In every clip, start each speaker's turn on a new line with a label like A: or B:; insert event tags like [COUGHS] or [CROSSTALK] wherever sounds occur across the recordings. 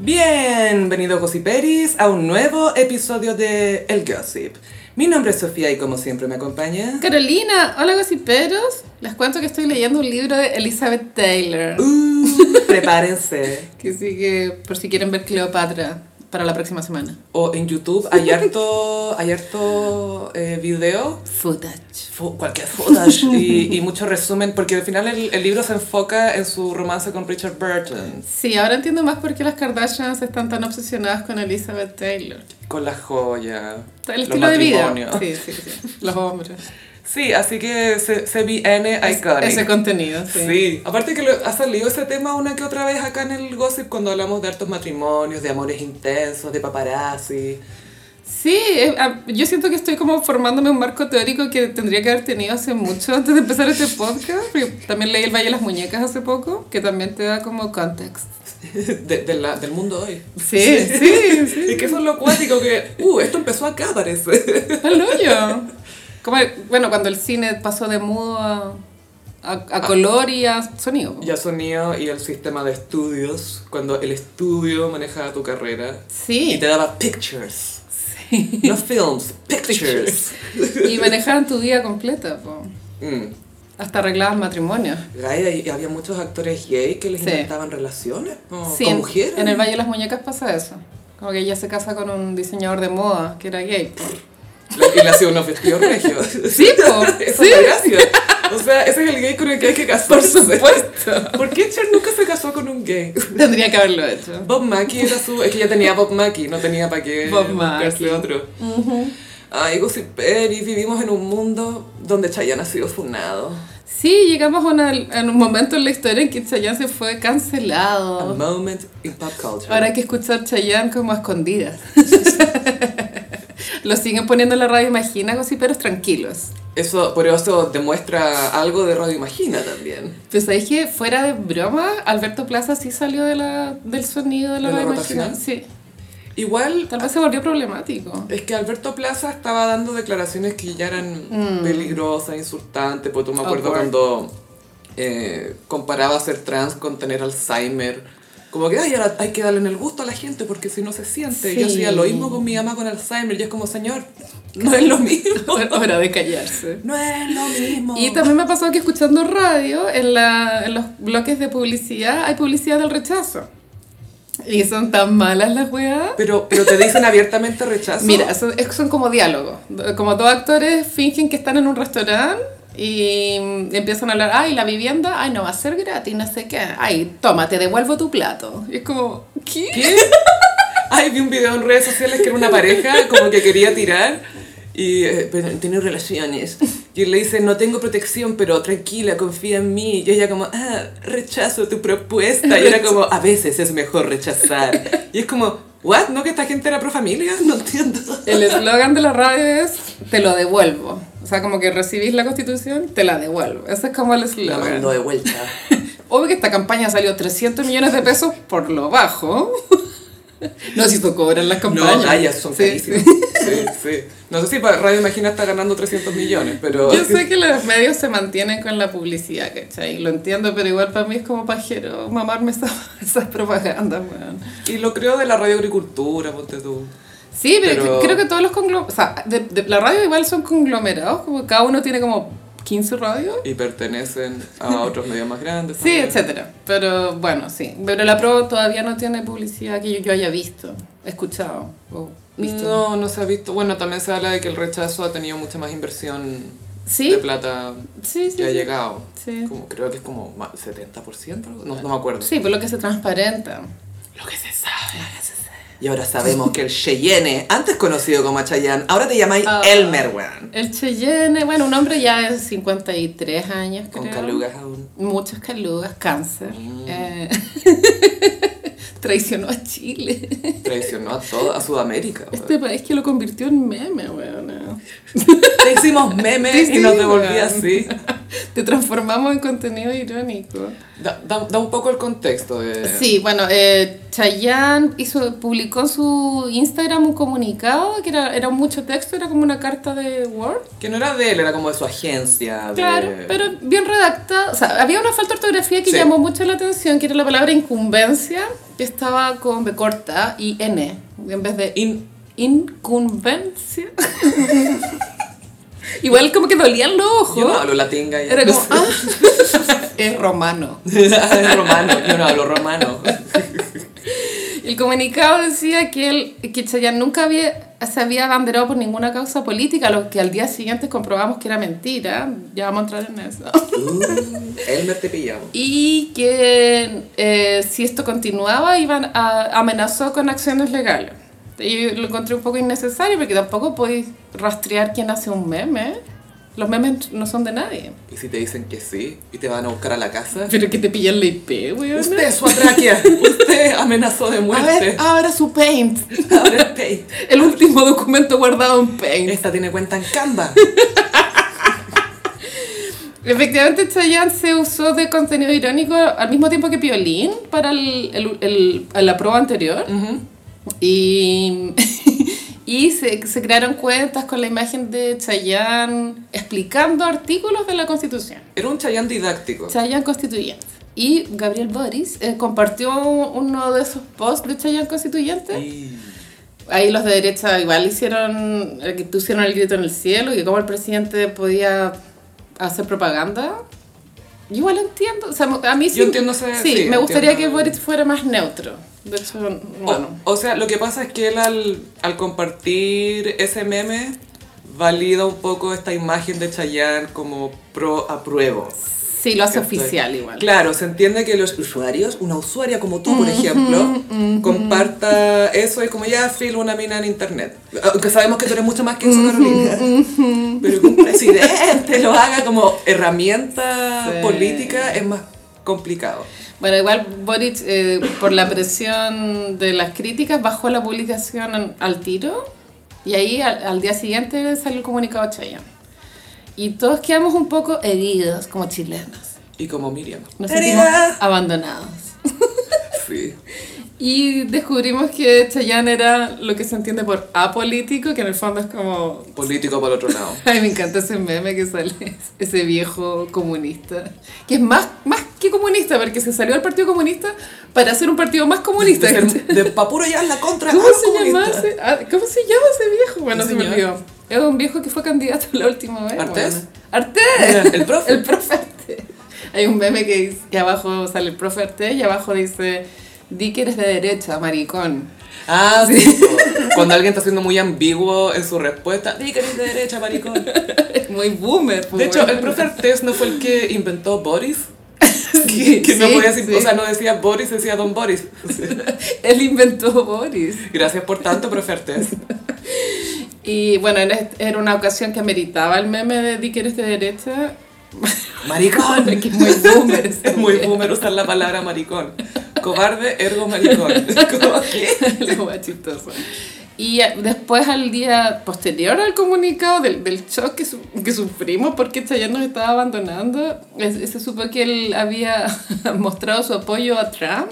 A: Bienvenidos gossiperis a un nuevo episodio de El Gossip. Mi nombre es Sofía y como siempre me acompaña...
B: Carolina, hola gossiperos. Les cuento que estoy leyendo un libro de Elizabeth Taylor.
A: Uh, prepárense.
B: Que sigue por si quieren ver Cleopatra para la próxima semana.
A: O en YouTube hay harto, hay harto eh, video,
B: Footage.
A: fu- cualquier footage y, y mucho resumen, porque al final el, el libro se enfoca en su romance con Richard Burton,
B: Sí, ahora entiendo más por qué las Kardashians están tan obsesionadas con Elizabeth Taylor.
A: con la joya, los
B: El estilo de vida.
A: matrimonios.
B: Sí, sí, sí. Los hombres.
A: Sí, así que se, se viene iconic.
B: Ese contenido, sí.
A: Sí. aparte que lo- ha salido ese tema una que otra vez acá en el gossip cuando hablamos de hartos matrimonios, de amores intensos, de
B: [LAUGHS]
A: paparazzi.
B: Sí, eh, ah, yo siento que estoy como formándome un marco teórico que tendría que haber tenido hace mucho antes de empezar este podcast. porque también leí El Valle de las Muñecas hace poco, que también te da como context.
A: de- de la- del mundo hoy.
B: Sí, sí, sí.
A: Es que eso es lo cuático que, uh, esto empezó acá parece. [LAUGHS]
B: Al hoyo. Como, bueno, cuando el cine pasó de mudo a, a- a color y a sonido.
A: Ah. Ya sonido y el sistema de estudios, cuando el estudio maneja tu carrera y
B: Sí,
A: te daba pictures. [LAUGHS] No films, pictures.
B: [LAUGHS] y manejaban tu vida completa, po.
A: Mm.
B: hasta arreglaban matrimonios.
A: Gaia, y había muchos actores gay que les
B: Sí.
A: inventaban relaciones po,
B: Sí,
A: con
B: en-
A: mujeres.
B: En, el Valle de las Muñecas pasa eso. Como que ella se casa con un diseñador de moda que era gay. po. [LAUGHS]
A: La- Y le hacía unos vestidos regios.
B: Sí, po,
A: Esa es
B: sí.
A: la gracia. O sea, ese es el gay con el que hay que casarse. Por supuesto. ¿Por qué Cher nunca se casó con un gay?
B: Tendría que haberlo hecho.
A: Bob Mackie era su... Es que ya tenía Bob Mackie, no tenía para qué
B: Bob
A: buscarse
B: Mackie.
A: otro. Ay, Gossip Perry, vivimos en un mundo donde Chayanne ha sido funado.
B: Sí, llegamos a, una- a un momento en la historia en que Chayanne se fue
A: A
B: cancelado.
A: moment in pop culture.
B: Oh. Ahora hay que escuchar Chayanne como a escondidas. [LAUGHS] Lo siguen poniendo en la radio, imagina, gossiperos tranquilos.
A: Eso, pero eso demuestra algo de Radio Imagina también.
B: Pues sabéis que fuera de broma, Alberto Plaza sí salió de la, del sonido de la,
A: ¿De la
B: radio
A: rotacional?
B: imagina. Sí.
A: Igual,
B: Tal vez se
A: [LAUGHS]
B: volvió problemático.
A: Es que Alberto Plaza estaba dando declaraciones que ya eran
B: Mm.
A: peligrosas, insultantes, porque me acuerdo
B: Awkward.
A: cuando eh, comparaba ser trans con tener Alzheimer. Como que, ay, ahora hay que darle en el gusto a la gente porque si no se siente. Yo
B: Sí.
A: hacía lo mismo con mi mamá con Alzheimer y es como, señor, no es lo mismo.
B: [LAUGHS] Hora de callarse.
A: No es lo mismo.
B: Y también me ha pasado que escuchando radio, en, la- en los bloques de publicidad, hay publicidad del rechazo. Y son tan malas las weas.
A: pero, pero te dicen abiertamente rechazo.
B: Mira, son, es- son como diálogos. Como dos actores fingen que están en un restaurante y empiezan a hablar, ay, la vivienda, ay, no va a ser gratis, no sé qué. Ay, toma, te devuelvo tu plato. Y es como, ¿qué?
A: ¿Qué? Ay, vi un video en redes sociales que era una pareja como que quería tirar y eh, pero tiene relaciones. Y él le dice, no tengo protección, pero tranquila, confía en mí. Y ella como, ah, rechazo tu propuesta. Y era como, a veces es mejor rechazar. Y es como, ¿what? ¿No que esta gente era pro familia? No entiendo.
B: El eslogan de la radio es, te lo devuelvo. O sea, como que recibís la constitución, te la devuelvo. Ese es como el
A: La mando
B: eslogan.
A: de vuelta.
B: Obvio que esta campaña salió 300 millones de pesos por lo bajo. [LAUGHS] No, si tú cobran las
A: No,
B: campañas.
A: ay, ya son
B: Sí,
A: carísimas.
B: sí.
A: Sí, sí. No sé si para Radio Imagina está ganando 300 millones, pero...
B: Yo sé que los medios se mantienen con la publicidad, ¿cachai? Lo entiendo, pero igual para mí es como pajero mamarme esa- [LAUGHS] esas propagandas, weón.
A: Y lo creo de la Radio Agricultura, ponte tú.
B: Sí, pero,
A: Pero-
B: creo que todos los conglomerados, o sea, de, de- la radio igual son conglomerados, como cada uno tiene como 15 radios.
A: y pertenecen [LAUGHS] a otros medios más grandes.
B: Sí,
A: también.
B: etcétera. Pero bueno, sí. Pero la Pro todavía no tiene publicidad que yo, yo haya visto, escuchado o visto.
A: No, no se ha visto. Bueno, también se habla de que el rechazo ha tenido mucha más inversión
B: ¿Sí?
A: de plata
B: Sí, sí.
A: que ha
B: sí.
A: llegado.
B: Sí.
A: Como, creo que es como ma- 70%, algo- no, no me acuerdo.
B: Sí, por lo que se transparenta.
A: Lo que se sabe. Y ahora sabemos que el Cheyenne, antes conocido como Chayanne, ahora te llamáis
B: Ah.
A: Elmer, weón.
B: El Cheyenne, bueno, un hombre ya de 53 años, creo.
A: Con calugas aún.
B: Muchas calugas, cáncer. Eh, [LAUGHS] traicionó a Chile.
A: [LAUGHS] Traicionó a toda a Sudamérica.
B: [LAUGHS]
A: weón.
B: Este país que lo convirtió en meme, weón.
A: Te hicimos memes
B: Sí,
A: y
B: sí,
A: nos devolví
B: weón.
A: así.
B: Te transformamos en contenido irónico.
A: Da, da- da un poco el contexto de...
B: Sí, bueno, eh, Chayanne hizo, publicó en su Instagram un comunicado que era, era mucho texto, era como una carta de Word.
A: Que no era de él, era como de su agencia. de-
B: Claro, pero bien redactada. O sea, había una falta de ortografía que
A: Sí.
B: llamó mucho la atención, que era la palabra incumbencia, que estaba con B corta y N, en vez de
A: In-
B: incumbencia. [LAUGHS] Igual como que dolían los ojos.
A: yo no hablo latinga. ya. [LAUGHS]
B: Era como, ah, es romano.
A: es romano, yo no hablo
B: [LAUGHS]
A: romano.
B: El comunicado decía que, él, que Chayanne nunca había, se había abanderado por ninguna causa política, lo que al día siguiente comprobamos que era mentira. Ya vamos a entrar en eso.
A: Él me te pillamos.
B: Y que eh, si esto continuaba, iban a, amenazó con acciones legales. Y lo encontré un poco innecesario porque tampoco podéis rastrear quién hace un meme. Los memes no son de nadie.
A: Y si te dicen que sí y te van a buscar a la casa.
B: Pero que te pillan la IP, weón.
A: Usted, su atraquia. Usted amenazó de
B: A ver, ah.
A: muerte. [LAUGHS]
B: ahora su Paint.
A: Abre Pay.
B: El último documento guardado en Paint.
A: Esta tiene cuenta en Canva.
B: Efectivamente, Chayanne se usó de contenido irónico al mismo tiempo que Piolín para el, el- el- a la prueba anterior. Y, [LAUGHS] y se, se crearon cuentas con la imagen de Chayanne explicando artículos de la Constitución.
A: Era un chayán didáctico.
B: Chayanne Constituyente. Y Gabriel Boris eh, compartió uno de esos posts de Chayanne Constituyente.
A: Y-
B: Ahí los de derecha igual hicieron, eh, que pusieron el grito en el cielo y que como el presidente podía hacer propaganda. Yo igual entiendo, o sea, a mí sí,
A: Yo entiendo ese-
B: sí,
A: sí,
B: me gustaría
A: entiendo.
B: que Boric fuera más neutro. De hecho, bueno,
A: Oh, O, o sea, lo que pasa es que él al, al compartir ese meme valida un poco esta imagen de Chayanne como pro apruebo.
B: sí lo hace
A: ¿cachai?
B: oficial igual.
A: Claro, se entiende que los usuarios, una usuaria como tú, por ejemplo, comparta eso y como ya filo una mina en internet. Aunque sabemos que tú eres mucho más que eso, Carolina. Pero que un presidente lo haga como herramienta
B: Sí.
A: política es más complicado.
B: Bueno, igual Boric, eh, por la presión de las críticas, bajó la publicación en- al tiro y ahí al, al día siguiente salió el comunicado Chayanne. Y todos quedamos un poco heridos como chilenos.
A: Y como Miriam.
B: Nos sentimos abandonados.
A: Sí.
B: Y descubrimos que Chayanne era lo que se entiende por apolítico, que en el fondo es como... [LAUGHS]
A: Político por otro lado.
B: Ay, me encanta ese meme que sale, [LAUGHS] ese viejo comunista. Que es más, más que comunista, porque se salió del Partido Comunista para hacer un partido más comunista.
A: De,
B: [LAUGHS]
A: ser- de papuro ya es la contra.
B: ¿Cómo
A: a los
B: se, llama
A: comunistas.
B: ese, ah, ¿Cómo se llama ese viejo? Bueno,
A: Sí,
B: se me
A: señor.
B: olvidó. Es un viejo que fue candidato la última vez.
A: ¿Artés?
B: bueno. ¡Artés!
A: El profe.
B: [LAUGHS] El profe Artés. Hay un meme que, dice- que abajo sale el profe Artés y abajo dice, di que eres de derecha, maricón.
A: Ah, sí. [LAUGHS] Cuando alguien está siendo muy ambiguo en su respuesta. Di que eres de derecha, maricón.
B: Es muy boomer. pues,
A: De hecho, el profe Artés no fue el que inventó Boris. Que, que no podía decir, o sea, no decía Boris, decía Don Boris.
B: Él inventó Boris.
A: Gracias por tanto, profe Artés.
B: Y bueno, en est- era una ocasión que meritaba el meme de di que eres de derecha. [LAUGHS]
A: Maricón.
B: Que es muy boomer. ese
A: [LAUGHS] Es muy
B: meme.
A: boomer usar la palabra maricón. Cobarde, ergo [LAUGHS] maricón. ¿Cómo que?
B: [LAUGHS] La wea chistosa. Y eh, después al día posterior al comunicado del, del shock que, su- que sufrimos porque Chayanne nos estaba abandonando, es- se supo que él había [LAUGHS] mostrado su apoyo a Trump.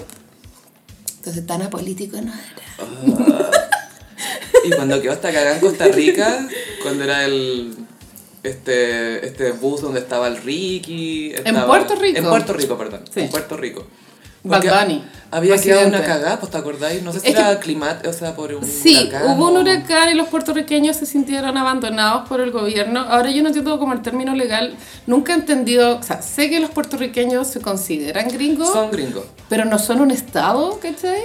B: Entonces tan apolítico no era.
A: Y cuando quedó hasta cagada en Costa Rica, cuando era el este, este bus donde estaba el Ricky. estaba-
B: Puerto Rico.
A: En Puerto Rico, perdón.
B: Sí.
A: En Puerto Rico.
B: Bad
A: Porque
B: Bunny,
A: Había quedado
B: presidente.
A: una cagada, pues te acordáis. No sé si
B: Es que-
A: era climat, o sea, por un
B: Sí,
A: huracán
B: hubo un
A: o-
B: huracán y los puertorriqueños se sintieron abandonados por el gobierno. Ahora yo no entiendo como el término legal, nunca he entendido, o sea, sé que los puertorriqueños se consideran gringos,
A: Son gringos.
B: pero no son un estado, ¿cachai?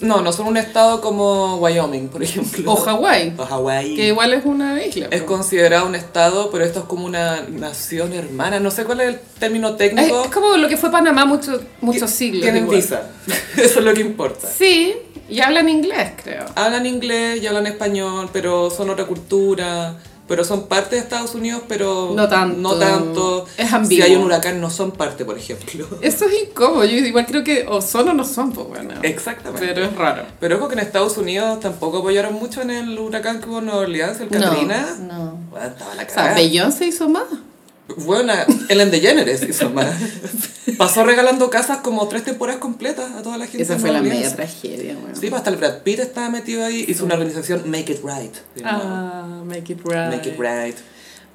A: No, no son un estado como Wyoming, por ejemplo.
B: O Hawái,
A: O Hawái.
B: que igual es una isla.
A: Es
B: po.
A: considerado un estado, pero esto es como una nación hermana. No sé cuál es el término
B: Es,
A: técnico.
B: es como lo que fue Panamá mucho- muchos siglos.
A: Tienen
B: igual.
A: visa. [LAUGHS] Eso es lo que importa.
B: Sí, y hablan inglés, creo.
A: hablan inglés y hablan español, pero son otra cultura, pero son parte de Estados Unidos, pero
B: No tanto.
A: no tanto.
B: Es ambiguo.
A: Si hay un huracán, no son parte, por ejemplo.
B: [LAUGHS] Eso es incómodo, yo igual creo que o son o no son, pues bueno.
A: Exactamente.
B: Pero es raro.
A: Pero ojo que en Estados Unidos tampoco apoyaron mucho en el huracán que hubo en Nueva Orleans, el
B: No,
A: Katrina.
B: no.
A: Bueno, estaba la
B: O sea,
A: cagada.
B: Ah, Beyoncé hizo más.
A: Bueno, Ellen DeGeneres hizo
B: [LAUGHS]
A: más. Pasó regalando casas como tres temporadas completas a toda la gente.
B: Esa fue la
A: nueva
B: media
A: Orleans.
B: tragedia, weón.
A: Sí, pues hasta el Brad Pitt estaba metido ahí. Hizo una organización Make It Right. de nuevo.
B: Ah, make it right.
A: Make It Right.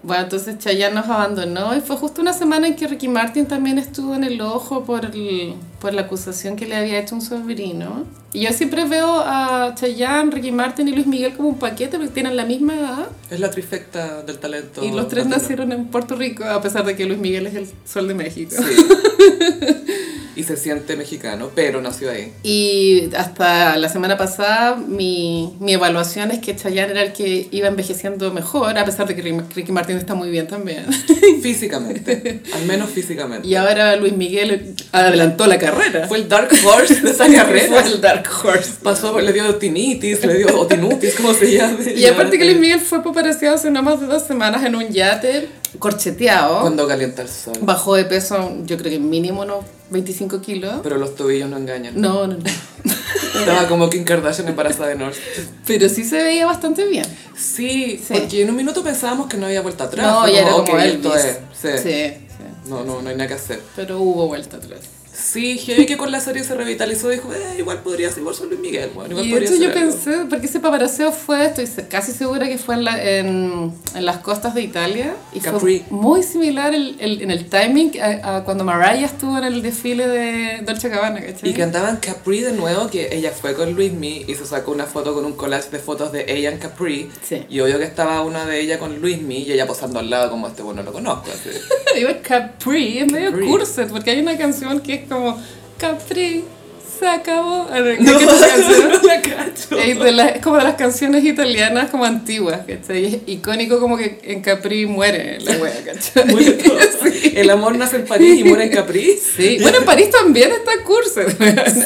B: Bueno, entonces Chayanne nos abandonó y fue justo una semana en que Ricky Martin también estuvo en el ojo por, el- por la acusación que le había hecho un sobrino. Y yo siempre veo a Chayanne, Ricky Martin y Luis Miguel como un paquete porque tienen la misma edad
A: Es la trifecta del talento.
B: y los tres
A: latino.
B: nacieron en Puerto Rico a pesar de que Luis Miguel es el sol de México.
A: Sí. Y se siente mexicano, pero nació
B: [LAUGHS]
A: ahí.
B: Y hasta la semana pasada mi, mi evaluación es que Chayanne era el que iba envejeciendo mejor a pesar de que Ricky Ricky Martin está muy bien también. [LAUGHS]
A: Físicamente. al menos físicamente.
B: Y ahora Luis Miguel adelantó la carrera.
A: Fue el Dark Horse
B: [LAUGHS]
A: de esa
B: Fue
A: carrera.
B: el Dark Horse.
A: Pasó, por- le dio tinitis, le dio otinutis, como se llama.
B: Y aparte que Luis Miguel fue paparazziado hace no más de dos semanas en un yate, corcheteado.
A: Cuando calienta el sol.
B: Bajó de peso, yo creo que mínimo unos 25 kilos.
A: Pero los tobillos no engañan.
B: No, no, no.
A: [LAUGHS] Estaba como Kim Kardashian embarazada de North.
B: Pero sí se veía bastante bien.
A: Sí,
B: Sí.
A: porque en un minuto pensábamos que no había vuelta atrás.
B: No,
A: Fue
B: ya era
A: ok,
B: como
A: esto
B: Elvis.
A: es. Sí.
B: sí, sí.
A: No, no, no hay nada que hacer.
B: Pero hubo vuelta atrás.
A: Sí, Heavy que con la serie se revitalizó dijo, eh, igual podría ser igual solo Luis Miguel, bueno, igual
B: Y de
A: podría
B: hecho yo
A: ser algo".
B: pensé, porque ese paparaceo fue, estoy se- casi segura que fue en, la- en- en las costas de Italia. Y
A: Capri.
B: fue muy similar el- el- en el timing a, a cuando Mariah estuvo en el desfile de Dolce Gabbana, ¿cachai?
A: Y
B: [LAUGHS]
A: cantaban Capri de nuevo, que ella fue con Luismi y se sacó una foto con un collage de fotos de ella en Capri.
B: Sí.
A: Y obvio que estaba una de ella con Luismi y ella posando al lado como este bueno lo conozco.
B: [LAUGHS]
A: así.
B: Iba Capri, es medio
A: Capri.
B: curset, porque hay una canción que es como Capri, se acabó. A ver,
A: [LAUGHS] No,
B: [LAUGHS] ¿qué es esa canción?
A: la cacho. [LAUGHS]
B: Es, de las- es como de las canciones italianas como antiguas, ¿cachai? Es icónico como que en Capri muere la wea, ¿cachai?
A: Muere
B: [LAUGHS]
A: todo. El amor nace en París y muere en Capri.
B: Sí. Bueno, en París también está Curse.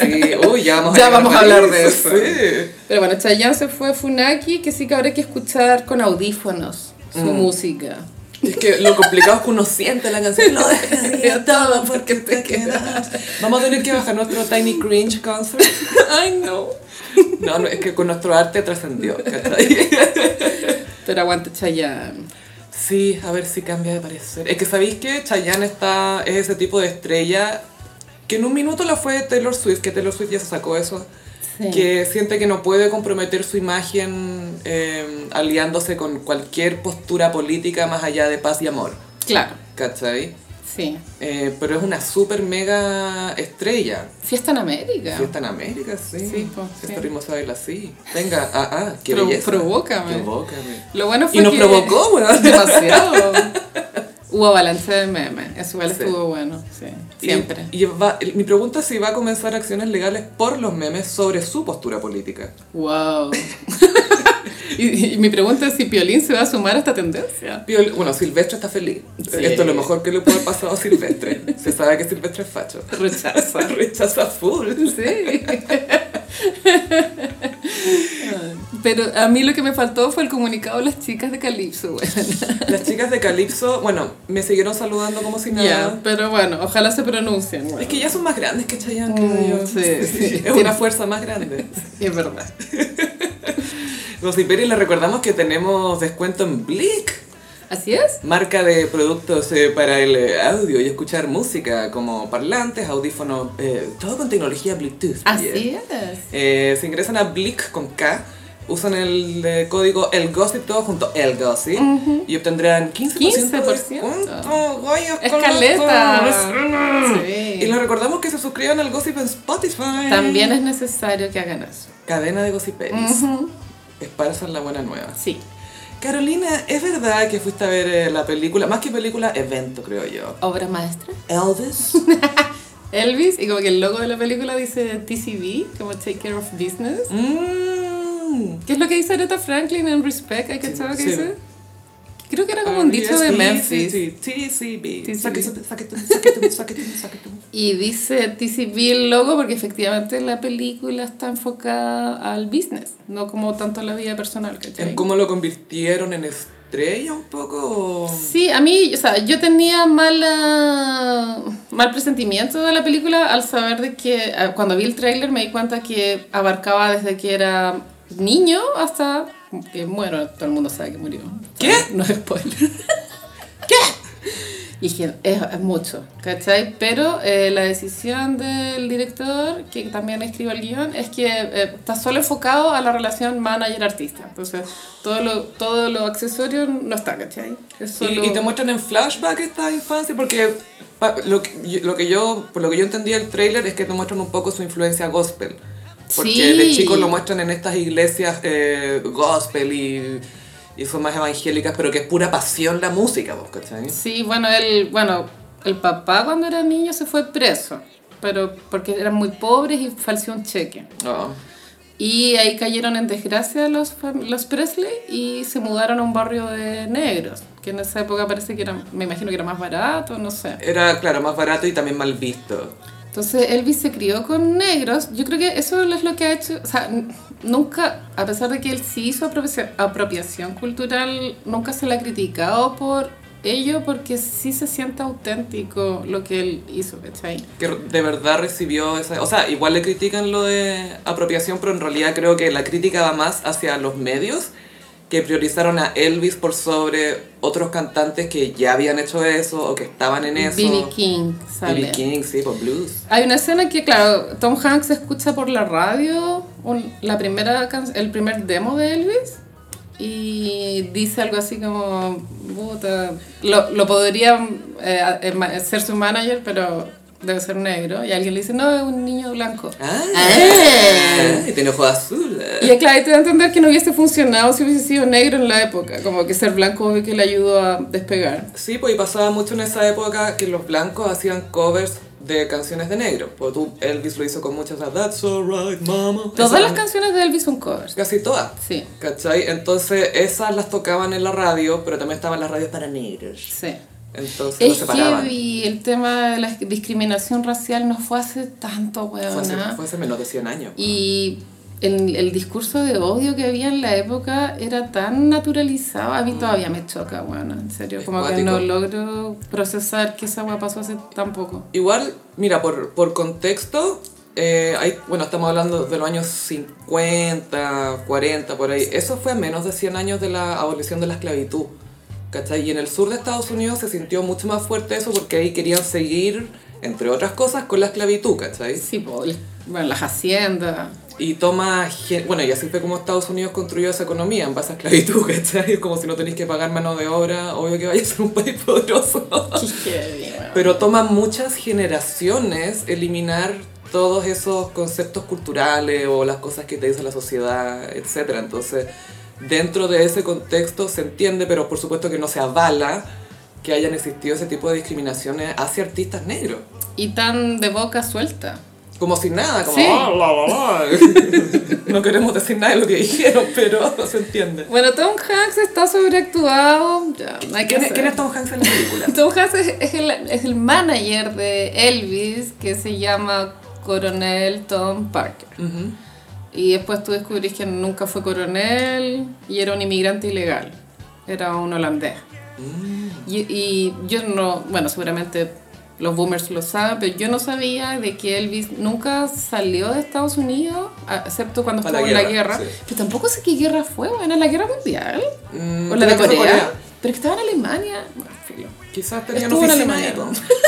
B: [LAUGHS]
A: Sí, uy, ya vamos
B: Ya
A: llegar
B: vamos a
A: París,
B: hablar de eso.
A: sí.
B: Pero bueno, Chayanne se fue a Funaki, que sí que habrá que escuchar con audífonos su
A: Mm.
B: música.
A: Es que lo complicado es que uno siente la [LAUGHS] canción. Lo
B: [LAUGHS]
A: dejaría todo porque te quedas. Vamos a tener que bajar nuestro Tiny Cringe concert.
B: Ay, no.
A: No, no, es que con nuestro arte trascendió, ¿cachai?
B: Pero aguante Chayanne.
A: Sí, a ver si cambia de parecer. Es que sabéis que Chayanne está, es ese tipo de estrella que en un minuto la fue Taylor Swift, que Taylor Swift ya se sacó eso.
B: Sí.
A: Que siente que no puede comprometer su imagen eh, aliándose con cualquier postura política más allá de paz y amor.
B: Claro,
A: ¿Cachai?
B: sí.
A: Eh, pero es una super mega estrella.
B: Fiesta en América.
A: Fiesta en América, sí.
B: Sí, po,
A: Si
B: sí.
A: este ritmo se baila así. Venga, ah, ah, qué
B: Pro-
A: belleza.
B: provócame.
A: Provócame.
B: Lo bueno fue
A: Y nos
B: que-
A: provocó, weón.
B: [LAUGHS] Demasiado. Hubo avalancha de memes. Eso igual
A: Sí.
B: estuvo bueno, sí.
A: Y-
B: Siempre.
A: Y, va- mi pregunta es si va a comenzar acciones legales por los memes sobre su postura política.
B: Wow. [LAUGHS] y, y mi pregunta es si Piolín se va a sumar a esta tendencia.
A: Piol- bueno, Silvestre está feliz.
B: Sí.
A: Esto es lo mejor que le puede haber pasado a Silvestre. se sabe que Silvestre es facho.
B: Rechazo.
A: Rechaza full.
B: Sí. [LAUGHS] Pero a mí lo que me faltó fue el comunicado de las chicas de Calypso, güey.
A: Las chicas de Calypso, bueno, me siguieron saludando como si
B: [LAUGHS]
A: nada.
B: pero bueno, ojalá se pronuncien.
A: Es
B: güey.
A: que ya son más grandes que Chayanne,
B: Mm,
A: creo yo. [LAUGHS]
B: sí, sí.
A: Es una fuerza más grande.
B: Y es verdad.
A: Los Imperi les recordamos que tenemos descuento en Blick,
B: Así es.
A: marca de productos eh, para el eh, audio y escuchar música, como parlantes, audífonos, eh, todo con tecnología Bluetooth.
B: Ah,
A: yeah.
B: Así es.
A: Eh, se ingresan a Blick con K, usan el eh, código ELGOSSIP, todo junto ELGOSSIP, y obtendrán 15%, de
B: 15%.
A: descuento. Guayas con
B: Escaleta.
A: nosotros. Y
B: Sí.
A: les recordamos que se suscriban al Gossip en Spotify.
B: También es necesario que hagan eso.
A: Cadena de gossiperis. Esparzan la buena nueva.
B: Sí.
A: Carolina, ¿es verdad que fuiste a ver eh, la película, más que película, evento, creo yo?
B: Obra maestra. [LAUGHS]
A: Elvis.
B: Elvis, y como que el logo de la película dice TCB, como Take Care of Business.
A: Mm.
B: ¿Qué es lo que dice Aretha Franklin en Respect? ¿Hay que saber qué
A: sí. Ah,
B: dice? Creo que era como un dicho de
A: Sí,
B: Memphis.
A: sí, sí, TCB.
B: TCB.
A: Suck it, suck it, suck it, suck it, suck it.
B: Y dice TCB el logo porque efectivamente la película está enfocada al business, no como tanto a la vida personal, ¿cachai?
A: ¿En cómo lo convirtieron en estrella un poco? o-
B: Sí, a mí, o sea, yo tenía mala, mal presentimiento de la película al saber de que eh, cuando vi el tráiler me di cuenta que abarcaba desde que era niño hasta que, bueno, todo el mundo sabe que murió.
A: ¿Qué?
B: No es spoiler. Y dije, es, es mucho, ¿cachai? Pero eh, la decisión del director, que también escribe el guión, es que eh, está solo enfocado a la relación manager-artista. Entonces, todo lo, todo lo accesorio no está, ¿cachai? Es solo-
A: Y, y te muestran en flashback esta infancia porque pa- lo que, yo- lo que yo por lo que yo entendí del tráiler es que te muestran un poco su influencia gospel porque
B: Sí.
A: de chicos lo muestran en estas iglesias eh, gospel y, y son más evangélicas pero que es pura pasión la música vos ¿cachai?
B: Sí, bueno, él, bueno, el papá cuando era niño se fue preso, pero porque eran muy pobres y falseó un cheque.
A: Ah.
B: Y ahí cayeron en desgracia los, fam- los Presley y se mudaron a un barrio de negros, que en esa época parece que era, me imagino que era más barato, no sé.
A: era claro más barato y también mal visto
B: Entonces Elvis se crió con negros. Yo creo que eso es lo que ha hecho. O sea, n- nunca, a pesar de que él sí hizo apropiación, apropiación cultural, nunca se le ha criticado por ello porque sí se siente auténtico lo que él hizo, ¿cachai?
A: que de verdad recibió esa... O sea, igual le critican lo de apropiación, pero en realidad creo que la crítica va más hacia los medios que priorizaron a Elvis por sobre otros cantantes que ya habían hecho eso o que estaban en eso.
B: B.B. King
A: B.B.
B: sale.
A: King, sí, por blues.
B: Hay una escena que, claro, Tom Hanks escucha por la radio un- la primera can- el primer demo de Elvis y dice algo así como, puta, lo, lo podría eh, eh, ma- ser su manager, pero debe ser negro. Y alguien le dice, no, es un niño blanco.
A: Ah,
B: Ah.
A: y tiene ojos azul.
B: Y es claro, ahí te da a entender que no hubiese funcionado si hubiese sido negro en la época, como que ser blanco obvio que le ayudó a despegar.
A: Sí, pues y pasaba mucho en esa época que los blancos hacían covers de canciones de negro. Pues tú, Elvis lo hizo con muchas, las That's Alright, Mama.
B: Todas
A: Esa-
B: las canciones de Elvis son covers.
A: Casi todas.
B: Sí,
A: ¿Cachai? Entonces esas las tocaban en la radio, pero también estaban las radios para negros.
B: sí.
A: Entonces los
B: Es
A: separaban.
B: heavy, el tema de la discriminación racial no fue hace tanto,
A: Fue hace,
B: weona.
A: fue hace menos de 100 años.
B: Y el, el discurso de odio que había en la época era tan naturalizado. A mí todavía me choca, weona, en serio.
A: Mm. Es
B: Como que no
A: cuático.
B: logro procesar que esa weá pasó hace tan poco.
A: Igual, mira, por, por contexto, eh, hay, bueno, estamos hablando de los años 50, 40, por ahí. Eso fue a menos de 100 años de la abolición de la esclavitud. ¿Cachai? Y en el sur de Estados Unidos se sintió mucho más fuerte eso porque ahí querían seguir, entre otras cosas, con la esclavitud, ¿cachai?
B: Sí, po, el- bueno,
A: [LAUGHS]
B: las haciendas.
A: Y toma, gen- bueno, y así fue como Estados Unidos construyó esa economía en base a esclavitud, [LAUGHS] ¿cachai? Como si no tenéis que pagar mano de obra, obvio que vaya a ser un país [LAUGHS] poderoso.
B: Qué heavy, weona.
A: Pero toma muchas generaciones eliminar todos esos conceptos culturales o las cosas que te dice la sociedad, etc. Entonces, dentro de ese contexto se entiende, pero por supuesto que no se avala que hayan existido ese tipo de discriminaciones hacia artistas negros.
B: Y tan de boca suelta.
A: Como si nada, como...
B: Sí.
A: "Ah, la, la, la". [LAUGHS] no queremos decir nada de lo que dijeron, pero se entiende.
B: Bueno, Tom Hanks está sobreactuado. Ya, no hay que
A: ¿Quién es,
B: hacer.
A: quién es Tom Hanks en la película?
B: Tom Hanks es, es el, es el manager de Elvis que se llama Coronel Tom Parker.
A: Ujú.
B: Y después tú descubrís que nunca fue coronel y era un inmigrante ilegal. Era un holandés.
A: Mm.
B: Y, y yo no, bueno, seguramente los boomers lo saben, pero yo no sabía de que Elvis nunca salió de Estados Unidos, a- excepto cuando
A: Para
B: estuvo
A: la
B: en la
A: guerra,
B: guerra.
A: sí.
B: Pero tampoco sé qué guerra fue, bueno, la guerra mundial.
A: Mm,
B: o la de
A: creo que fue
B: Corea.
A: Corea.
B: Pero que estaba en Alemania. Bueno, filo.
A: Quizás tenían
B: Estuvo en
A: oficina ahí,
B: Alemania.
A: po. [LAUGHS]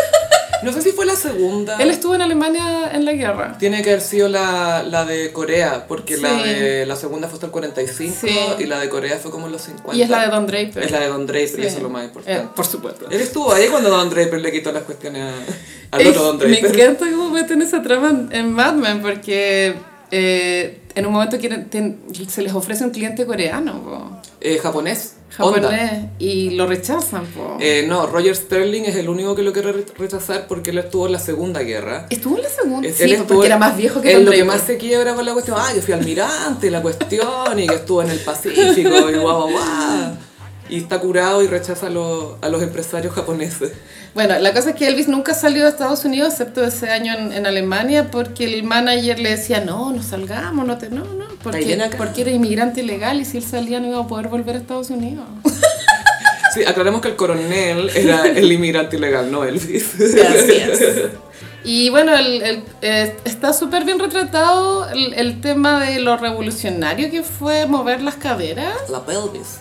A: No sé si fue la segunda.
B: Él estuvo en Alemania en la guerra.
A: Tiene que haber sido la, la de Corea, porque la,
B: Sí.
A: de, la segunda fue hasta el 45
B: Sí.
A: y la de Corea fue como en los 50.
B: Y es la de Don Draper.
A: Es la de Don Draper,
B: Sí.
A: y eso es lo más importante.
B: Eh, por supuesto.
A: Él estuvo ahí cuando Don Draper le quitó las cuestiones a- al
B: Es-
A: otro Don
B: me
A: Draper.
B: encanta cómo meten esa trama en, en Mad Men porque eh, en un momento quieren, ten- se les ofrece un cliente coreano, po,
A: Eh, japonés. Honda.
B: japonés, y lo rechazan. po.
A: Eh, no, Roger Sterling es el único que lo quiere re- rechazar porque él estuvo en la Segunda Guerra.
B: estuvo en la segunda,
A: Es-
B: sí,
A: él
B: po,
A: estuvo-
B: porque era más viejo que
A: él
B: Don
A: lo que
B: Draper.
A: más se quiebra con la cuestión, ah, que fui almirante, la cuestión, y que estuvo en el Pacífico, y guau, guau, guau. Y está curado y rechaza a los, a los empresarios japoneses.
B: Bueno, la cosa es que Elvis nunca salió de Estados Unidos, excepto ese año en, en Alemania, porque el manager le decía, no, no salgamos, no te, no, no,
A: bien
B: porque,
A: acá.
B: porque era inmigrante ilegal y si él salía no iba a poder volver a Estados Unidos.
A: Sí, aclaremos que el coronel era el inmigrante ilegal, no Elvis.
B: Y bueno, el- el- eh, está súper bien retratado el, el tema de lo revolucionario que fue mover las caderas.
A: La pelvis.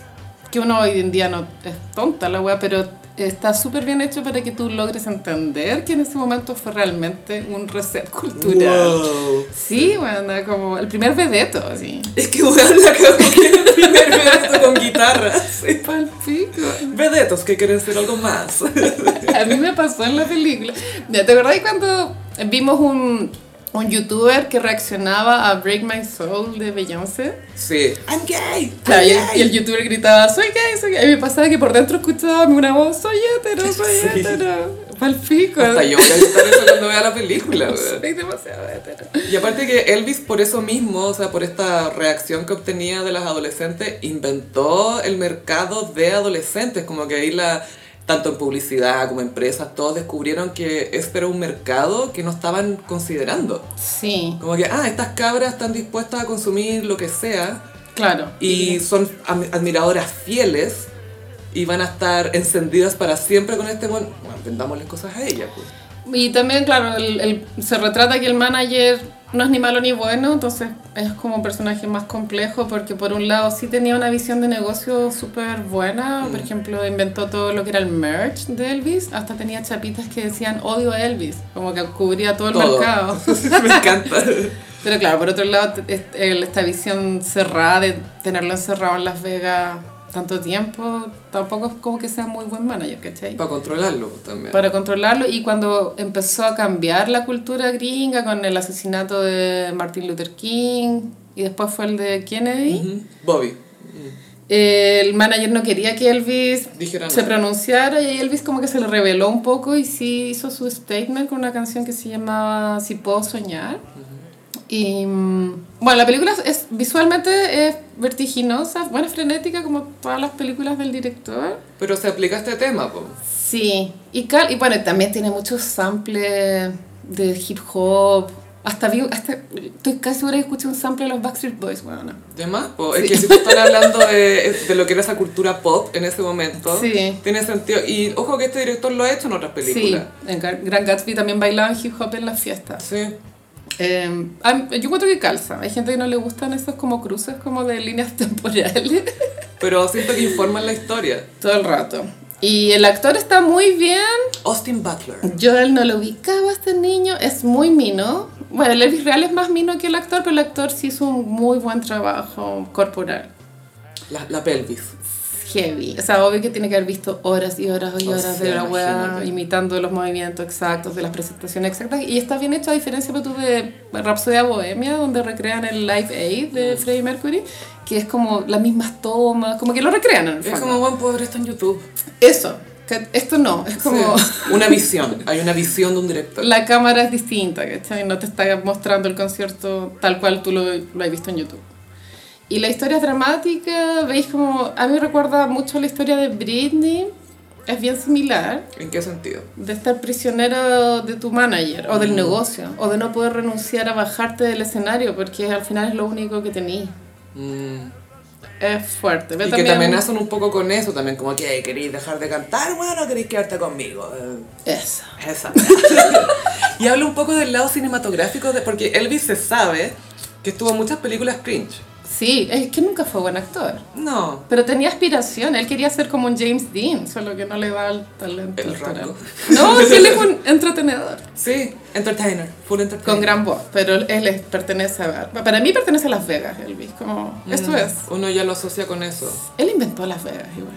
B: que uno hoy en día no es tonta la weá, pero está súper bien hecho para que tú logres entender que en ese momento fue realmente un reset cultural.
A: Wow.
B: Sí, bueno, como el primer vedeto, así.
A: Es que weón la cagó en el primer vedeto con guitarras.
B: Palpico.
A: Vedetos que quieren ser algo más.
B: A mí me pasó en la película. Mira, ¿Te acordás cuando vimos un, un youtuber que reaccionaba a Break My Soul de Beyoncé?
A: Sí. I'm gay.
B: Claro, y, el, y el youtuber gritaba, soy gay, soy gay. Y me pasaba que por dentro escuchaba una voz, soy hétero, soy
A: Sí.
B: hétero.
A: [LAUGHS]
B: Palpico.
A: Hasta yo voy a gritar eso cuando vea la película,
B: [LAUGHS]
A: weón.
B: Soy demasiado hétero.
A: Y aparte que Elvis por eso mismo, o sea, por esta reacción que obtenía de las adolescentes, inventó el mercado de adolescentes, como que ahí la tanto en publicidad como empresas, todos descubrieron que este era un mercado que no estaban considerando.
B: Sí,
A: Como que, ah, estas cabras están dispuestas a consumir lo que sea
B: claro.
A: y son am- admiradoras fieles y van a estar encendidas para siempre con este... Bueno, bueno, vendámosles cosas a ellas. Pues.
B: Y también, claro, el- el- se retrata que el manager no es ni malo ni bueno, entonces es como un personaje más complejo porque por un lado sí tenía una visión de negocio súper
A: Mm.
B: buena, por ejemplo, inventó todo lo que era el merch de Elvis, hasta tenía chapitas que decían odio a Elvis, como que cubría todo el
A: Todo. [LAUGHS]
B: mercado.
A: Me encanta. [LAUGHS]
B: Pero claro, por otro lado, t- es- el- esta visión cerrada de tenerlo encerrado en Las Vegas tanto tiempo, tampoco es como que sea muy buen manager, ¿cachai?
A: Para controlarlo pues, también.
B: para controlarlo y cuando empezó a cambiar la cultura gringa con el asesinato de Martin Luther King y después fue el de Kennedy,
A: Ujú. Bobby.
B: el manager no quería que Elvis
A: Dijera
B: se
A: nada.
B: pronunciara y Elvis como que se le reveló un poco y sí hizo su statement con una canción que se llamaba Si puedo soñar. Y mm, bueno, la película es visualmente es vertiginosa, bueno, es frenética como todas las películas del director.
A: Pero se aplica este tema, po.
B: Sí, y, cal y bueno, también tiene muchos samples de hip hop. Hasta vi, hasta, estoy casi segura que escuché un sample de los Backstreet Boys, bueno.
A: ¿De más? po. Es que si tú estás hablando de, de lo que era esa cultura pop en ese momento,
B: Sí.
A: tiene sentido. Y ojo que este director lo ha hecho en otras películas.
B: Sí, en Gar- Gran Gatsby también bailaban hip hop en las fiestas.
A: Sí.
B: Eh, am- yo encuentro que calza. Hay gente que no le gustan esos como cruces como de líneas [LAUGHS] temporales.
A: Pero siento que informan la historia.
B: Todo el rato. Y el actor está muy bien.
A: Austin Butler.
B: Yo a él no lo ubicaba, este niño es muy mino. Bueno, el Elvis Real es más mino que el actor, pero el actor sí hizo un muy buen trabajo corporal.
A: La, la pelvis.
B: Heavy. O sea, obvio que tiene que haber visto horas y horas y
A: O
B: horas
A: sea,
B: de la weá,
A: Oh, imagínate.
B: imitando los movimientos exactos, de las presentaciones exactas. Y está bien hecho, a diferencia pero tú, de Rhapsody Bohemia, donde recrean el Live Aid
A: Mm.
B: de Freddie Mercury, que es como las mismas tomas, como que lo recrean en el
A: Es
B: fondo.
A: como, Juan, puedo ver esto en YouTube.
B: Eso. que Esto no, es como...
A: Sí. [LAUGHS] Una visión. Hay una visión de un director.
B: La cámara es distinta, ¿cachai? No te está mostrando el concierto tal cual tú lo, lo has visto en YouTube. Y la historia es dramática, veis como... A mí me recuerda mucho la historia de Britney, es bien similar,
A: ¿En qué sentido?
B: de estar prisionero de tu manager o del
A: Mm.
B: negocio, o de no poder renunciar a bajarte del escenario porque al final es lo único que tenís.
A: Mm.
B: Es fuerte.
A: Y
B: pero
A: que te amenazan un poco con eso también. Como que, ¿queréis dejar de cantar? Bueno, ¿queréis quedarte conmigo? Eh,
B: Eso.
A: Esa. [LAUGHS] y habla un poco del lado cinematográfico, de, porque Elvis se sabe que estuvo en muchas películas cringe.
B: Sí, es que nunca fue buen actor.
A: No.
B: Pero tenía aspiración, él quería ser como un James Dean, solo que no le da el talento.
A: El rango. [LAUGHS]
B: No, es que él es un entretenedor
A: Sí, entertainer, full entertainer.
B: con gran voz, pero él es- pertenece a... Para mí pertenece a Las Vegas, Elvis, como...
A: Mm.
B: Esto es.
A: Uno ya lo asocia con eso.
B: Él inventó Las Vegas igual.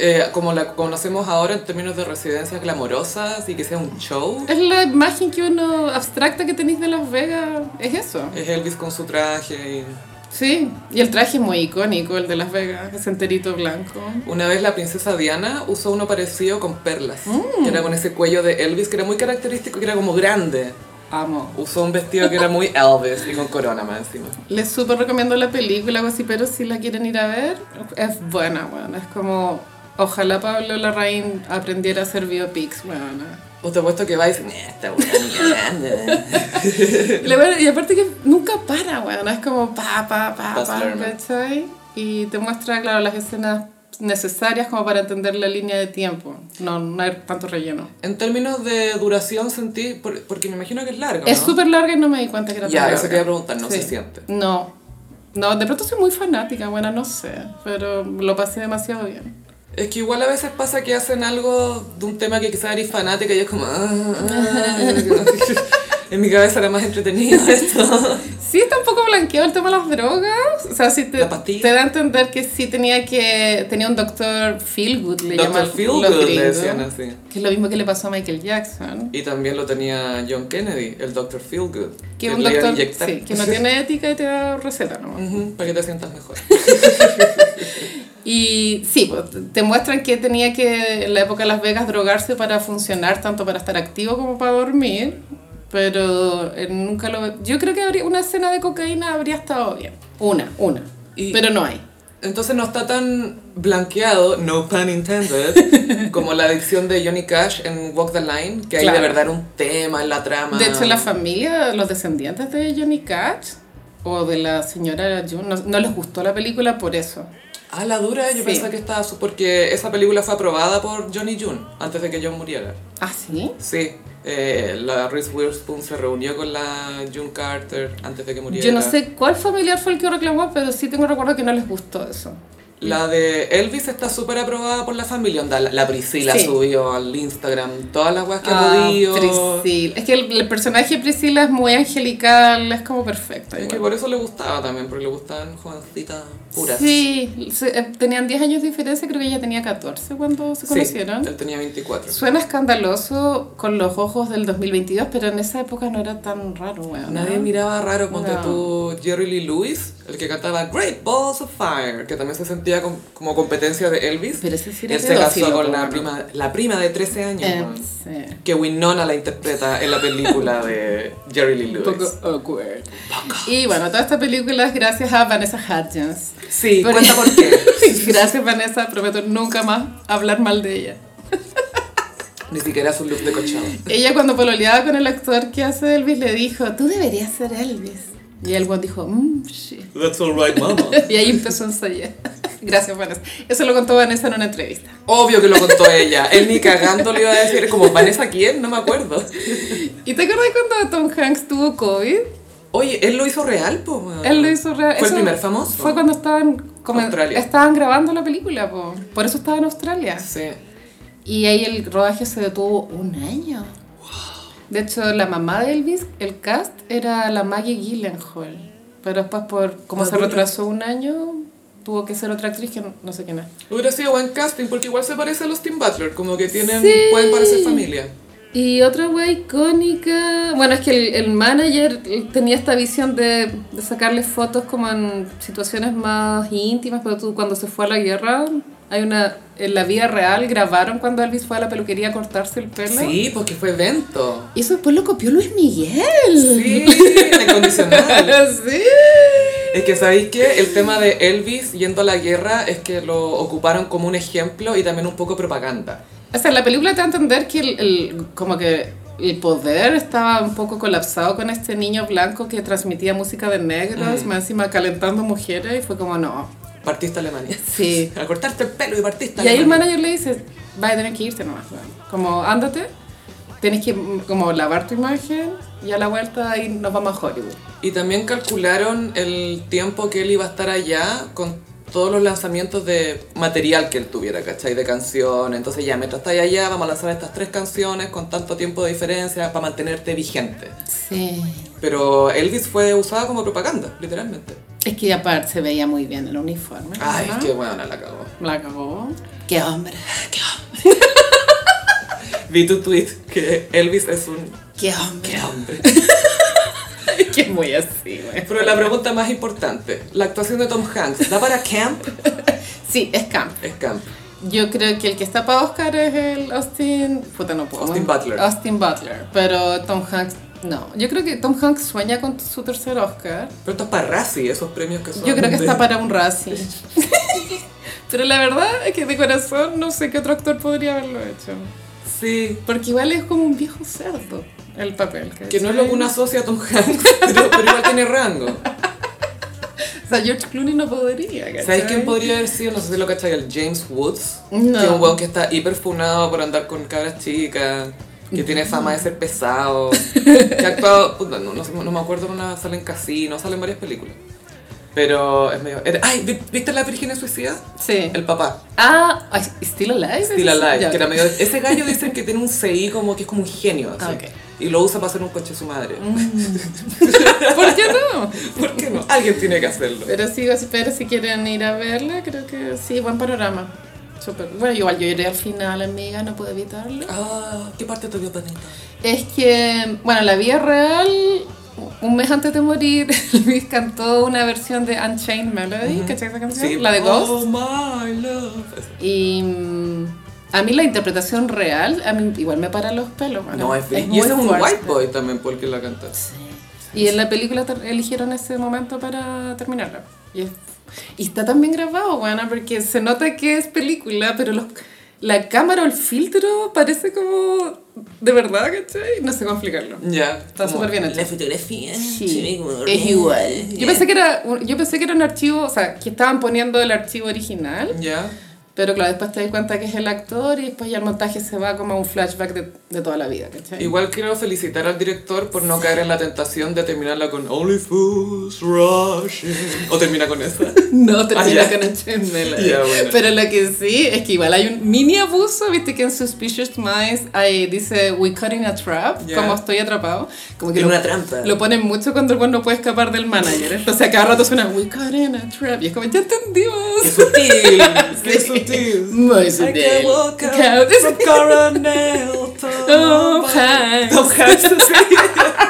A: Eh, como la conocemos ahora en términos de residencias glamorosas y que sea un show,
B: Es la imagen que uno abstracta que tenéis de Las Vegas, es eso.
A: es Elvis con su traje. y-
B: Sí, y el traje es muy icónico, el de Las Vegas, ese enterito blanco.
A: Una vez la princesa Diana usó uno parecido con perlas, que era con ese cuello de Elvis que era muy característico, que era como grande.
B: Amo.
A: Usó un vestido que era
B: [LAUGHS]
A: muy Elvis y con corona más encima.
B: Les súper recomiendo la película, así, pero si la quieren ir a ver, es buena, bueno, es como... Ojalá Pablo Larraín aprendiera a hacer biopics,
A: [LAUGHS]
B: bueno.
A: O te apuesto que va y dice, "Nah, esta weá ni cagando".
B: [LAUGHS] Y la verdad- y aparte que nunca para, bueno, es como pa, pa, pa,
A: Baz
B: pa,
A: Luhrmann.
B: ¿cachai? Y te muestra, claro, las escenas necesarias como para entender la línea de tiempo. No, no hay tanto relleno.
A: En términos de duración sentí, por- porque me imagino que es largo,
B: Es
A: ¿no?
B: súper larga y no me di cuenta que era
A: Ya,
B: tan
A: eso
B: larga.
A: quería preguntar, ¿no se siente?
B: No. No, de pronto soy muy fanática, bueno, no sé, pero lo pasé demasiado bien.
A: Es que igual a veces pasa que hacen algo de un tema que quizás eres fanática y es como... "Ah,
B: [LAUGHS]
A: ah", en mi cabeza era más entretenido esto.
B: Sí, está un poco blanqueado el tema de las drogas. O sea, sí te,
A: La pastilla.
B: te da a entender que sí tenía que... Tenía un doctor Feelgood, le
A: Dr.
B: llaman
A: Feelgood,
B: los
A: le
B: gringos,
A: decían así.
B: Que es lo mismo que le pasó a Michael Jackson.
A: Y también lo tenía John Kennedy, el Dr. Feelgood.
B: Que
A: que
B: es un
A: le iban a
B: doctor
A: inyectar.
B: sí, que no tiene ética y te da receta nomás.
A: Ujú, para que te sientas mejor.
B: Y sí, pues, te muestran que tenía que en la época de Las Vegas drogarse para funcionar, tanto para estar activo como para dormir. Pero eh, nunca lo... Yo creo que habría, una escena de cocaína habría estado bien. Una, una.
A: Y-
B: pero no hay.
A: Entonces no está tan blanqueado, no pun
B: [LAUGHS]
A: intended, como la adicción de Johnny Cash en Walk the Line, que hay
B: Claro.
A: de verdad era un tema en la trama.
B: De hecho, la familia, los descendientes de Johnny Cash o de la señora June, no, no les gustó la película por eso.
A: Ah, la dura, yo
B: Sí.
A: pensaba que estaba... su- Porque esa película fue aprobada por Johnny June, antes de que John muriera.
B: ¿Ah, sí?
A: Sí, eh, la Reese Witherspoon se reunió con la June Carter antes de que muriera.
B: Yo no sé cuál familiar fue el que reclamó, pero sí tengo recuerdo que no les gustó eso.
A: La de Elvis está súper aprobada por la familia. Onda, la, la Priscila
B: Sí.
A: subió al Instagram todas las weas que ha
B: Ah,
A: podido.
B: Priscila. Es que el, el personaje de Priscila es muy angelical, es como perfecto.
A: Es que
B: igual.
A: por eso le gustaba también, porque le gustaban jovencitas puras.
B: Sí, se- eh, tenían 10 años de diferencia, creo que ella tenía 14 cuando se
A: Sí,
B: conocieron.
A: él tenía 24.
B: Suena escandaloso con los ojos del 2022, pero en esa época no era tan raro, weón. ¿no? Eh,
A: Nadie miraba raro ponte
B: Ah. No.
A: tú Jerry Lee Lewis, el que cantaba Great Balls of Fire, que también se sentía com- como competencia de Elvis.
B: Pero ese sí era
A: Él se casó
B: pedófilo,
A: con
B: po,
A: la
B: ¿no?
A: prima, la prima de 13 años.
B: Eh,
A: weón.
B: sí.
A: que Winona la interpreta en la película de Jerry Lee
B: Un
A: Lewis.
B: [LAUGHS] poco awkward. Y bueno, toda esta película es gracias a Vanessa
A: [LAUGHS]
B: Hudgens.
A: Sí,
B: Por- [LAUGHS]
A: cuenta por qué.
B: gracias Vanessa, prometo nunca más hablar mal de ella.
A: Ni siquiera es un look de cochado.
B: Ella cuando pololeaba con el actor que hace Elvis le dijo, tú deberías ser Elvis. Y el guan dijo, mmm, sí.
A: That's alright, mama.
B: [LAUGHS] Y ahí empezó a ensayar. [LAUGHS] Gracias Vanessa. Eso lo contó Vanessa en una entrevista.
A: Obvio que lo contó ella. Él ni cagando le iba a decir, como Vanessa, ¿quién? No me acuerdo.
B: ¿Y te acuerdas cuando Tom Hanks tuvo COVID?
A: Oye, él lo hizo real, po. weón.
B: Él lo hizo real.
A: Fue
B: eso
A: el primer famoso.
B: Fue cuando estaban, como-
A: Australia.
B: estaban grabando la película, po. por eso estaba en Australia.
A: Sí.
B: Y ahí el rodaje se detuvo un año. De hecho, la mamá de Elvis, el cast, era la Maggie Gyllenhaal. Pero después, por como se
A: Madura.
B: retrasó un año, tuvo que ser otra actriz que no, no sé quién es.
A: Hubiera sido buen casting porque igual se parece a los Tim Butler, como que tienen,
B: Sí.
A: pueden parecer familia.
B: Y otra wea icónica. Bueno, es que el, el manager tenía esta visión de, de sacarle fotos como en situaciones más íntimas, pero tú cuando se fue a la guerra, hay una. En la vida real grabaron cuando Elvis fue a la peluquería a cortarse el pelo.
A: Sí, porque fue evento.
B: Y eso después lo copió Luis Miguel.
A: Sí, la incondicional.
B: [LAUGHS] sí.
A: Es que sabéis que el tema de Elvis yendo a la guerra es que lo ocuparon como un ejemplo y también un poco propaganda.
B: O sea, la película te da a entender que el, el- como que el poder estaba un poco colapsado con este niño blanco que transmitía música de negros, más encima calentando mujeres, y fue como, no.
A: Partiste a Alemania.
B: [LAUGHS]
A: [LAUGHS]
B: Sí.
A: A cortarte el pelo y partiste a
B: Y ahí el
A: Alemania.
B: manager le dice, vas a tener que irte nomás, weón. como, ándate, tienes que mm, como lavar tu imagen, y a la vuelta ahí nos vamos a Hollywood.
A: Y también calcularon el tiempo que él iba a estar allá con todos los lanzamientos de material que él tuviera, ¿cachai? De canciones. Entonces ya, mientras estás allá, vamos a lanzar estas tres canciones con tanto tiempo de diferencia para mantenerte vigente.
B: Sí.
A: Pero Elvis fue usada como propaganda, literalmente.
B: Es que aparte se veía muy bien el uniforme.
A: Ay,
B: ¿no?
A: qué buena la cagó.
B: La cagó. Qué hombre.
A: Vi tu tweet que Elvis es un
B: Qué hombre.
A: ¡Qué hombre!
B: que [LAUGHS] es muy así, güey.
A: Pero la pregunta más importante, la actuación de Tom Hanks, ¿da para camp?
B: Sí, es camp.
A: Es camp.
B: Yo creo que el que está para Oscar es el Austin. Puta, no puedo.
A: Austin Butler.
B: Austin Butler. Pero Tom Hanks, no. Yo creo que Tom Hanks sueña con su tercer Oscar.
A: Pero esto es para Razzie, esos premios que son.
B: Yo creo que
A: de-
B: está para un Razzie. [LAUGHS] Pero la verdad es que de corazón no sé qué otro actor podría haberlo hecho.
A: Sí.
B: Porque igual es como un viejo cerdo el papel.
A: Que no es lo que uno asocia a Tom Hanks, [LAUGHS] pero, pero igual tiene rango.
B: O sea, George Clooney no podría, ¿cachai?
A: ¿Sabes quién podría haber sido? No sé si lo cachai, el James Woods.
B: No.
A: Que es un weón que está hiperfunado por andar con cabras chicas. Que tiene fama de ser pesado. Que ha actuado. puta, no, no sé, no me acuerdo, en una, sale en casino, sale en varias películas. Pero es medio... era- ay, ¿vi- ¿viste la Virgen Suicida?
B: Sí.
A: El papá,
B: Ah, ay, Still Alive.
A: Still
B: ¿Es ese?
A: Alive,
B: Ya,
A: que era
B: ok.
A: medio... Ese gallo dicen que tiene un CI como que es como un genio, así.
B: Ah, ok.
A: Y lo usa para hacer un coche a su madre.
B: Mm. [LAUGHS] ¿Por qué no?
A: ¿Por qué no? Alguien tiene que hacerlo.
B: Pero sí, pero si quieren ir a verla, creo que sí, buen panorama. Súper. Bueno, igual yo iré al final, amiga, no puedo evitarlo.
A: Ah, ¿qué parte te dio panita?
B: Es que, bueno, la vida real, un mes antes de morir, [LAUGHS] Luis cantó una versión de Unchained Melody, ¿cachai esa canción? La de Ghost.
A: Oh, my love.
B: Y mm, a mí la interpretación real, a mí igual me para los pelos. bueno,
A: No, es, y
B: muy
A: ese es un
B: fuerte.
A: white boy también porque la canta.
B: Y en la película ter- eligieron ese momento para terminarla. Y, es- y está tan bien grabado, buena, porque se nota que es película, pero los- la cámara o el filtro parece como de verdad, ¿cachai? No sé cómo explicarlo.
A: Ya.
B: Está
A: como
B: súper bien hecho.
A: La fotografía
B: Yo pensé, que era un, yo pensé que era un archivo, o sea, que estaban poniendo el archivo original.
A: Ya.
B: Pero claro, después te das cuenta que es el actor y después ya el montaje se va como a un flashback de, de toda la vida, ¿cachai?
A: Igual quiero felicitar al director por no caer en la tentación de terminarla con Only Fools Rushing. O termina con [LAUGHS] esa.
B: No termina
A: Ah, ya.
B: con Unchained
A: [LAUGHS]
B: Melody.
A: Ya, bueno.
B: Pero lo que sí es que igual hay un mini abuso, viste que en Suspicious Minds ahí dice We caught in a trap,
A: Ya.
B: como estoy atrapado. Como que
A: En
B: lo,
A: una trampa.
B: Lo ponen mucho cuando el buen no puede escapar del manager. Entonces a cada rato suena We caught in a trap. Y es como, ya
A: [LAUGHS] ¡Qué
B: entendimos.
A: sutil! ¡Qué
B: Sí.
A: sutil!
B: Muy
A: I
B: sutil.
A: can walk out
B: Count-
A: from Coronel [LAUGHS]
B: Oh,
A: Tom.
B: hi.
A: Tom Hanks, sí.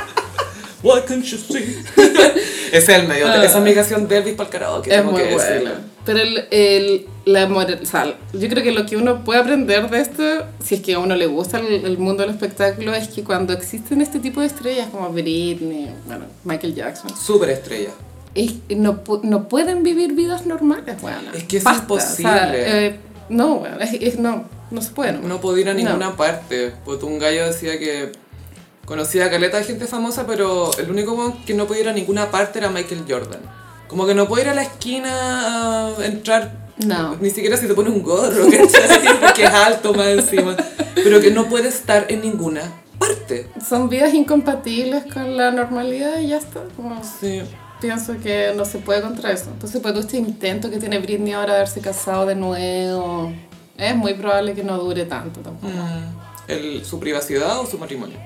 B: [LAUGHS]
A: What can't you see? Ese [LAUGHS] es el medio.
B: Ah.
A: Esa es mi canción de Elvis para el karaoke.
B: Es
A: tengo
B: muy
A: que decirlo.
B: bueno. Pero el, el- la moral, o sea, yo creo que lo que uno puede aprender de esto, si es que a uno le gusta el, el mundo del espectáculo, es que cuando existen este tipo de estrellas como Britney, bueno, Michael Jackson,
A: Súper estrella.
B: es, no, pu- no pueden vivir vidas normales, weona.
A: Es que es imposible.
B: eh, no, weona, es, es- no, no se puede. nomás.
A: No podía ir a
B: No.
A: ninguna parte. Pues un gallo decía que conocía a caleta de gente famosa, pero el único weón que no podía ir a ninguna parte era Michael Jordan. Como que no podía ir a la esquina a entrar.
B: No.
A: Ni siquiera si te pones un gorro, [LAUGHS] ¿cachai? Porque es alto más encima. Pero que no puede estar en ninguna parte.
B: Son vidas incompatibles con la normalidad y ya está. como-
A: Sí.
B: Pienso que no se puede contra eso. Entonces, pues todo este intento que tiene Britney ahora de haberse casado de nuevo, es muy probable que no dure tanto tampoco.
A: El, ¿Su privacidad o su matrimonio?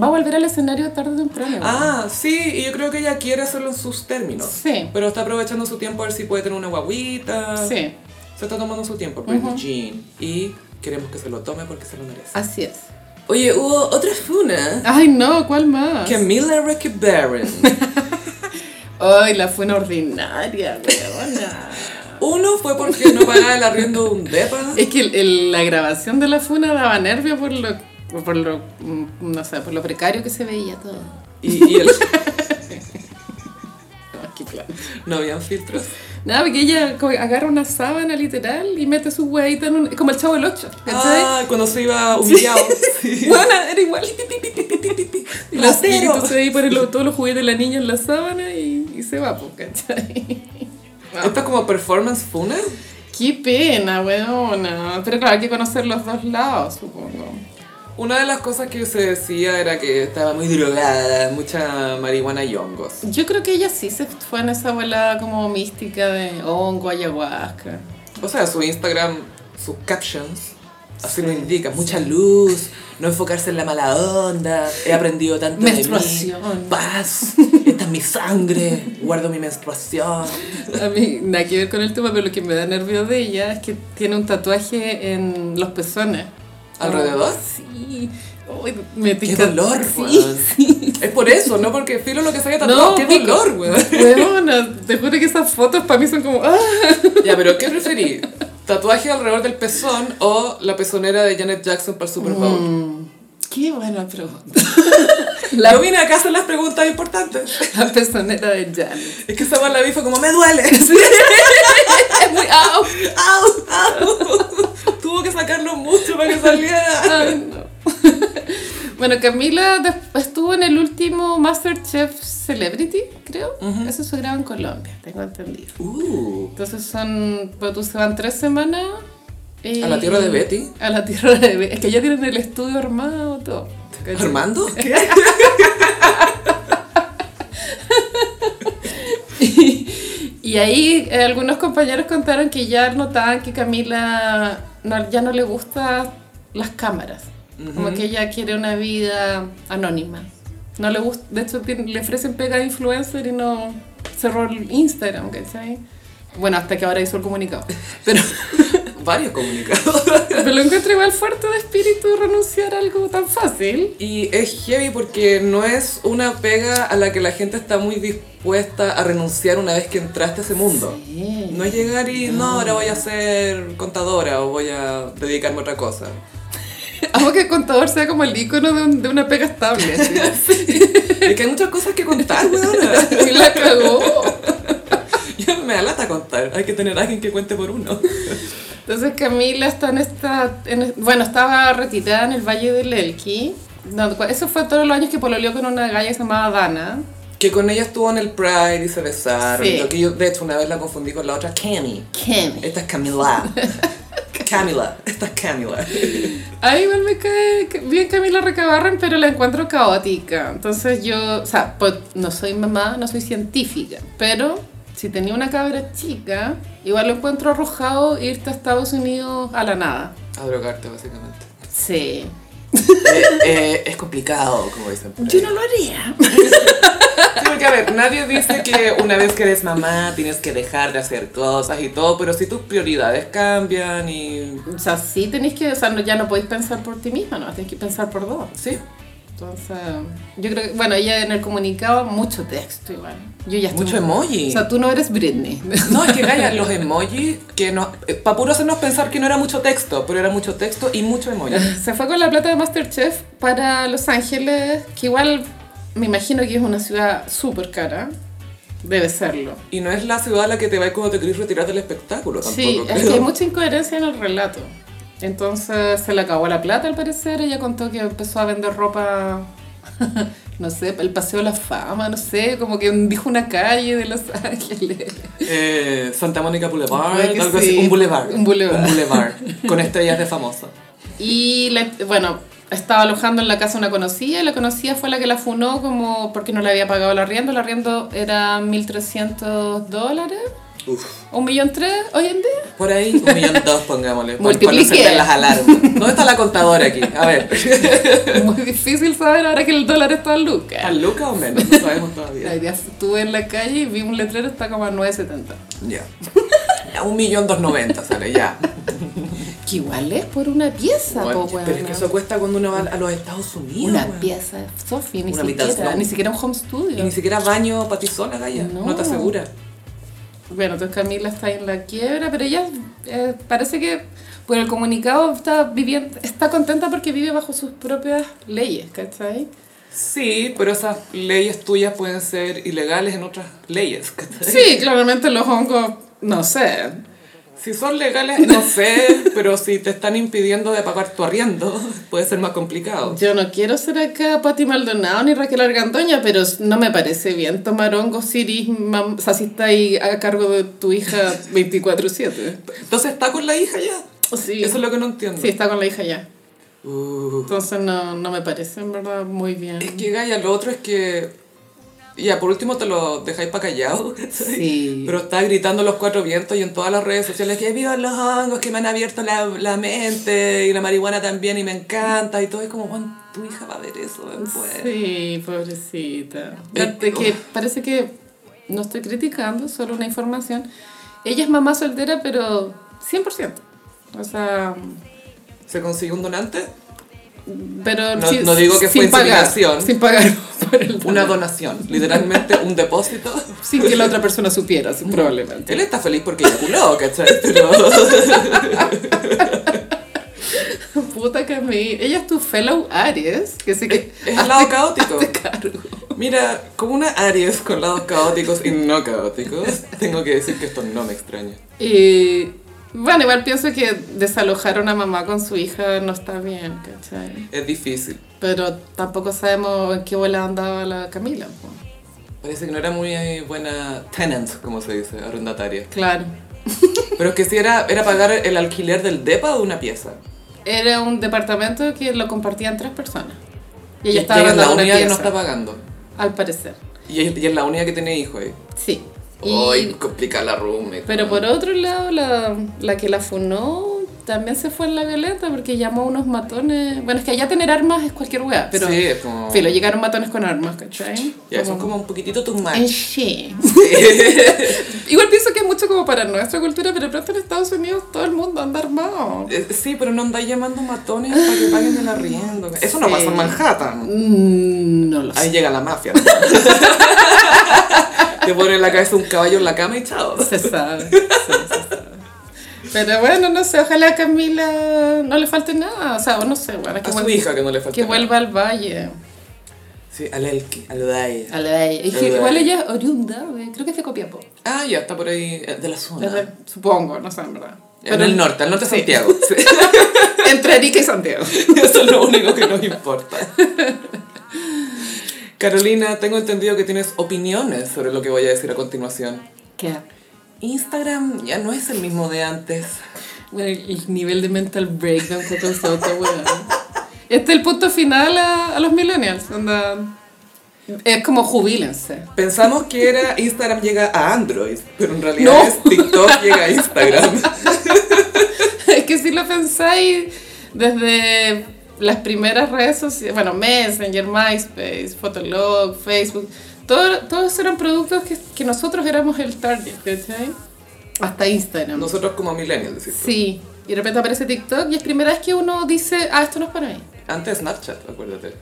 B: Va a volver al escenario tarde o temprano.
A: Ah, sí, y yo creo que ella quiere hacerlo en sus términos.
B: Sí.
A: Pero está aprovechando su tiempo a ver si puede tener una guaguita.
B: Sí,
A: Se está tomando su tiempo, Britney Jean. Y queremos que se lo tome porque se lo merece.
B: así es.
A: Oye, hubo otra funa.
B: Ay, no, ¿cuál más?
A: Que Mila Ricky Barron.
B: Ay, la fue una ordinaria, weona.
A: Uno fue porque no pagaba el arriendo de un depa.
B: es que el- el- la grabación de la funa daba nervio por lo, por lo, mm, no sé, por lo precario que se veía todo.
A: Y, y el-
B: No, es que claro.
A: no habían filtros.
B: Nada, porque ella como que agarra una sábana literal y mete su huevita en un... como el chavo del 8, ¿cachai?
A: Ah, cuando se iba
B: [LAUGHS]
A: humillado. Sí.
B: Bueno, era igual. Y los
A: Ratero.
B: espíritus ahí ponen lo- todos los juguetes de la niña en la sábana y, y se va, pues, ¿cachai?
A: Esto es como performance funa.
B: Qué pena, weona. Pero claro, hay que conocer los dos lados, supongo.
A: Una de las cosas que se decía era que estaba muy drogada, mucha marihuana y hongos.
B: Yo creo que ella sí se fue en esa volada como mística de hongo, ayahuasca.
A: O sea, su Instagram, sus captions, así lo indica. Mucha luz, no enfocarse en la mala onda, he aprendido tanto de mí.
B: Menstruación.
A: Paz, esta es mi sangre, guardo mi menstruación.
B: A mí, nada que ver con el tema, pero lo que me da nervio de ella es que tiene un tatuaje en los pezones. Oh,
A: ¿Alrededor?
B: Sí. Ay, me
A: ¡Qué
B: pica-
A: dolor,
B: Sí,
A: weón! Es por eso, no porque filo lo que se haya tatuado, ¡qué
B: pico.
A: dolor, weón!
B: Weona, te juro que esas fotos para mí son como. ¡Ah!
A: [LAUGHS] Ya, pero ¿qué preferí? [LAUGHS] ¿Tatuaje alrededor del pezón o la pezonera de Janet Jackson para el Super Bowl?
B: Qué buena pregunta. [LAUGHS] La,
A: Yo vine acá a hacer las preguntas importantes.
B: la pezonera de
A: [LAUGHS]
B: Janet.
A: Es que esa weá la vi fue como, ¡me duele! [LAUGHS]
B: Es muy. ¡Au!
A: ¡Au! [LAUGHS] ¡Au! Tuvo que sacarlo mucho para que saliera.
B: Ay, no. [LAUGHS] Bueno, Camila desp- estuvo en el último Masterchef Celebrity, creo. Eso se graba en Colombia, tengo entendido.
A: Uh,
B: Entonces son, pues tú se van tres semanas. y-
A: ¿A la tierra de Betty?
B: A la tierra de Betty. Es que ya tienen el estudio armado, todo. ¿cachai?
A: ¿Armando? ¿Qué?
B: y, Y ahí eh, algunos compañeros contaron que ya notaban que Camila no- ya no le gustan las cámaras. Como que ella quiere una vida anónima. No le gusta, de hecho tiene- le ofrecen pega a influencer y no cerró el Instagram, ¿cachai? Bueno, hasta que ahora hizo el comunicado. Pero,
A: Varios comunicados.
B: pero lo encuentro igual fuerte de espíritu renunciar a algo tan fácil.
A: [LAUGHS] Y es heavy porque no es una pega a la que la gente está muy dispuesta a renunciar una vez que entraste a ese mundo. No es llegar y no, ahora voy a ser contadora o voy a dedicarme a otra cosa.
B: Amo que el contador sea como el icono de, un- de una pega estable. así.
A: Es que hay muchas cosas que contar, [LAUGHS] weona.
B: Y la cagó.
A: Yo me da lata contar. Hay que tener a alguien que cuente por uno.
B: Entonces Camila está en esta... en- bueno, estaba retirada en el Valle del Elqui. No, cu- eso fue todos los años que pololeó con una galla que se llamaba Dana.
A: Que con ella estuvo en el Pride y se besaron.
B: Sí.
A: Lo que yo, de hecho, una vez la confundí con la otra, Cami.
B: Kim.
A: Esta es Camila. Camila. Esta es Camila.
B: Ahí igual me cae que- bien Camila Recabarren, pero la encuentro caótica. Entonces yo, o sea, pues, no soy mamá, no soy científica, pero si tenía una cabra chica, igual lo encuentro arrojado irte a Estados Unidos a la nada.
A: A drogarte, básicamente.
B: Sí.
A: Eh, eh, es complicado, como dicen. por ahí.
B: no lo haría.
A: Sí, porque a ver, nadie dice que una vez que eres mamá tienes que dejar de hacer cosas y todo, pero si tus prioridades cambian y...
B: O sea, sí tenéis que, o sea, no- ya no podéis pensar por ti misma, no, tenéis que pensar por dos.
A: Sí.
B: Entonces, yo creo que, bueno, ella en el comunicado mucho texto igual. Yo ya estoy
A: Mucho emoji.
B: O sea, tú no eres Britney. [LAUGHS]
A: No, es que Gaya, los emojis, que nos... Para puro hacernos pensar que no era mucho texto, pero era mucho texto y mucho emoji.
B: Se fue con la plata de Masterchef para Los Ángeles, que igual me imagino que es una ciudad súper cara. Debe serlo.
A: Y no es la ciudad a la que te vas cuando te querés retirar del espectáculo tampoco.
B: sí, es
A: creo.
B: que hay mucha incoherencia en el relato. Entonces se le acabó la plata al parecer. Ella contó que empezó a vender ropa, [LAUGHS] no sé, el Paseo de la Fama, no sé, como que dijo una calle de Los Ángeles.
A: Eh, Santa Mónica Boulevard,
B: Puede que
A: algo
B: sí.
A: así. Un boulevard.
B: Un boulevard.
A: Un boulevard, con estrellas de famosa.
B: Y la- bueno, estaba alojando en la casa una conocida y la conocida fue la que la funó como porque no le había pagado el arriendo. El arriendo era 1.300 dólares,
A: Uf.
B: un millón tres hoy en día. [LAUGHS]
A: Por ahí, un millón dos, pongámosle. para- para
B: Multiplique.
A: encender las alarmas. ¿Dónde está la contadora aquí? A ver. [LAUGHS]
B: Muy difícil saber ahora que el dólar está en lucas.
A: ¿A Luca o menos? No sabemos todavía.
B: La idea estuve en la calle y vi un letrero está como a 9.70.
A: Ya. Ya, Un millón dos noventa sale, ya.
B: Que igual es por una pieza,
A: Bueno,
B: po, weona.
A: pero es que eso cuesta cuando uno va a los Estados Unidos.
B: Una
A: weón.
B: pieza, Sofi, ni
A: Una
B: siquiera,
A: habitación.
B: ni siquiera un home studio.
A: Y ni siquiera baño para ti sola, Gaya. No.
B: No.
A: te asegura.
B: Bueno, entonces Camila está ahí en la quiebra, pero ella eh, parece que por el comunicado está viviendo, está contenta porque vive bajo sus propias leyes, ¿cachai?
A: Sí, pero esas leyes tuyas pueden ser ilegales en otras leyes. ¿cachai?
B: Sí, claramente los hongos, no sé.
A: Si son legales, no sé,
B: [LAUGHS]
A: pero si te están impidiendo de pagar tu arriendo, [LAUGHS] puede ser más complicado.
B: Yo no quiero ser acá Pati Maldonado ni Raquel Argandoña, pero no me parece bien tomar hongos si eres mam- o sea, si está ahí a cargo de tu [LAUGHS] hija 24-7.
A: Entonces, ¿está con la hija ya?
B: Sí,
A: Eso es lo que no entiendo.
B: sí, está con la hija ya.
A: Uh.
B: Entonces no, no me parece en verdad muy bien.
A: Es que, Gaya, lo otro es que... Ya, por último te lo dejáis para callado. ¿cachai?
B: Sí.
A: Pero está gritando los cuatro vientos y en todas las redes sociales que vivan los hongos que me han abierto la, la mente y la marihuana también y me encanta y todo. Es como, Juan, tu hija va a ver eso después.
B: Sí, pobrecita.
A: Eh,
B: Aparte que parece que no estoy criticando, solo una información. Ella es mamá soltera, pero 100%. O sea,
A: ¿Se consiguió un donante?
B: pero
A: No- no digo que fue inseminación.
B: sin pagar por el
A: Una donación. Literalmente
B: [LAUGHS]
A: un depósito.
B: sin que la otra persona supiera, sí,
A: [LAUGHS]
B: probablemente.
A: Él está feliz porque eyaculó, ¿cachai?
B: [LAUGHS]
A: Pero...
B: Puta que me... Ella es tu fellow Aries, que sí que...
A: Es el lado caótico.
B: hazte cargo.
A: Mira, como una Aries con lados caóticos y no
B: [LAUGHS]
A: caóticos, tengo que decir que esto no me extraña.
B: Y... Bueno, igual pienso que desalojar a una mamá con su hija no está bien, ¿cachai?
A: Es difícil.
B: Pero tampoco sabemos en qué bola andaba la Camila. po.
A: Parece que no era muy eh, buena tenant, como se dice, arrendataria.
B: Claro.
A: Pero es que sí era, era pagar el alquiler del depa de una pieza.
B: Era un departamento que lo compartían tres personas. Y
A: Y
B: ella estaba
A: ella es la
B: arrendando una
A: única que no
B: pieza,
A: está pagando.
B: al parecer.
A: Y es, y es la única que tiene hijos ahí.
B: Sí.
A: Ay,
B: Y-
A: complica la roommate.
B: Pero
A: weón.
B: por otro lado, la, la que la funó también se fue en la violenta porque llamó a unos matones. Bueno, es que allá tener armas es cualquier weá, pero.
A: Sí, es como...
B: Filo, llegaron matones con armas, ¿cachai?
A: Ya, son como un poquitito too
B: Eh,
A: much.
B: sí.
A: [LAUGHS]
B: [LAUGHS] Igual pienso que es mucho como para nuestra cultura, pero pronto en Estados Unidos todo el mundo anda armado.
A: Eh, Sí, pero no andáis llamando matones para que paguen el arriendo. Eso no
B: Sí.
A: pasa en Manhattan.
B: Mm, No lo sé.
A: Ahí llega la mafia. [LAUGHS] Te ponen la cabeza un caballo en la cama y chao.
B: [LAUGHS] Se sabe. sí, se sabe. Pero bueno, no sé, ojalá a Camila no le falte nada. O sea, o no sé, bueno, que,
A: A su
B: vuel-
A: hija que no le falta.
B: que vuelva al valle.
A: Sí, al Elki, al Uday.
B: A la- y que
A: Al-
B: Igual ella es oriunda, eh, creo que es de Copiapó.
A: Ah, ya, está por ahí, eh, de la zona.
B: Desde- Supongo, no sé, en verdad.
A: en el norte, al norte de
B: Sí.
A: Santiago. Sí. [LAUGHS]
B: [LAUGHS] Entre Arica y Santiago.
A: Eso es lo único que nos importa. Carolina, tengo entendido que tienes opiniones sobre lo que voy a decir a continuación.
B: ¿Qué?
A: Instagram ya no es el mismo de antes.
B: Bueno, el, el nivel de mental breakdown que ha causado esta weá. Este es el punto final a, a los millennials. onda. Es como jubílense.
A: Pensamos que era Instagram llega a Android, pero en realidad
B: No.
A: es TikTok llega a
B: [LAUGHS]
A: Instagram.
B: Es [LAUGHS] que si lo pensáis desde las primeras redes sociales, bueno, Messenger, MySpace, Fotolog, Facebook, todo- todos eran productos que, que nosotros éramos el target, ¿cachai? Hasta Instagram.
A: Nosotros como millennials, decís tú.
B: Sí, y de repente aparece TikTok y es primera vez que uno dice, ah, esto no es para mí.
A: Antes Snapchat, acuérdate.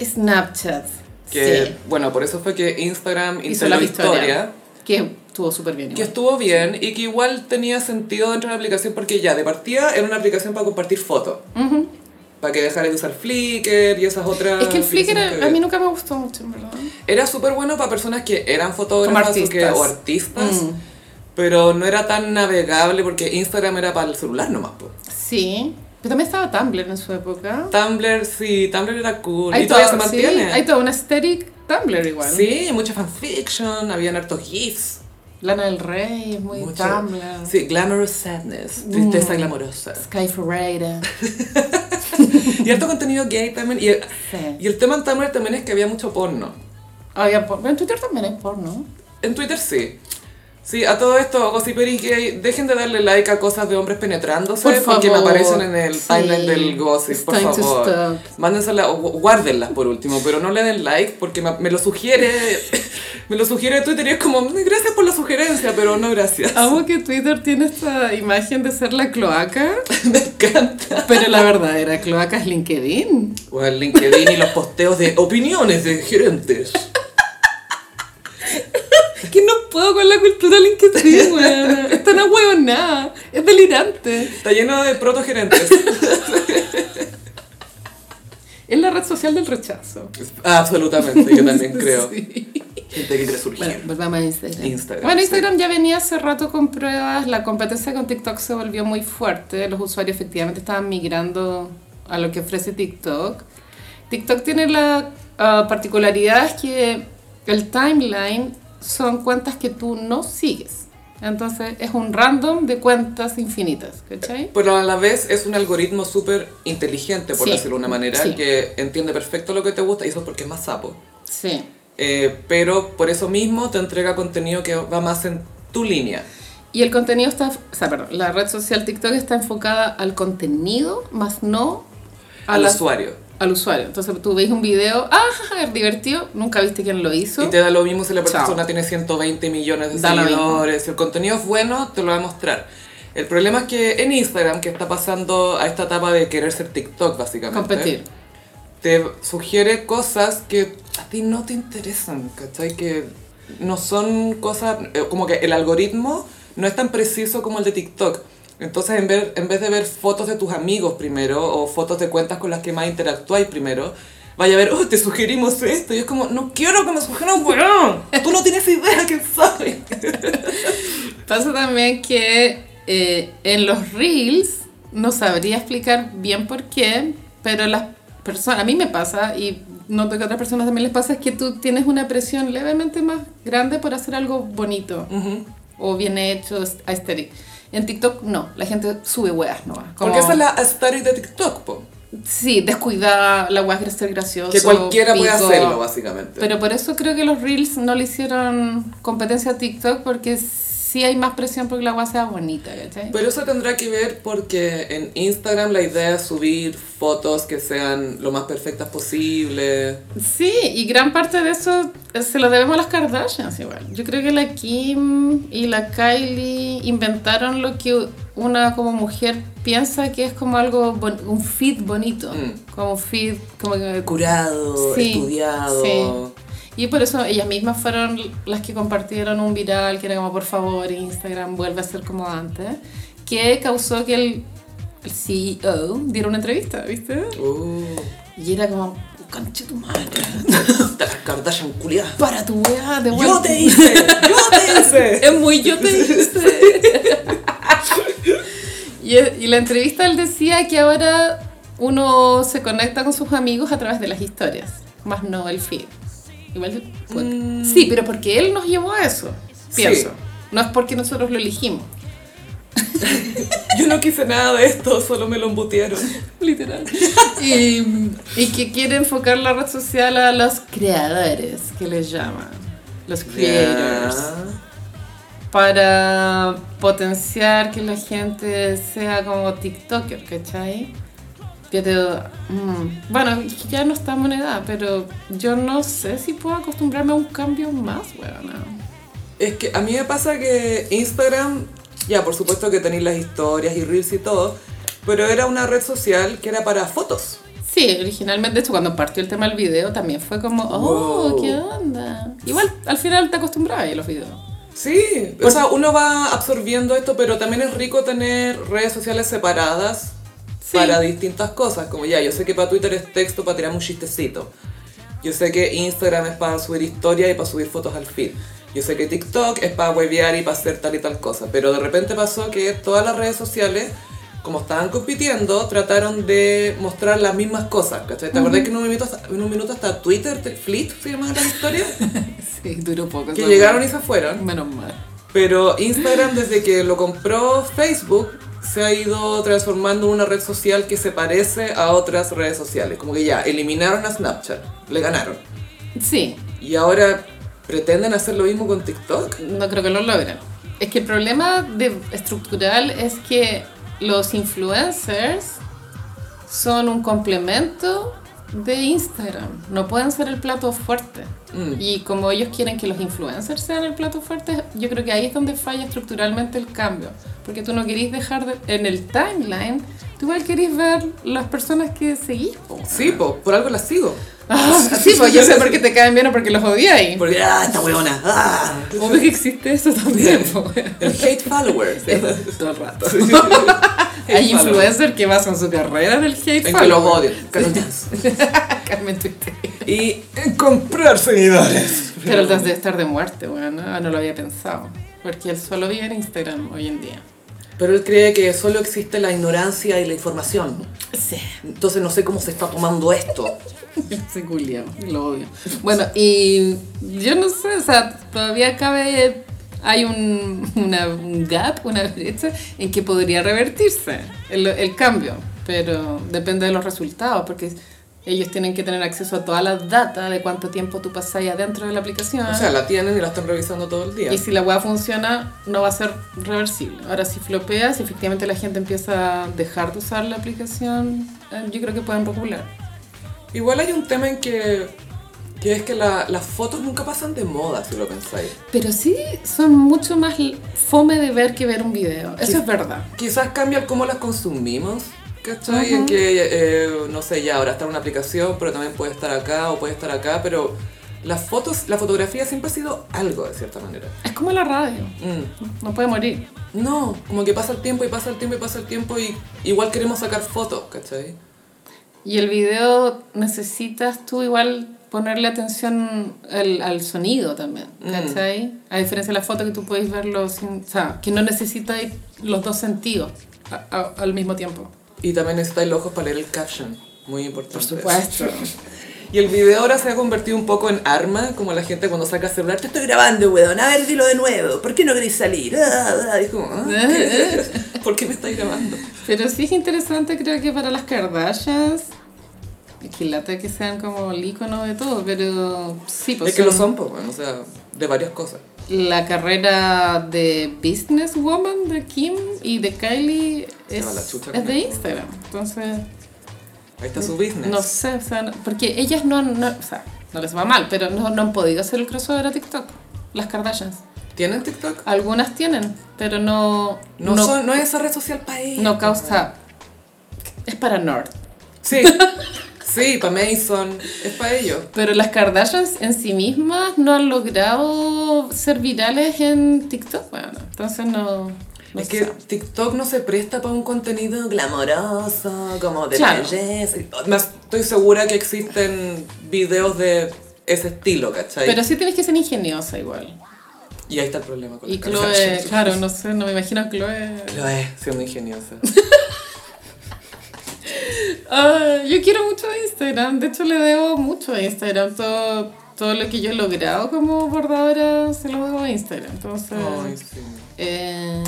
B: Snapchat.
A: Que,
B: sí.
A: bueno, por eso fue que Instagram
B: Hizo la
A: instaló historia.
B: historia. Que estuvo súper bien.
A: Que
B: igual.
A: estuvo bien y que igual tenía sentido dentro de la aplicación porque ya de partida era una aplicación para compartir fotos.
B: Ujú.
A: Para que dejaran de usar Flickr y esas otras...
B: Es que el Flickr
A: aplicaciones que-
B: a mí nunca me gustó mucho, en verdad.
A: Era súper bueno para personas que eran fotógrafas
B: Como
A: o, que-
B: artistas.
A: o artistas,
B: Mm.
A: pero no era tan navegable porque Instagram era para el celular nomás. po.
B: Sí, pero también estaba Tumblr en su época.
A: Tumblr, sí, Tumblr era cool.
B: Hay
A: y todavía se
B: todo, sí,
A: mantiene.
B: hay toda una aesthetic Tumblr igual.
A: Sí, mucha fanfiction, habían hartos GIFs.
B: Lana del Rey es muy
A: mucho-
B: Tumblr.
A: Sí, glamorous sadness, tristeza
B: Ah. Mm.
A: glamorosa.
B: Sky Ferreira.
A: Y
B: [LAUGHS]
A: harto contenido gay también. Y el,
B: Sí.
A: y el tema en Tumblr también es que había mucho porno.
B: Había por- En Twitter también hay porno.
A: En Twitter sí. Sí, a todo esto, gossiperis gay, dejen de darle like a cosas de hombres penetrándose
B: Por
A: porque me
B: favor.
A: aparecen en el
B: Sí.
A: timeline del gossip,
B: It's
A: por
B: time to
A: favor.
B: stop.
A: Mándenselas, o gu- guárdenlas por último, pero no le den like porque me, me lo sugiere, [LAUGHS] me lo sugiere Twitter y es como, "Mm, gracias por la sugerencia, pero no
B: [LAUGHS]
A: gracias.
B: Amo que Twitter tiene esta imagen de ser la cloaca,
A: Me encanta.
B: pero la verdadera cloaca es LinkedIn.
A: O el LinkedIn y los posteos de opiniones de gerentes.
B: Que no puedo con la cultura LinkedIn, weón. Es tan ahueonada. Es delirante.
A: Está lleno de
B: [LAUGHS]
A: protogerentes.
B: Es la red social del rechazo.
A: Absolutamente, yo también creo.
B: Sí.
A: Gente que quiere surgir.
B: Bueno, volvamos a Instagram.
A: Instagram,
B: Bueno,
A: sí.
B: Instagram ya venía hace rato con pruebas, la competencia con TikTok se volvió muy fuerte, los usuarios efectivamente estaban migrando a lo que ofrece TikTok. TikTok tiene la ah, particularidad que el timeline son cuentas que tú no sigues. Entonces es un random de cuentas infinitas, ¿cachai?
A: Pero a la vez es un algoritmo súper inteligente, por
B: Sí.
A: decirlo de una manera,
B: Sí.
A: que entiende perfecto lo que te gusta y eso es porque es más sapo.
B: Sí.
A: Eh, pero por eso mismo te entrega contenido que va más en tu línea.
B: Y el contenido está, o sea, perdón, la red social TikTok está enfocada al contenido, más no a
A: al
B: las
A: usuario.
B: al usuario. Entonces tú veis un video, ah, jaja, es divertido, nunca viste quién lo hizo.
A: Y te da lo mismo si la
B: Chao.
A: persona tiene 120 millones de
B: Da lo mismo.
A: seguidores. Si el contenido es bueno, te lo va a mostrar. El problema es que en Instagram, que está pasando a esta etapa de querer ser TikTok, básicamente,
B: Competir.
A: te sugiere cosas que a ti no te interesan, ¿cachai? Que no son cosas, eh, como que el algoritmo no es tan preciso como el de TikTok. Entonces, en, ver, en vez de ver fotos de tus amigos primero o fotos de cuentas con las que más interactuáis primero, vaya a ver, oh, te sugerimos esto. Y es como, no quiero que me sugieran, weón. Tú no tienes idea que sabes.
B: Pasa también que eh, en los reels, no sabría explicar bien por qué, pero las personas, a mí me pasa y noto que a otras personas también les pasa, es que tú tienes una presión levemente más grande por hacer algo bonito o bien hecho, aesthetic. En TikTok no, la gente sube weas no
A: Porque esa es la aesthetic de TikTok, po.
B: Sí, descuidada, la weá es ser gracioso.
A: Que cualquiera puede
B: pico.
A: hacerlo, básicamente.
B: Pero por eso creo que los Reels no le hicieron competencia a TikTok porque sí hay más presión porque la weá sea bonita, ¿cachai?
A: Pero eso tendrá que ver porque en Instagram la idea es subir fotos que sean lo más perfectas posible.
B: Sí, y gran parte de eso eh, se lo debemos a las Kardashians igual. Yo creo que la Kim y la Kylie inventaron lo que u- una como mujer piensa que es como algo, bon- un fit bonito.
A: Mm.
B: Como un fit, como que...
A: Curado,
B: Sí,
A: estudiado.
B: sí. Y por eso ellas mismas fueron las que compartieron un viral que era como por favor Instagram vuelve a ser como antes, que causó que el, el CEO diera una entrevista, ¿viste?
A: Uh, [COUGHS]
B: Y era como, concha tu madre,
A: las Kardashian culiadas.
B: para tu weá de
A: ¡Yo te hice! ¡Yo
B: [LAUGHS]
A: te hice!
B: Es muy yo te hice. [LAUGHS] y, y la entrevista él decía que ahora uno se conecta con sus amigos a través de las historias, más no el feed. Igual, fue-
A: Mm.
B: Sí, pero porque él nos llevó a eso,
A: Sí.
B: pienso. No es porque nosotros lo elegimos.
A: Yo no quise nada de esto, solo me lo embutearon.
B: [LAUGHS] Literal. Y, y que quiere enfocar la red social a los creadores, que les llaman. Los creators. para potenciar que la gente sea como TikToker, ¿cachai? Yo te digo, mm, bueno, ya no estamos en edad, pero yo no sé si puedo acostumbrarme a un cambio más, weona.
A: Es que a mí me pasa que Instagram, ya por supuesto que tenéis las historias y reels y todo, pero era una red social que era para fotos.
B: Sí, originalmente, de hecho, cuando partió el tema del video, también fue como, oh,
A: Wow.
B: ¿qué onda? Igual, al final te acostumbrabas a los videos.
A: Sí, o sea, uno va absorbiendo esto, pero también es rico tener redes sociales separadas
B: Sí.
A: para distintas cosas. Como ya, yo sé que para Twitter es texto para tirar un chistecito. Yo sé que Instagram es para subir historias y para subir fotos al feed. Yo sé que TikTok es para webear y para hacer tal y tal cosa. Pero de repente pasó que todas las redes sociales, como estaban compitiendo, trataron de mostrar las mismas cosas. ¿cachai? ¿Te acordás que en un minuto hasta, en un minuto hasta Twitter, te- Fleet, se llamaban las historias?
B: Sí, duró poco.
A: que
B: esa
A: llegaron
B: weá.
A: y se fueron.
B: Menos mal.
A: Pero Instagram desde que lo compró Facebook se ha ido transformando en una red social que se parece a otras redes sociales. Como que ya eliminaron a Snapchat, le ganaron.
B: Sí,
A: Y ahora pretenden hacer lo mismo con TikTok.
B: No creo que lo logren. Es que el problema de estructural es que los influencers son un complemento de Instagram. No pueden ser el plato fuerte.
A: Mm.
B: Y como ellos quieren que los influencers sean el plato fuerte, yo creo que ahí es donde falla estructuralmente el cambio. Porque tú no querís dejar de- en el timeline, tú igual querís ver las personas que seguís. po.
A: Sí, po, por algo las sigo.
B: Ah, sí, pues yo sé por qué te caen bien o porque los odiáis.
A: Porque, ah, esta weona, ah.
B: Obvio que existe eso también. po.
A: El hate followers.
B: [LAUGHS] Todo el rato.
A: [LAUGHS] Hate
B: Hay
A: followers.
B: influencers que basan su carrera en el hate
A: En que
B: follower.
A: los odian. Carol Dance.
B: [LAUGHS] Carmen Twitter.
A: Y en comprar seguidores.
B: Pero el debe estar de muerte, bueno, no, no lo había pensado. Porque él solo vive en Instagram hoy en día.
A: Pero él cree que solo existe la ignorancia y la información.
B: Sí.
A: Entonces no sé cómo se está tomando esto.
B: Se culiao, lo odio. Bueno, y yo no sé, o sea, todavía cabe. Hay un, una- un gap, una brecha en que podría revertirse el, el cambio, pero depende de los resultados, porque ellos tienen que tener acceso a toda la data de cuánto tiempo tú pasáis adentro de la aplicación.
A: O sea, la tienen y la están revisando todo el día.
B: Y si la weá funciona, no va a ser reversible. Ahora, si flopeas, si efectivamente la gente empieza a dejar de usar la aplicación, eh, yo creo que pueden regular.
A: Igual hay un tema en que, que es que la- las fotos nunca pasan de moda, si lo pensáis.
B: Pero sí son mucho más l- fome de ver que ver un video. Eso
A: Sí.
B: es verdad.
A: Quizás cambia el cómo las consumimos, ¿cachai? En que, eh, no sé, ya ahora está en una aplicación, pero también puede estar acá o puede estar acá, pero las fotos, la fotografía siempre ha sido algo, de cierta manera.
B: Es como la radio.
A: Mm.
B: No puede morir.
A: No, como que pasa el tiempo y pasa el tiempo y pasa el tiempo y igual queremos sacar fotos, ¿cachai?
B: Y el video necesitas tú igual ponerle atención al, al sonido también.
A: Mm.
B: ¿Cachai? A diferencia de la foto que tú podéis verlo sin... O sea, que no necesitáis los dos sentidos a- a- al mismo tiempo.
A: Y también necesitáis los ojos para leer el caption, muy importante.
B: Por supuesto.
A: Y el video ahora se ha convertido un poco en arma, como la gente cuando saca celular, te estoy grabando, weón, a ver, dilo de nuevo, ¿por qué no querés salir? Ah, ah", y es como, "Ah,
B: [LAUGHS]
A: ¿qué? ¿por qué me estás grabando?
B: Pero sí es interesante, creo que para las Kardashians. Es que lata que sean como el ícono de todo, pero sí, pues.
A: es que lo
B: son
A: son, pues, bueno, o sea, de varias cosas.
B: La carrera de businesswoman de Kim y de Kylie
A: Se
B: es,
A: va la chucha
B: es
A: con
B: de
A: eso.
B: Instagram. Entonces,
A: Ahí está su business.
B: no sé, o sea, no- porque ellas no, han- no, o sea, no les va mal, pero no, no han podido hacer el crossover a TikTok. Las Kardashians.
A: ¿Tienen TikTok?
B: Algunas tienen, pero Ah, no.
A: No, son- no es esa red social para ellos.
B: no causa. Es para North.
A: Sí, sí, para Mason, es para ellos.
B: Pero las Kardashians en sí mismas no han logrado ser virales en TikTok. Bueno, entonces no. no
A: es
B: sé.
A: que TikTok no se presta para un contenido glamoroso, como de
B: Claro.
A: belleza. Más, estoy segura que existen videos de ese estilo, ¿cachai?
B: Pero sí tienes que ser ingeniosa igual.
A: y ahí está el problema con
B: Y
A: la
B: Chloe,
A: Kardashian.
B: claro, no sé, no me imagino a Chloe.
A: Chloe, siendo ingeniosa.
B: [LAUGHS] Ah, yo quiero mucho a Instagram, de hecho le debo mucho a Instagram. Todo, todo lo que yo he logrado como bordadora se lo debo a Instagram. Entonces,
A: Ay, sí.
B: eh,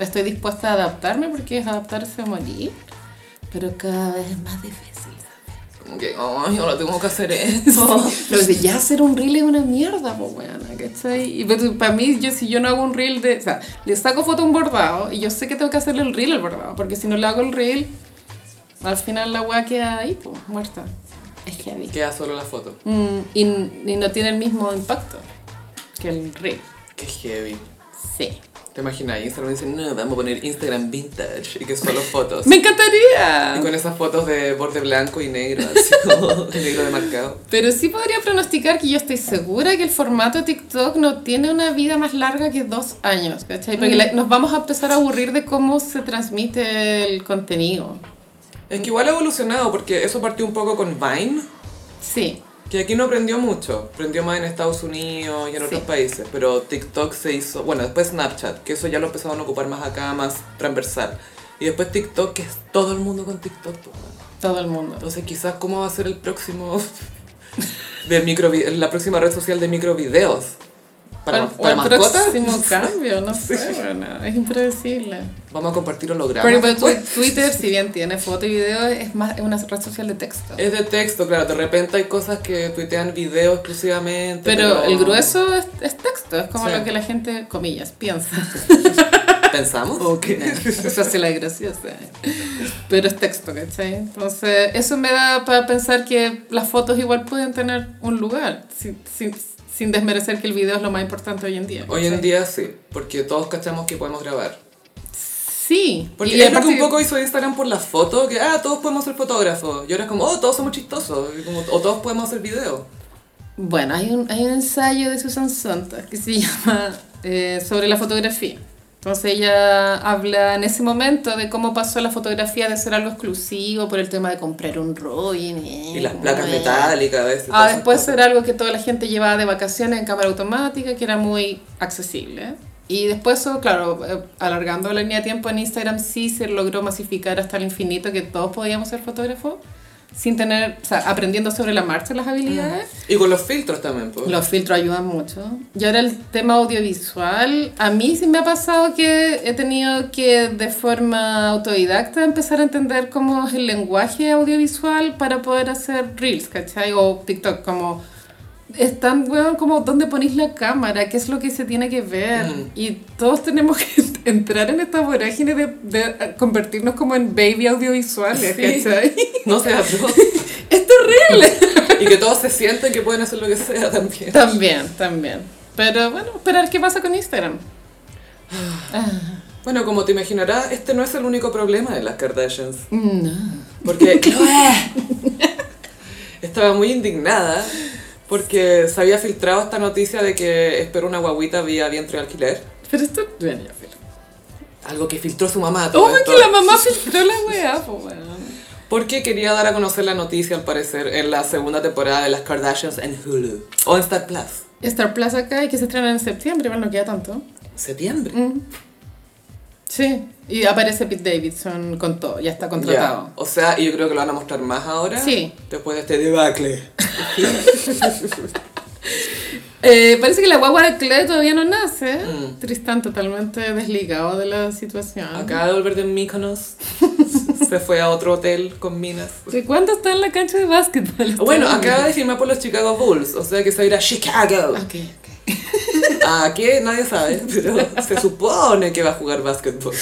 B: estoy dispuesta a adaptarme porque es adaptarse a morir. Pero cada vez es más difícil.
A: Como que, ay, ahora tengo que hacer esto.
B: Lo de ya hacer un reel es una mierda, pues weona, ¿cachai? Y para mí, yo, si yo no hago un reel de. O sea, le saco foto a un bordado y yo sé que tengo que hacerle el reel al bordado, porque si no le hago el reel, al final la weá queda ahí, pues, muerta. Es heavy.
A: Queda solo la foto.
B: Mm, y, y no tiene el mismo impacto que el reel.
A: Qué heavy.
B: Sí.
A: ¿Te imaginas? Instagram dice, no, vamos a poner Instagram vintage y que solo fotos.
B: ¡Me
A: Y
B: encantaría!
A: con esas fotos de borde blanco y negro, así
B: [LAUGHS]
A: como negro demarcado.
B: Pero sí podría pronosticar que yo estoy segura que el formato TikTok no tiene una vida más larga que dos años, ¿cachai?
A: Mm.
B: Porque la- nos vamos a empezar a aburrir de cómo se transmite el contenido.
A: Es que igual ha evolucionado, porque eso partió un poco con Vine,
B: Sí.
A: que aquí no aprendió mucho. Aprendió más en Estados Unidos y en
B: Sí.
A: otros países, pero TikTok se hizo, bueno, después Snapchat, que eso ya lo empezaron a ocupar más acá, más transversal. Y después TikTok, que es todo el mundo con TikTok. po, weón.
B: Todo el mundo.
A: Entonces quizás cómo va a ser el próximo, [LAUGHS] del micro, la próxima red social de microvideos. Para,
B: O- o
A: para
B: el
A: mascotas,
B: próximo [LAUGHS] cambio, no sé, bueno, es impredecible.
A: vamos a compartir hologramas.
B: Pero, pero tu-
A: Uy.
B: Twitter, si bien tiene foto y video, es más es una red social de texto.
A: Es de texto, claro, de repente hay cosas que tuitean video exclusivamente.
B: Pero el grueso es, es texto, es como
A: Sí.
B: lo que la gente, comillas, piensa.
A: ¿Pensamos?
B: [LAUGHS] O sea, se la graciosa. eh. Pero es texto, ¿cachai? Entonces, eso me da para pensar que las fotos igual pueden tener un lugar, sin, sin- sin desmerecer que el video es lo más importante hoy en día.
A: Hoy en
B: ¿cachai?
A: día sí, porque todos cachamos que podemos grabar.
B: Sí.
A: Porque es lo que
B: aparte
A: un
B: que-
A: poco hizo Instagram por la foto, que ah, todos podemos ser fotógrafos. Y ahora es como, oh, todos somos chistosos. y como, o todos podemos hacer video.
B: Bueno, hay un, hay un ensayo de Susan Sontag que se [LAUGHS] llama eh, Sobre la fotografía. Entonces ella habla en ese momento de cómo pasó la fotografía de ser algo exclusivo por el tema de comprar un eh, rolling.
A: Y las placas metálicas a veces.
B: Ah,
A: todas esas
B: después
A: cosas.
B: era algo que toda la gente llevaba de vacaciones en cámara automática, que era muy accesible. Y después eso, claro, eh, alargando la línea de tiempo en Instagram, sí se logró masificar hasta el infinito que todos podíamos ser fotógrafos, sin tener, o sea, aprendiendo sobre la marcha las habilidades.
A: Y con los filtros también, pues.
B: Los filtros ayudan mucho. Y ahora el tema audiovisual, a mí sí me ha pasado que he tenido que de forma autodidacta empezar a entender cómo es el lenguaje audiovisual para poder hacer reels, ¿cachai? O TikTok, como... Es tan weón como dónde ponéis la cámara, qué es lo que se tiene que ver.
A: Mm.
B: Y todos tenemos que [LAUGHS] entrar en esta vorágine de, de convertirnos como en baby audiovisuales,
A: Sí.
B: ¿cachai?
A: [LAUGHS]
B: [LAUGHS]
A: No sea atroz.
B: Es
A: [LAUGHS]
B: terrible.
A: y que todos se sientan que pueden hacer lo que sea también.
B: También, también. Pero bueno, esperar qué pasa con Instagram.
A: Bueno, como te imaginarás, este no es el único problema de las Kardashians.
B: No.
A: Porque [LAUGHS] Chloe estaba muy indignada porque se había filtrado esta noticia de que esperó una guaguita vía vientre de alquiler.
B: Pero esto. Bueno, ya filo.
A: Algo que filtró su mamá. a todo
B: Oh, es
A: esto,
B: que la mamá filtró [LAUGHS] la weá, pues bueno.
A: Porque quería dar a conocer la noticia, al parecer, en la segunda temporada de las Kardashians en Hulu. O en Star Plus.
B: Star Plaza acá y que se estrena en septiembre, igual no queda tanto.
A: Septiembre.
B: Mm. Sí, y aparece Pete Davidson con todo, ya está contratado.
A: Ya, O sea, y yo creo que lo van a mostrar más ahora.
B: Sí.
A: Después de este debacle.
B: Eh, parece que la guagua de Claire todavía no nace. Tristán totalmente desligado de la situación.
A: Acaba de volver de
B: [LAUGHS]
A: Mykonos. Se fue a otro hotel con minas.
B: ¿De cuándo está en la cancha de
A: [LAUGHS]
B: básquetbol? Este
A: Bueno, acaba de firmar por los Chicago Bulls. O sea que se va a ir a Chicago. [LAUGHS]
B: Ok, ok.
A: ¿A qué? Nadie sabe. Pero se supone que va a jugar básquetbol.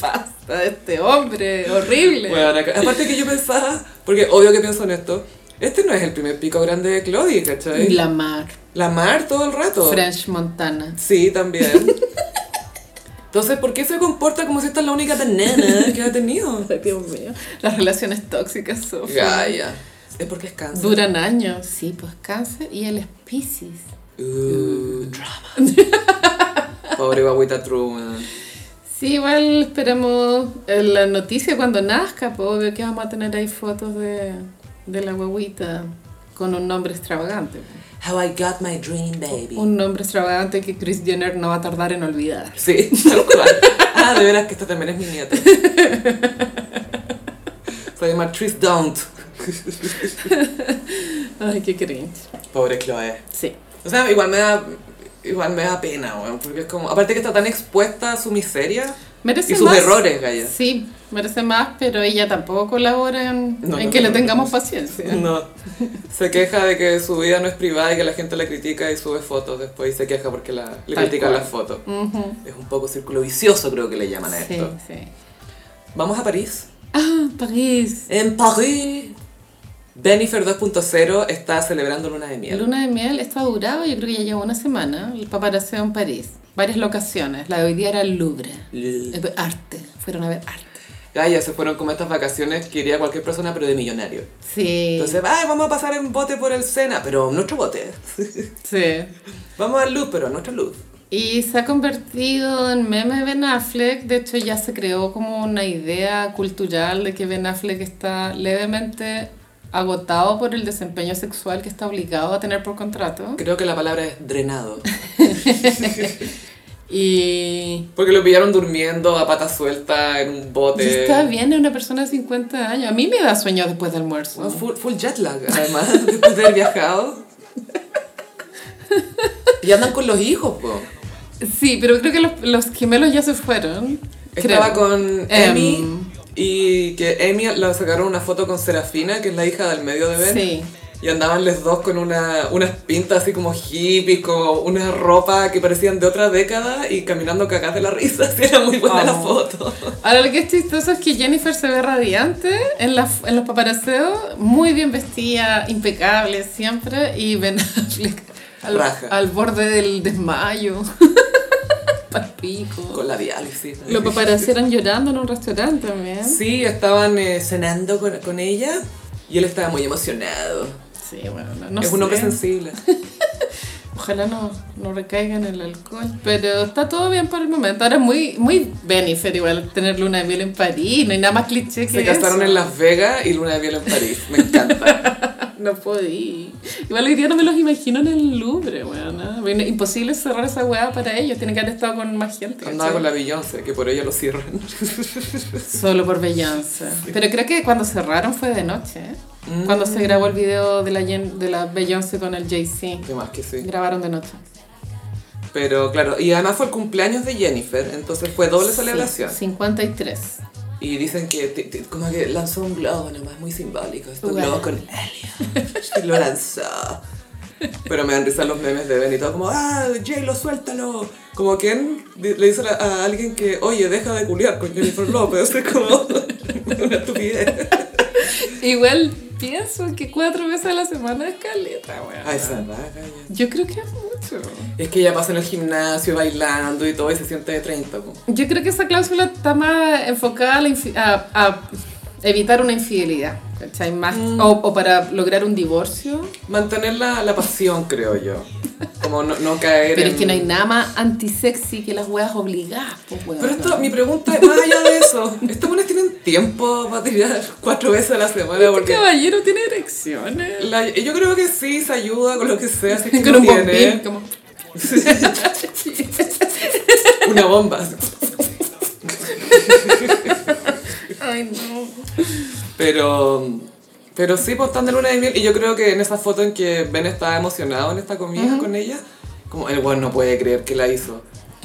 B: Basta de este hombre horrible.
A: Bueno, acá- aparte que yo pensaba, porque obvio que pienso en esto, este no es el primer pico grande de Chloe,
B: eh.
A: ¿cachai? La,
B: Lamar,
A: mar todo el rato.
B: French Montana.
A: Sí, también. Entonces, ¿por qué se comporta como si esta es la única banana que ha tenido?
B: Dios mío. Las relaciones tóxicas son.
A: [LAUGHS] Ya, ya. Es porque es cáncer.
B: Duran años. Sí, pues cáncer y el Pisces.
A: Uh, [LAUGHS] drama. Pobre guagüita Truman.
B: Sí, igual esperamos eh, la noticia cuando nazca, pues obvio que vamos a tener ahí fotos de, de la guaguita con un nombre extravagante. po.
A: How I got my dream baby.
B: Un nombre extravagante que Chris Jenner no va a tardar en olvidar.
A: Sí, [LAUGHS] tal cual. Ah, de veras que esta también es mi [LAUGHS] nieta. Se llama Tris Don't.
B: Ay, qué cringe.
A: Pobre Chloe.
B: Sí.
A: O sea, igual me da, igual me da pena, weón, porque es como, aparte que está tan expuesta a su miseria
B: Merece
A: y sus
B: más.
A: errores, Gaya.
B: Sí, merece más, pero ella tampoco colabora en,
A: No, Mm.
B: en
A: no,
B: que
A: no,
B: le
A: no,
B: tengamos
A: no.
B: paciencia.
A: No, se queja de que su vida no es privada y que la gente la critica y sube fotos después y se queja porque la, le
B: Tal
A: critican
B: cual.
A: las fotos.
B: Ujú.
A: Es un poco círculo vicioso creo que le llaman a
B: Sí,
A: esto.
B: sí.
A: Vamos a París.
B: Ah, París.
A: En París. Benifer 2.0 está celebrando luna de miel.
B: Luna de miel, esta duraba, yo creo que ya lleva una semana, el paparazzo en París. Varias locaciones, la de hoy día era el Louvre.
A: L-
B: Eh, Arte, fueron a ver arte.
A: Gaya, se fueron como a estas vacaciones que iría cualquier persona pero de millonario.
B: Sí,
A: Entonces, ay, vamos a pasar en bote por el Sena, pero nuestro bote.
B: sí.
A: Vamos a dar luz, pero nuestra luz.
B: Y se ha convertido en meme Ben Affleck, de hecho ya se creó como una idea cultural de que Ben Affleck está levemente agotado por el desempeño sexual que está obligado a tener por contrato.
A: Creo que la palabra es drenado.
B: Y
A: Porque lo pillaron durmiendo a pata suelta en un
B: y
A: bote.
B: está bien, es una persona de 50 años. A mí me da sueño después del
A: Bueno,
B: almuerzo.
A: full, full jet lag, además, [LAUGHS] después de haber viajado. Y andan con los hijos, po.
B: Sí, pero creo que los, los gemelos ya se fueron.
A: Estaba
B: creo.
A: con
B: Em.
A: Emi. Y que Emi la sacaron una foto con Serafina, que es la hija del medio de Ben.
B: Sí.
A: Y andaban los dos con una, unas pintas así como hippies, como una ropa que parecían de otra década y caminando cagadas de la risa. [LAUGHS] Así era muy buena la
B: Oh.
A: foto.
B: Ahora lo que es chistoso es que Jennifer se ve radiante en, la- en los paparaceos, muy bien vestida, impecable siempre, y Ben Affleck al,
A: Raja.
B: al borde
A: [LAUGHS]
B: del desmayo, pal pico.
A: Con la diálisis.
B: Los paparacieron llorando en un restaurante también.
A: Sí, estaban eh, cenando con, con ella y él estaba muy emocionado.
B: Sí, bueno, no, no
A: es un hombre
B: sé. [LAUGHS]
A: sensible.
B: Ojalá no, no recaiga en el alcohol. Pero está todo bien por el momento. Ahora es muy, muy Benifer igual tener luna de miel en París. No hay nada más cliché que
A: Se casaron
B: eso.
A: en Las Vegas y Luna de Miel en París. Me
B: [LAUGHS]
A: encanta.
B: No podí. Igual hoy día no me los imagino en el Louvre, weón. ¿eh? Bueno, Imposible cerrar esa weá para ellos. Tienen que haber estado con más gente.
A: Andaba con
B: ¿cachai?
A: la Beyoncé, que por ella lo cierran.
B: Solo por Beyoncé. Pero creo que cuando cerraron fue de noche. ¿eh? Cuando
A: Mm.
B: se grabó el video de la, Jen- de la Beyoncé con el Jay-Z.
A: Que más que sí.
B: Grabaron de noche.
A: Pero claro, y además fue el cumpleaños de Jennifer, entonces fue doble celebración.
B: Sí, 53.
A: Y dicen que ti- ti- como que lanzó un globo nomás, muy simbólico. Este
B: Bueno.
A: globo con helio. [LAUGHS] Y lo lanzó. Pero me dan risa los memes de Ben y todo como, ah, J-Lo, suéltalo. Como quien di- le dice a, a alguien que, oye, deja de culiar con Jennifer López. Es como [LAUGHS] una estupidez.
B: Igual pienso que cuatro veces a la semana es caleta, weón.
A: Ay, esa vaga ya.
B: Yo creo que es mucho.
A: Es que ella pasa en el gimnasio bailando y todo y se siente de 30. po.
B: Yo creo que esa cláusula está más enfocada a, la infi- a- a evitar una infidelidad, ¿cachai? Más, o, o para lograr un divorcio.
A: Mantener la, la pasión, creo yo. Como no, no caer
B: Pero
A: en-
B: es que no hay nada más antisexy que las weas obligadas, pues, weón.
A: Pero esto, mi pregunta es más allá de eso. ¿Estos buenos tienen tiempo para tirar cuatro veces a la semana?
B: Este
A: Porque
B: caballero tiene erecciones.
A: la- yo creo que sí [LAUGHS]
B: [LAUGHS]
A: se ayuda con lo que sea, si es que
B: Con
A: lo
B: un
A: tiene.
B: pompín, como...
A: una bomba.
B: Ay, no.
A: Pero, pero sí, pues están de luna de miel. Y yo creo que en esa foto en que Ben está emocionado en esta comida con ella, como el weón no puede creer que la hizo.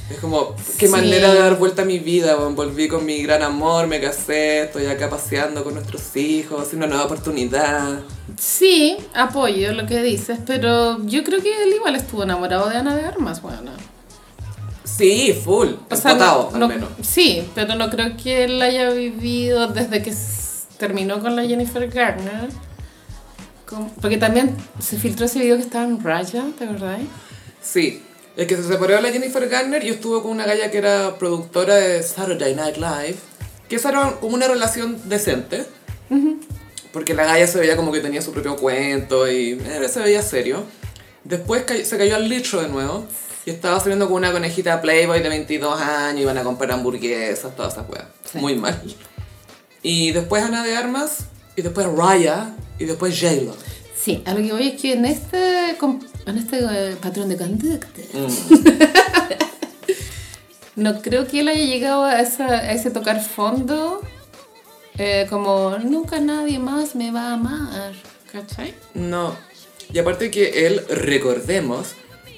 A: Es como, qué
B: Sí.
A: manera de dar vuelta a mi vida, weón. Volví con mi gran amor, me casé, estoy acá paseando con nuestros hijos, es una nueva oportunidad.
B: Sí, apoyo lo que dices, pero yo creo que él igual estuvo enamorado de Ana de Armas, bueno.
A: Sí, full.
B: O sea, no-
A: empotado,
B: no-
A: al menos.
B: Sí, pero no creo que él haya vivido desde que s- terminó con la Jennifer Garner. Como- Porque también se filtró ese video que estaba en Raya, ¿te acordás?
A: Sí. El que se separó de la Jennifer Garner y estuvo con una galla que era productora de Saturday Night Live. Que esa era como una relación decente. Porque la galla se veía como que tenía su propio cuento y eh, se veía serio. Después cay- se cayó al litro de nuevo. Y estaba saliendo con una conejita Playboy de 22 años. Iban a comprar hamburguesas, todas esas cosas. Muy mal. Y después Ana de Armas. Y después Raya. Y después J-Lo.
B: Sí, a lo que voy es que en este, com- en este eh, patrón de conducta, [LAUGHS] no creo que él haya llegado a, esa- a ese tocar fondo eh, como nunca nadie más me va a amar, ¿cachai?
A: No. Y aparte que él, recordemos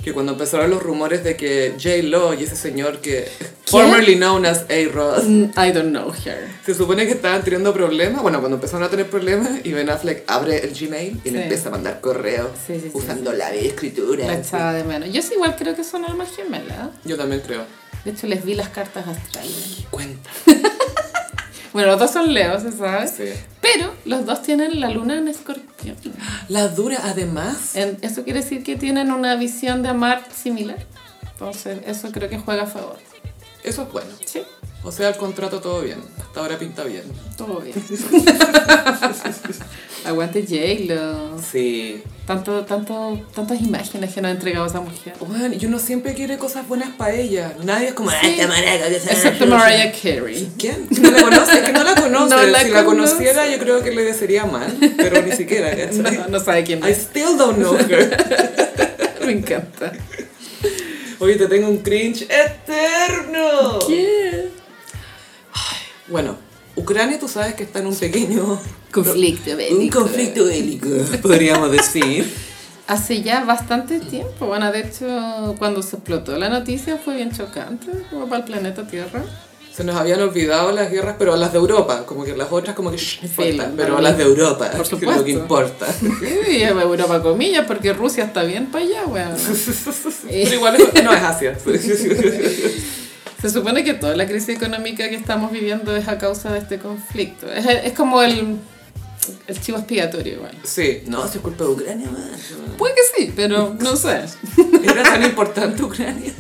A: que cuando empezaron los rumores de que J. Lo y ese señor que formerly known as A. Ross
B: Mm, I don't know her.
A: se supone que estaban teniendo problemas, bueno, cuando empezaron a tener problemas y Ben Affleck abre el Gmail y
B: Sí.
A: le empieza a mandar correos
B: Sí, sí, sí,
A: usando la de escritura.
B: La
A: así.
B: echaba de menos. Yo sí igual creo que son almas gemelas.
A: Yo también creo.
B: De hecho, les vi las cartas astrales.
A: Cuenta.
B: Bueno, los dos son leos, se sabe.
A: Sí.
B: Pero los dos tienen la luna en escorpión.
A: La dura, además.
B: En- Eso quiere decir que tienen una visión de amar similar. Entonces, eso creo que juega a favor.
A: Eso es bueno.
B: Sí,
A: O sea, el contrato todo bien. Hasta ahora pinta bien.
B: todo [LAUGHS] bien. Aguante J-Lo.
A: Sí.
B: Tanto, tanto, tantas imágenes que nos ha entregado esa mujer.
A: Bueno, y uno siempre quiere cosas buenas para ella. Nadie es como,
B: Sí.
A: "Ah, esta maraca que se-
B: Excepto Mariah Carey.
A: ¿Quién? Que no la conoce, que no la conoce.
B: No la
A: si la
B: conoce.
A: conociera, yo creo que le desearía mal, pero ni siquiera, ¿cachai?
B: [LAUGHS] No, no sabe quién
A: I
B: es.
A: still don't know her.
B: [LAUGHS] Me encanta.
A: Oye, te tengo un cringe eterno.
B: ¿Quién?
A: Bueno, Ucrania tú sabes que está en un pequeño...
B: Conflicto,
A: Un conflicto
B: [LAUGHS]
A: bélico, podríamos decir.
B: Hace ya bastante tiempo, bueno, de hecho, cuando se explotó la noticia fue bien chocante, como para el planeta Tierra.
A: Se nos habían olvidado las guerras, pero las de Europa. Como que las otras como que... shh, no importa,
B: Sí,
A: pero
B: para
A: las
B: mí.
A: de Europa,
B: Por
A: que es lo que
B: supuesto.
A: importa.
B: [LAUGHS] Y Europa comillas, porque Rusia está bien para allá, weón.
A: Pero igual es- no es Asia.
B: Se supone que toda la crisis económica que estamos viviendo es a causa de este conflicto. Es, es como el, el chivo expiatorio, igual.
A: Sí, no, si es culpa de Ucrania, man.
B: Puede que sí, pero no sé.
A: Era tan importante Ucrania.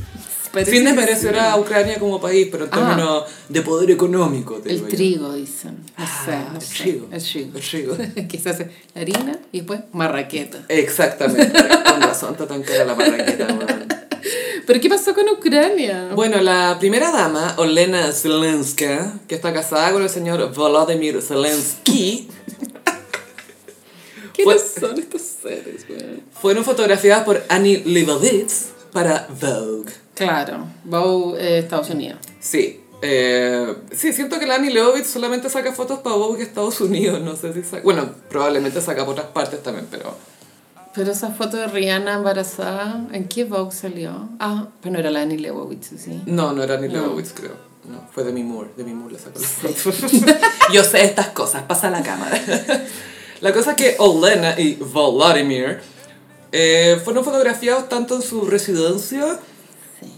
B: Parece
A: Sin
B: que
A: desmerecer
B: sí.
A: a Ucrania como país, pero en
B: Ah.
A: términos de poder económico. te
B: El
A: digo yo.
B: trigo, dicen. No
A: Ah,
B: sé, no
A: el
B: sé.
A: trigo.
B: El trigo. [LAUGHS]
A: El trigo.
B: que se hace harina y después marraqueta.
A: Exactamente. Con razón está tan cara la barraqueta, weón.
B: ¿Pero qué pasó con Ucrania?
A: Bueno, la primera dama, Olena Zelenska, que está casada con el señor Volodymyr Zelensky,
B: ¿Qué
A: Fue-
B: son estos seres, güey?
A: fueron fotografiadas por Annie Leibovitz para Vogue.
B: Claro, Bow, eh, Estados Unidos.
A: Sí. eh, sí, siento que la Annie Leibovitz solamente saca fotos para Vogue Estados Unidos. No sé si saca. Bueno, probablemente saca por otras partes también, pero.
B: Pero esa foto de Rihanna embarazada, ¿en qué Vogue salió? Ah, pero no era la de Annie Leibovitz, ¿sí?
A: No, no era ni Leibowitz, creo. No, fue Demi Moore. Demi Moore la sacó. [LAUGHS] Yo sé estas cosas, pasa la cámara. [LAUGHS] la cosa es que Olena y Volodymyr eh, fueron fotografiados tanto en su residencia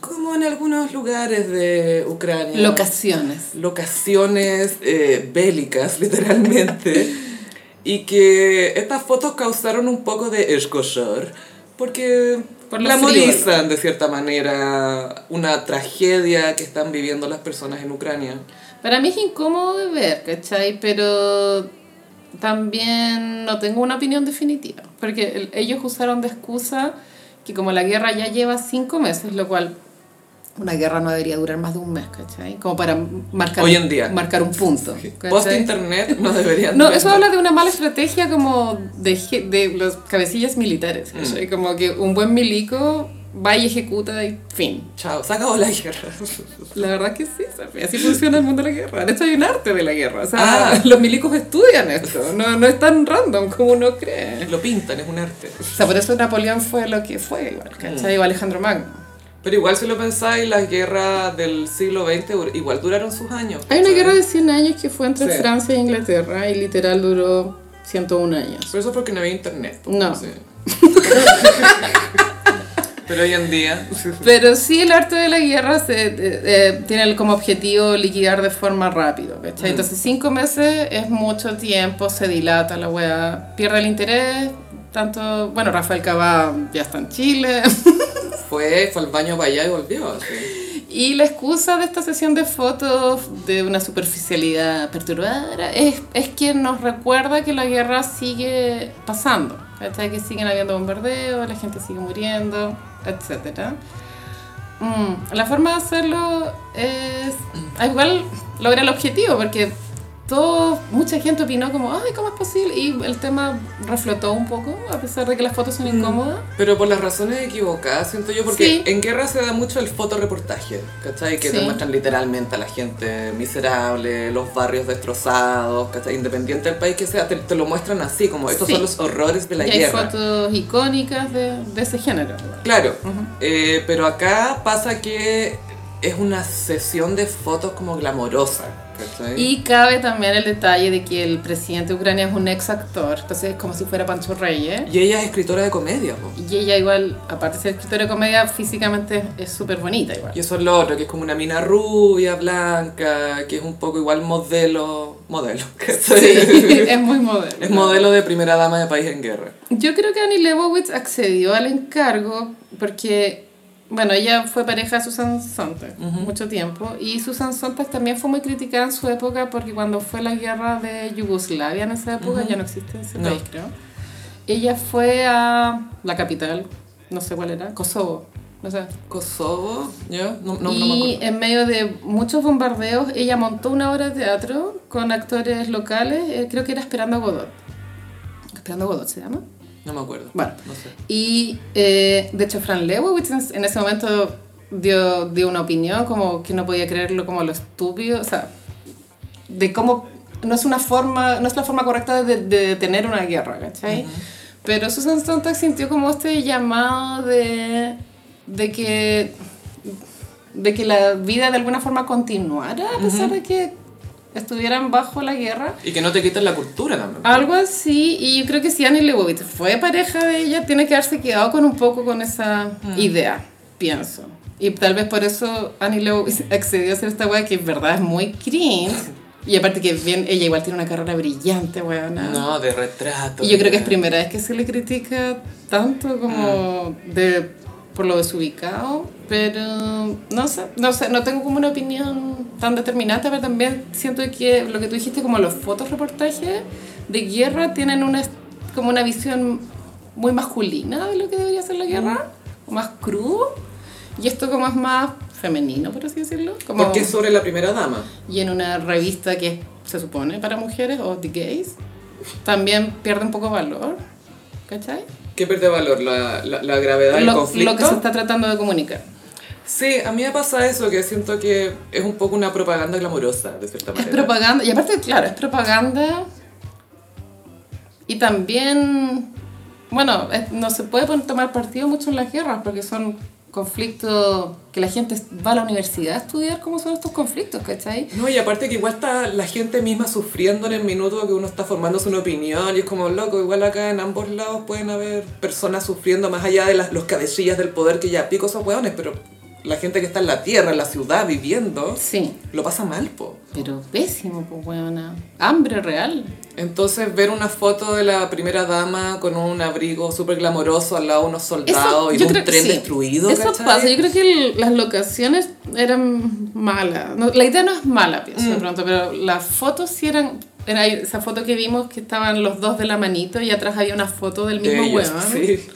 A: como en algunos lugares de Ucrania.
B: Locaciones.
A: Locaciones eh, bélicas, [LAUGHS] literalmente. y que estas fotos causaron un poco de escosor. Porque
B: Por lo
A: glamorizan de cierta manera una tragedia que están viviendo las personas en Ucrania.
B: Para mí es incómodo de ver, ¿cachai? Pero también no tengo una opinión definitiva. Porque el- ellos usaron de excusa que como la guerra ya lleva cinco meses, lo cual una guerra no debería durar más de un mes, ¿cachai? Como para marcar,
A: Hoy en día.
B: marcar un punto. ¿cachai?
A: Post internet no deberían.
B: No,
A: ver.
B: eso habla de una mala estrategia como de, je- de los cabecillas militares. ¿cachai? Como que un buen milico va y ejecuta y fin.
A: Chao, se acabó la guerra.
B: La verdad que sí, Sofía, así funciona el mundo de la guerra. De hecho, hay un arte de la guerra. O sea, los milicos estudian esto. No, no es tan random como uno cree.
A: Lo pintan, es un arte.
B: O sea, por eso Napoleón fue lo que fue, igual, ¿cachai? O Alejandro Magno.
A: Pero igual si lo pensáis, las guerras del siglo XX dur- igual duraron sus años.
B: Hay una
A: ¿cachai?
B: guerra de 100 años que fue entre
A: Sí.
B: Francia e Inglaterra y literal duró 101 años.
A: Pero eso es porque no había internet. po,
B: No.
A: sí. Pero hoy en día...
B: Pero sí, el arte de la guerra se, eh, eh, tiene el- como objetivo liquidar de forma rápida, ¿cachai? Entonces, cinco meses es mucho tiempo, se dilata la weá, pierde el interés, tanto... Bueno, Rafael Cava ya está en Chile.
A: Fue, fue al baño para allá y volvió. así.
B: Y la excusa de esta sesión de fotos de una superficialidad perturbadora es, es que nos recuerda que la guerra sigue pasando, ¿cachai? Que siguen habiendo bombardeos, la gente sigue muriendo, etc. Mm, la forma de hacerlo es... ah, Igual logra el objetivo, porque todo, mucha gente opinó como, ay, ¿cómo es posible? Y el tema reflotó un poco, a pesar de que las fotos son
A: Mm.
B: incómodas.
A: Pero por las razones equivocadas, siento yo, porque
B: Sí.
A: en guerra se da mucho el fotoreportaje, ¿cachai? Que
B: Sí.
A: te muestran literalmente a la gente miserable, los barrios destrozados, ¿cachai? Independiente del país que sea, te, te lo muestran así, como estos
B: Sí.
A: son los horrores de la
B: y hay
A: guerra.
B: fotos icónicas de, de ese género.
A: Claro, eh, pero acá pasa que es una sesión de fotos como glamorosa, ¿cachai?
B: Y cabe también el detalle de que el presidente de Ucrania es un ex actor, entonces es como si fuera Pancho Reyes.
A: Y ella es escritora de comedia, po.
B: Y ella igual, aparte de ser escritora de comedia, físicamente es súper bonita igual.
A: Y eso es lo otro, que es como una mina rubia, blanca, que es un poco igual modelo, modelo, [LAUGHS] ¿cachai?
B: Sí, [LAUGHS] es muy modelo.
A: Es modelo de primera dama de país en guerra.
B: Yo creo que Annie Leibovitz accedió al encargo porque, bueno, ella fue pareja de Susan Sontag mucho tiempo y Susan Sontag también fue muy criticada en su época porque cuando fue la guerra de Yugoslavia en esa época, ya no existe ese
A: No.
B: país, creo. Ella fue a la capital, no sé cuál era, Kosovo, no sé.
A: Kosovo, yo no, no, no me
B: y
A: acuerdo.
B: en medio de muchos bombardeos, ella montó una obra de teatro con actores locales, eh, creo que era Esperando a Godot. Esperando a Godot se llama.
A: No me acuerdo.
B: Bueno.
A: No sé.
B: Y eh, de hecho, Fran Lewis en, en ese momento dio, dio una opinión como que no podía creerlo como lo estúpido, o sea, de cómo no es una forma, no es la forma correcta de, de detener una guerra, ¿cachai? Pero Susan Sontag sintió como este llamado de, de que de que la vida de alguna forma continuara a pesar de que estuvieran bajo la guerra.
A: Y que no te quiten la cultura también.
B: Algo así, y yo creo que si Annie Leibovitz fue pareja de ella, tiene que haberse quedado con un poco con esa idea, pienso. Y tal vez por eso Annie Leibovitz [LAUGHS] accedió a hacer esta weá que en verdad es muy cringe. Y aparte que bien, ella igual tiene una carrera brillante, weona.
A: No, de retrato.
B: y yo creo que es
A: de-
B: primera vez que se le critica tanto como de, por lo desubicado. Pero no sé, no sé, no tengo como una opinión tan determinante, pero también siento que lo que tú dijiste, como los fotos reportajes de guerra tienen una, como una visión muy masculina de lo que debería ser la guerra, o más crudo. Y esto como es más femenino, por así decirlo. Como
A: Porque es sobre la primera dama.
B: y en una revista que se supone para mujeres o the gays, también pierde un poco valor, ¿cachai?
A: ¿Qué pierde valor? ¿La, la, la gravedad del
B: Lo,
A: conflicto?
B: lo que se está tratando de comunicar.
A: Sí, a mí me pasa eso, que siento que es un poco una propaganda glamorosa, de cierta
B: Es
A: manera.
B: propaganda, y aparte, claro, es propaganda y también, bueno, es- no se puede pon- tomar partido mucho en las guerras porque son conflictos que la gente va a la universidad a estudiar cómo son estos conflictos, ¿cachai?
A: No, y aparte que igual está la gente misma sufriendo en el minuto que uno está formándose una opinión y es como, loco, igual acá en ambos lados pueden haber personas sufriendo más allá de las, los cabecillas del poder que ya pico esos hueones, pero la gente que está en la tierra, en la ciudad, viviendo,
B: Sí,
A: lo pasa mal, po.
B: pero pésimo, pues, weona. Hambre real.
A: Entonces ver una foto de la primera dama con un abrigo súper glamoroso al lado de unos
B: Eso,
A: soldados y de
B: yo
A: un
B: creo que
A: tren
B: sí.
A: destruido,
B: Eso
A: ¿cachai?
B: pasa, yo creo que el- las locaciones eran malas. No, la idea no es mala, pienso
A: Mm.
B: de pronto, pero las fotos sí eran... Era esa foto que vimos que estaban los dos de la manito y atrás había una foto del
A: De
B: mismo
A: ellos,
B: huevón.
A: Eh, sí.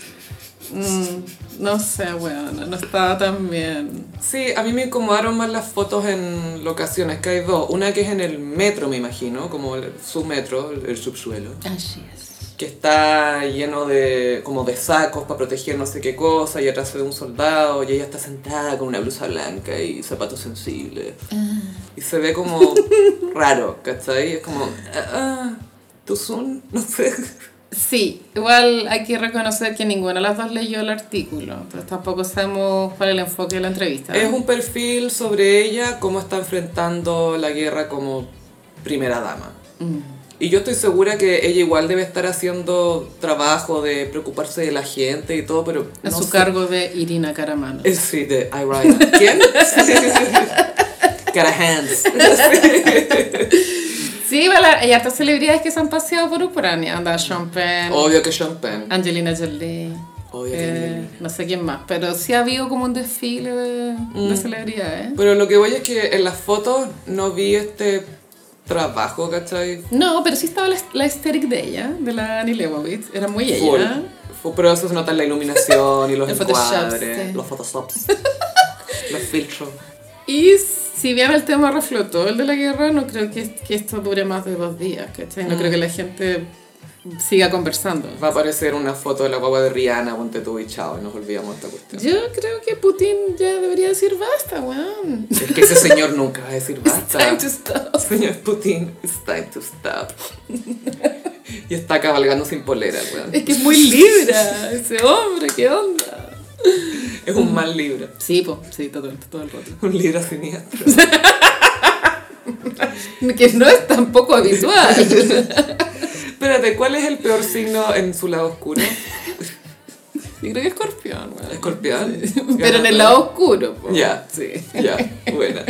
B: Mm, no sé, huevón, no estaba tan bien.
A: Sí, a mí me incomodaron más las fotos en locaciones, que hay dos. Una que es en el metro, me imagino, como el submetro, el, el subsuelo.
B: Así es.
A: que está lleno de como de sacos para proteger no sé qué cosa y atrás se ve un soldado y ella está sentada con una blusa blanca y zapatos sensibles y se ve como raro, ¿cachai? Es como, ah, ah, ¿tú son? No sé.
B: Sí, igual hay que reconocer que ninguna de las dos leyó el artículo, entonces tampoco sabemos cuál es el enfoque de la entrevista.
A: Es un perfil sobre ella, cómo está enfrentando la guerra como primera dama.
B: Mm.
A: Y yo estoy segura que ella igual debe estar haciendo trabajo de preocuparse de la gente y todo, pero
B: a
A: no
B: su
A: sé.
B: cargo de Irina Caramano.
A: [LAUGHS] Eh, Sí, de I Ride. ¿Quién? [LAUGHS] Cara
B: [LAUGHS]
A: Hands.
B: Sí, vale, hay hartas celebridades que se han paseado por Ucrania. Anda Sean Penn,
A: Obvio que Sean Penn.
B: Angelina Jolie,
A: Obvio que
B: Ah, eh,
A: Angelina.
B: no sé quién más. Pero sí ha habido como un desfile de, de celebridades.
A: Pero lo que voy es que en las fotos no vi este trabajo, ¿cachai?
B: No, pero sí estaba la, la aesthetic de ella, de la Annie Leibovitz. Era muy ella.
A: Full. Fu- Pero eso se nota en la iluminación y
B: [LAUGHS]
A: los
B: Los photoshops,
A: encuadres,
B: sí.
A: los photoshops, [LAUGHS] los filtros.
B: Y si bien el tema reflotó el de la guerra, no creo que, que esto dure más de dos días, ¿cachai? No creo que la gente siga conversando.
A: Va a aparecer una foto de la guagua de Rihanna, ponte tú y chao, y nos olvidamos de esta cuestión.
B: Yo creo que Putin ya debería decir basta, weón. [LAUGHS]
A: Es que ese señor nunca va a decir
B: Time
A: basta.
B: to stop.
A: Señor Putin, it's time to
B: [LAUGHS]
A: stop. Y está cabalgando sin polera, weón.
B: Es que es muy libra ese hombre, ¿qué onda?
A: Es un mal libro.
B: Sí, po, sí, todo, el- todo el rato.
A: Un libro siniestro.
B: Que no es tampoco [LAUGHS] habitual.
A: Espérate, ¿cuál es el peor signo en su lado oscuro?
B: Yo creo que escorpión, weón.
A: ¿Escorpión?
B: Pero en el lado oscuro, po.
A: Ya.
B: Sí.
A: Ya, buena.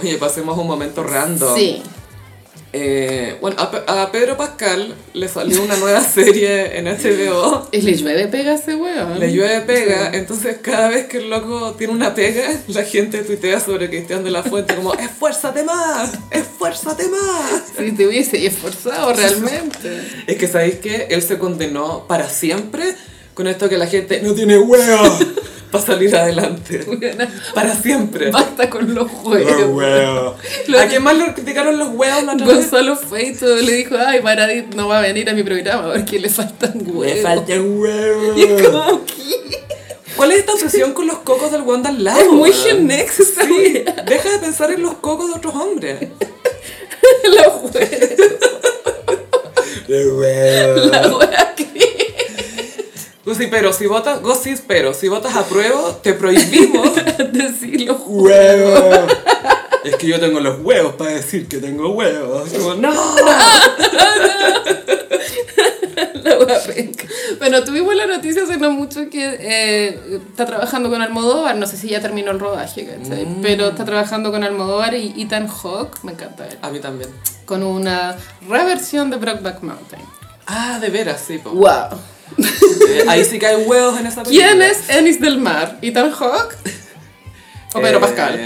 A: Oye, pasemos a un momento random.
B: Sí.
A: Eh, bueno, a, Pe- a Pedro Pascal le salió una nueva [LAUGHS] serie en HBO.
B: Y le llueve pega a ese weón.
A: Le llueve pega, entonces cada vez que el loco tiene una pega, la gente tuitea sobre Cristian de la Fuente como ¡Esfuérzate más! ¡Esfuérzate más!
B: Si te hubiese
A: [LAUGHS]
B: esforzado realmente.
A: Es que ¿sabéis que Él se condenó para siempre con esto que la gente no tiene huevo [LAUGHS] para salir adelante.
B: Weona,
A: Para siempre.
B: Basta con los
A: Oh,
B: juegos. Lo-
A: ¿A quién más lo criticaron los huevos la otra vez?
B: Gonzalo Feito le dijo, ay, Paradit no va a venir a mi programa porque le faltan huevos.
A: huevo.
B: Y es como, ¿qué?
A: ¿Cuál es esta obsesión con los cocos del weón de al lado?
B: Es muy
A: Oh, weón?
B: genex esa
A: Sí,
B: wea.
A: deja de pensar en los cocos de otros hombres.
B: [LAUGHS] La hueá, la hueá que...
A: Gossip, pero si votas, gossip, pero si votas a prueba, te prohibimos.
B: [LAUGHS] Decir los juegos.
A: Huevo. Es que yo tengo los huevos para decir que tengo huevos. Como, no.
B: La hueá penca. Bueno, tuvimos la noticia hace no mucho que eh, está trabajando con Almodóvar. No sé si ya terminó el rodaje, ¿cachai?
A: Mm.
B: Pero está trabajando con Almodóvar y Ethan Hawke. Me encanta él.
A: A mí también.
B: Con una reversión de Brockback Mountain.
A: Ah, de veras, sí. po.
B: ¡Wow!
A: Eh, Ahí sí que hay huevos en esa película.
B: ¿Quién es Ennis del Mar? ¿Ethan Hawke? [LAUGHS] ¿O Pedro
A: Eh,
B: Pascal?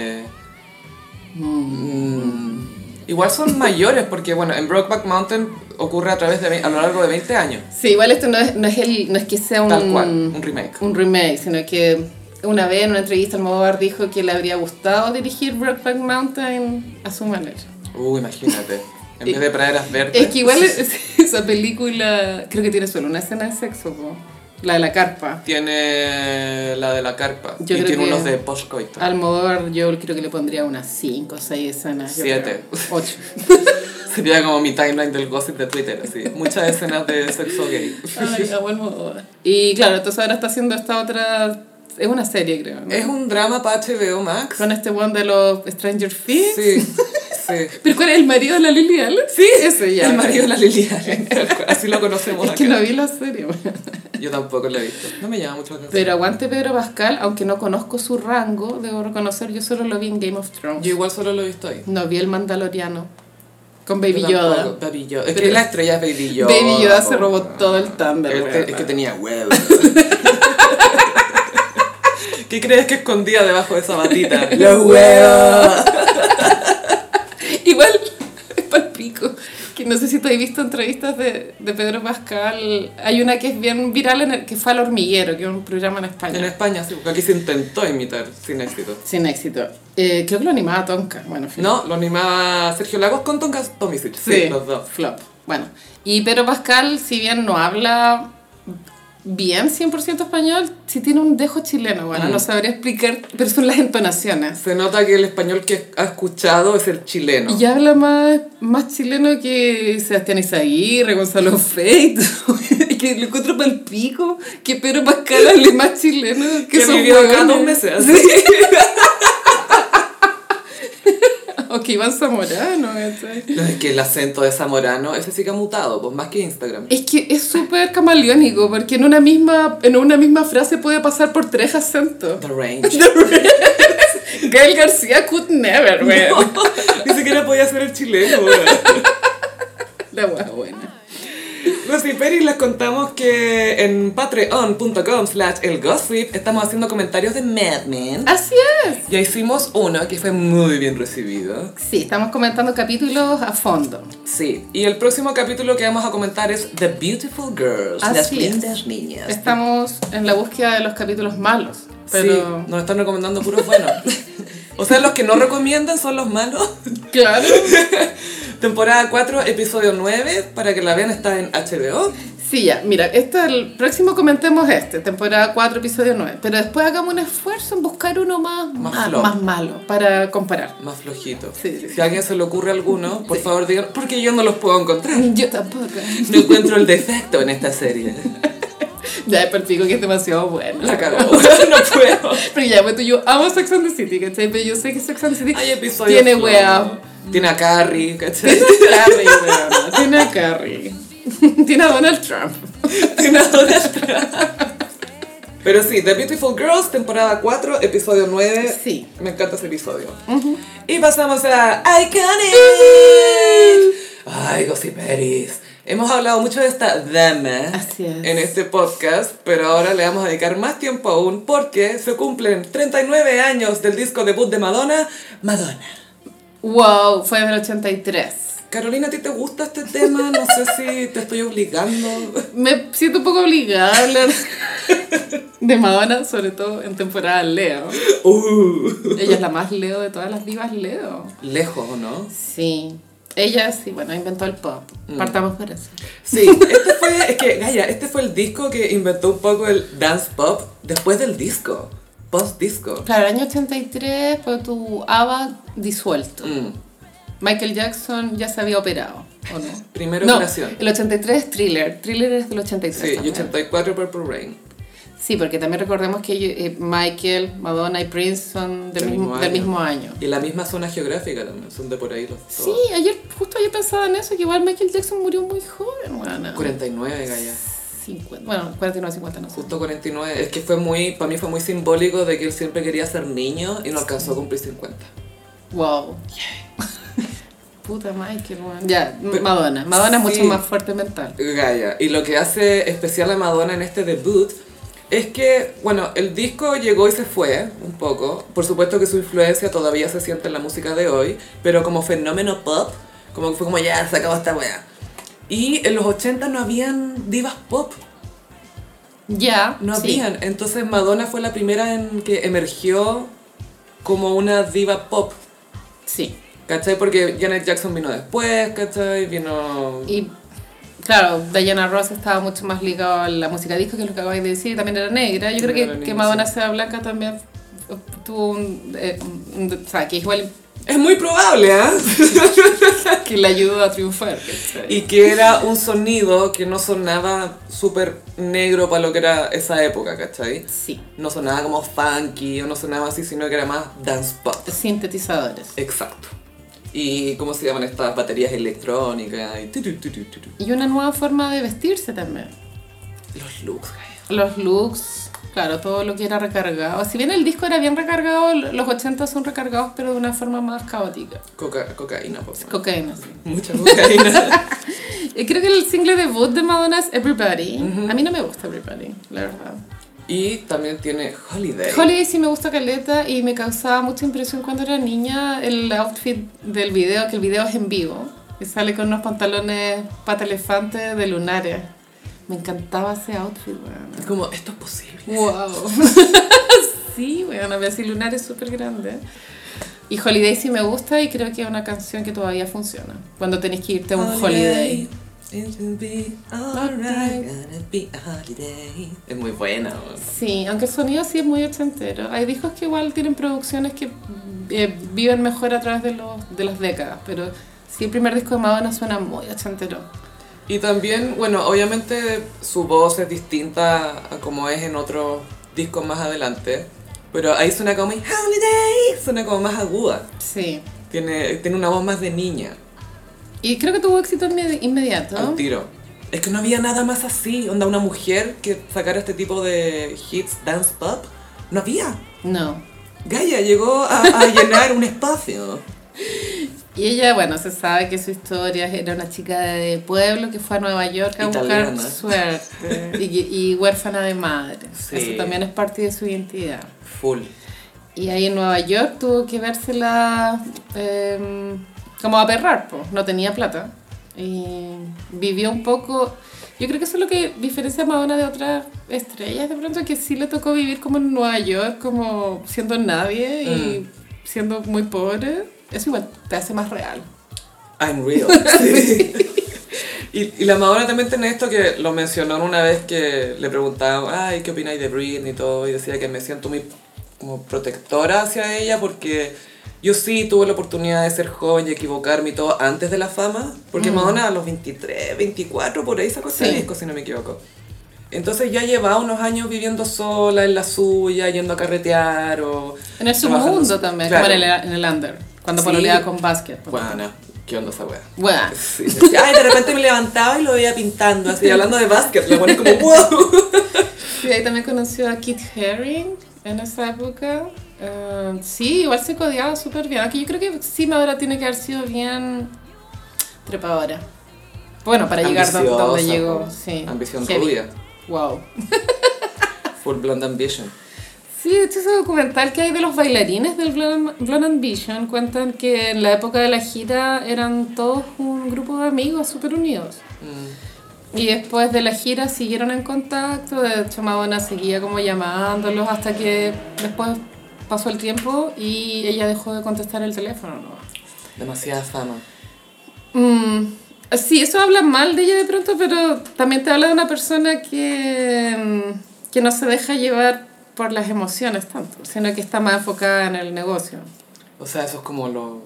A: mm, Igual
B: [LAUGHS]
A: son mayores porque, bueno, en Brokeback Mountain ocurre a través de ve- a lo largo de 20 años.
B: Sí, igual esto no es, no es, el, no es que sea un,
A: Tal cual,
B: Mm.
A: un remake.
B: un remake, sino que una vez en una entrevista Almodóvar dijo que le habría gustado dirigir Brokeback Mountain a su manera.
A: Uh, imagínate. En
B: Y-
A: vez de praderas verdes.
B: Es que igual es- [LAUGHS] esa película creo que tiene solo una escena de sexo, po. la de la carpa.
A: Tiene la de la carpa.
B: Yo
A: y
B: creo
A: tiene
B: que-
A: unos de postcoito.
B: Almodóvar yo creo que le pondría unas 5 o 6 escenas. yo
A: Siete.
B: creo. Ocho.
A: [LAUGHS] Sería como mi timeline del gossip de Twitter, así. Muchas escenas de sexo
B: [LAUGHS]
A: gay.
B: [LAUGHS] Ay, amo Almodóvar. Y claro, entonces ahora está haciendo esta otra... Es una serie, creo. ¿no?
A: Es un drama para HBO Max.
B: Con este one de los Stranger Things.
A: Sí, sí.
B: [LAUGHS] ¿Pero cuál es el marido de la Lily Allen? Sí, ese ya.
A: El marido de la Liliana. [LAUGHS] Así lo conocemos
B: Es que
A: acá.
B: no vi la serie, weón.
A: Yo tampoco la he visto. No me llama mucho la atención.
B: Pero aguante Pedro Pascal, aunque no conozco su rango, debo reconocer, yo solo lo vi en Game of Thrones.
A: Yo igual solo lo he visto ahí.
B: No vi el Mandaloriano. Con
A: Yo
B: Baby
A: tampoco,
B: Yoda.
A: Baby Yoda. Es
B: Pero-
A: que la estrella es Baby Yoda.
B: Baby Yoda se
A: po.
B: robó todo el thunder,
A: Es que-
B: weón.
A: es que tenía huevos. [LAUGHS] ¿Qué crees que escondía debajo de esa
B: [LAUGHS]
A: batita?
B: Los
A: huevos.
B: Igual, [LAUGHS] es pa'l pico. Que no sé si te has visto entrevistas de, de Pedro Pascal. Hay una que es bien viral, en el, que fue al hormiguero, que es un programa en España.
A: En España, sí, porque aquí se intentó imitar sin éxito.
B: Sin éxito. Eh, creo que lo animaba Tonka. Bueno, en fin.
A: No, lo animaba Sergio Lagos con Tonka Tomisic. Sí,
B: Sí,
A: [LAUGHS] los dos.
B: flop. Bueno, y Pedro Pascal, si bien no habla bien 100% español, sí tiene un dejo chileno,
A: Mm.
B: bueno, no sabría explicar, pero son las entonaciones.
A: Se nota que el español que ha escuchado es el chileno.
B: Y habla más, más chileno que Sebastián Izaguirre, Gonzalo Feit, [LAUGHS] que lo encuentro para el pico, que Pedro Pascal hable más chileno que,
A: Que
B: esos
A: vivió acá
B: hueones.
A: dos meses,
B: Sí. [LAUGHS] o que Iván Zamorano, ¿cachai?
A: [LAUGHS] No, es que el acento de Zamorano, ese sí que ha mutado, pues más que Instagram.
B: Es que es súper camaleónico, porque en una, misma, en una misma frase puede pasar por tres acentos.
A: The range.
B: Gael García could never, weón.
A: [LAUGHS] Ni siquiera podía ser el chileno, weón.
B: La wea buena.
A: Los Peri les contamos que en patreon.com slash el gossip estamos haciendo comentarios de Mad Men.
B: Así es.
A: Ya hicimos uno que fue muy bien recibido.
B: Sí, estamos comentando capítulos a fondo.
A: Sí, y el próximo capítulo que vamos a comentar es The Beautiful Girls, las
B: Así es.
A: lindas niñas.
B: Estamos en la búsqueda de los capítulos malos, pero...
A: Sí, nos están recomendando puros
B: [LAUGHS]
A: buenos. o sea, los que no recomiendan son los malos.
B: Claro.
A: Temporada 4, episodio 9, para que la vean está en HBO.
B: Sí, ya, mira, este, el próximo comentemos este, temporada 4, episodio 9, pero después hagamos un esfuerzo en buscar uno más,
A: Más
B: más,
A: flojo.
B: más malo para comparar.
A: Más flojito.
B: Sí, sí.
A: Si a alguien se le ocurre alguno, por favor digan, porque yo no los puedo encontrar.
B: [LAUGHS] Yo tampoco.
A: No encuentro el defecto en esta serie.
B: Ya, es perpico que es demasiado bueno.
A: La cagó. [LAUGHS] No puedo.
B: Pero ya, pues tú, yo amo Sex and the City, ¿cachai? Pero yo sé que Sex and the City
A: Hay episodios.
B: tiene
A: flojos.
B: wea.
A: Tiene a Carrie, ¿cachai?
B: Carrie, weona, Tiene a [LAUGHS] Carrie. Tiene a Donald Trump.
A: Tiene a Donald Trump. Pero sí, The Beautiful Girls, temporada 4, episodio 9.
B: Sí.
A: Me encanta ese episodio. Y pasamos a Iconic. Ay, Gossiperis. Hemos hablado mucho de esta dama
B: Así es.
A: en este podcast, pero ahora le vamos a dedicar más tiempo aún porque se cumplen 39 años del disco debut de Madonna, Madonna.
B: Wow, fue en el 83.
A: Carolina, ¿a ti te gusta este tema? No sé si te estoy
B: [LAUGHS]
A: obligando.
B: Me siento un poco obligada a hablar de Madonna, sobre todo en temporada Leo.
A: Uh.
B: Ella es la más Leo de todas las divas Leo.
A: Lejos, ¿o no?
B: Sí. Ella sí, bueno, inventó el pop.
A: Mm.
B: Partamos por eso.
A: Sí, este fue, es que, Gaya, este fue el disco que inventó un poco el dance pop después del disco, post-disco.
B: Claro, el año 83 fue tu ABBA disuelto.
A: Mm.
B: Michael Jackson ya se había operado, ¿o no?
A: Primera
B: no,
A: operación.
B: El 83 es Thriller. Thriller es del 83.
A: Sí, y
B: también.
A: 84 Purple Rain.
B: Sí, porque también recordemos que eh, Michael, Madonna y Prince son del,
A: Del
B: mismo,
A: mismo
B: del
A: año.
B: mismo año.
A: Y la misma zona geográfica también, son de por ahí los
B: Sí,
A: todos.
B: ayer, justo ayer pensaba en eso, que igual Michael Jackson murió muy joven, bueno.
A: 49, Gaya.
B: 50, bueno, 49, 50, no sé.
A: Justo 49. Es que fue muy, para mí fue muy simbólico de que él siempre quería ser niño y no alcanzó a cumplir 50.
B: Wow. [LAUGHS] Puta Michael, bueno. Ya, Madonna. Madonna es
A: sí.
B: mucho más fuerte mental.
A: Gaia. Y lo que hace especial a Madonna en este debut es que, bueno, el disco llegó y se fue un poco. Por supuesto que su influencia todavía se siente en la música de hoy, pero como fenómeno pop, como que fue como ya, se acabó esta wea. Y en los 80 no habían divas pop,
B: Ya,
A: no
B: sí.
A: habían. Entonces Madonna fue la primera en que emergió como una diva pop.
B: Sí.
A: ¿Cachai? Porque Janet Jackson vino después, ¿cachai? Vino...
B: Y claro, Diana Ross estaba mucho más ligada a la música disco, que es lo que acabáis de decir, y también era negra. Yo
A: También
B: creo que,
A: era negra,
B: que Madonna
A: sí.
B: sea blanca también tuvo un, eh, un- O sea, que igual
A: Es muy probable, ¿ah?
B: [LAUGHS] que le ayudó a triunfar. ¿cachai?
A: Y que era un sonido que no sonaba súper negro para lo que era esa época, ¿cachai?
B: Sí,
A: No sonaba como funky o no sonaba así, sino que era más dance pop.
B: sintetizadores.
A: Exacto. Y cómo se llaman estas baterías electrónicas y tu, tu, tu, tu, tu, tu.
B: Y una nueva forma de vestirse también.
A: los looks. ay.
B: Los looks, claro, todo lo que era recargado. Si bien el disco era bien recargado, los 80 son recargados, pero de una forma más caótica.
A: Coca- cocaína, por favor.
B: Cocaína, sí.
A: Mucha
B: [LAUGHS]
A: cocaína.
B: Y creo que el single debut de Madonna es Everybody. A mí no me gusta Everybody, la verdad.
A: y también tiene Holiday.
B: Holiday sí me gusta Caleta y me causaba mucha impresión cuando era niña el outfit del video, que el video es en vivo. Y sale con unos pantalones pata elefante de lunares. Me encantaba ese outfit, weón.
A: como, esto es posible.
B: Wow. [LAUGHS] sí, weón, a ver si lunares súper grande. Y Este Holiday sí me gusta y creo que es una canción que todavía funciona. Cuando tenés que irte a un holiday.
A: It will be alright, gonna be a holiday. Es muy buena. weón.
B: Sí, aunque el sonido sí es muy ochentero. Hay discos que igual tienen producciones que eh, viven mejor a través de, los, de las décadas, pero sí el primer disco de Madonna suena muy ochentero.
A: Y también, bueno, obviamente su voz es distinta a como es en otros discos más adelante. Pero ahí suena como muy holiday, suena como más aguda.
B: Sí.
A: Tiene, tiene una voz más de niña,
B: Y creo que tuvo éxito inme- inmediato.
A: al tiro. Es que no había nada más así, onda una mujer que sacara este tipo de hits dance pop. No había.
B: No.
A: Gaia llegó a, a [LAUGHS] llenar un espacio.
B: Y ella, bueno, se sabe que su historia era una chica de pueblo que fue a Nueva York a
A: Italiana.
B: buscar suerte y, y huérfana de madre.
A: Sí.
B: Eso también es parte de su identidad.
A: Full.
B: Y ahí en Nueva York tuvo que versela eh, como a perrar, po. no tenía plata. Y vivió un poco. Yo creo que eso es lo que diferencia a Madonna de otras estrellas, de pronto que sí le tocó vivir como en Nueva York, como siendo nadie y
A: Mm.
B: siendo muy pobre. Eso igual te hace más real.
A: I'm real. [LAUGHS] Y, y la Madonna también tiene esto que lo mencionó una vez que le preguntaban, ay, ¿qué opináis de Britney y todo? Y decía que me siento muy como protectora hacia ella porque yo sí tuve la oportunidad de ser joven y equivocarme y todo antes de la fama. Porque Madonna a los 23, 24, por ahí sacó ese
B: Sí.
A: disco, si no me equivoco. Entonces ya llevaba unos años viviendo sola en la suya, yendo a carretear o...
B: En el
A: trabajando-
B: submundo también,
A: Claro.
B: como en el, en el under, cuando
A: Sí.
B: pololeaba con básquet. por ejemplo.
A: Bueno, ¿qué onda esa wea?
B: Buena.
A: Sí, decía, [LAUGHS] Ay, de repente me levantaba y lo veía pintando, así, hablando de básquet, lo pone como wow.
B: Sí, ahí también conoció a Kit Haring en esa época. Eh, sí, igual se codeaba súper bien. Aunque yo creo que sí, Madonna tiene que haber sido bien trepadora. Bueno, para llegar donde,
A: Ambiciosa,
B: donde llegó.
A: po.
B: Sí.
A: Ambición
B: Heavy.
A: rubia,
B: Wow.
A: full blonde ambition.
B: Sí, de hecho ese documental que hay de los bailarines del Blonde Blonde Ambition cuentan que en la época de la gira eran todos un grupo de amigos súper unidos.
A: Mm,
B: Y después de la gira siguieron en contacto, de hecho Madonna seguía como llamándolos hasta que después pasó el tiempo y ella dejó de contestar el teléfono. ¿no?
A: Demasiada fama.
B: Mm, sí, eso habla mal de ella de pronto, pero también te habla de una persona que, mm, que no se deja llevar por las emociones tanto, sino que está más enfocada en el negocio.
A: O sea, eso es como lo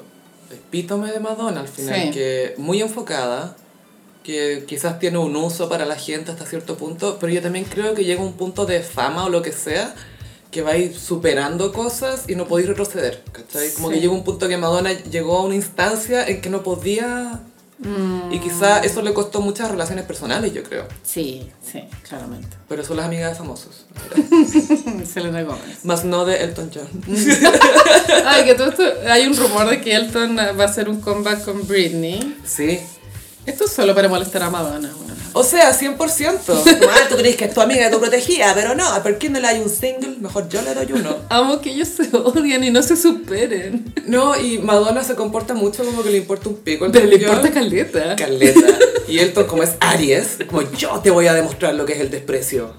A: epítome de Madonna al final,
B: Sí.
A: que muy enfocada, que quizás tiene un uso para la gente hasta cierto punto, pero yo también creo que llega un punto de fama o lo que sea que va a ir superando cosas y no podéis retroceder, ¿cachai? Como
B: Sí.
A: que llega un punto que Madonna llegó a una instancia en que no podía...
B: Mm.
A: Y quizás eso le costó muchas relaciones personales, yo creo.
B: Sí, sí, claramente.
A: Pero son las amigas de famosos.
B: Mm, Selena Gómez.
A: Más no de Elton John.
B: [LAUGHS] Mm. Ay, que todo esto, hay un rumor de que Elton va a hacer un comeback con Britney.
A: Sí.
B: Esto es solo para molestar a Madonna. bueno.
A: O sea, [LAUGHS] 100%. Ah, tú crees que es tu amiga tu protegida, pero no, ¿por qué no le hay un single? Mejor yo le doy uno.
B: Amo que ellos se odian y no se superen.
A: No, y Madonna se comporta mucho como que le importa un pico el
B: Pero le
A: Elton
B: importa
A: John.
B: caleta.
A: [LAUGHS] Caleta. Y Elton, como es Aries, como yo te voy a demostrar lo que es el desprecio.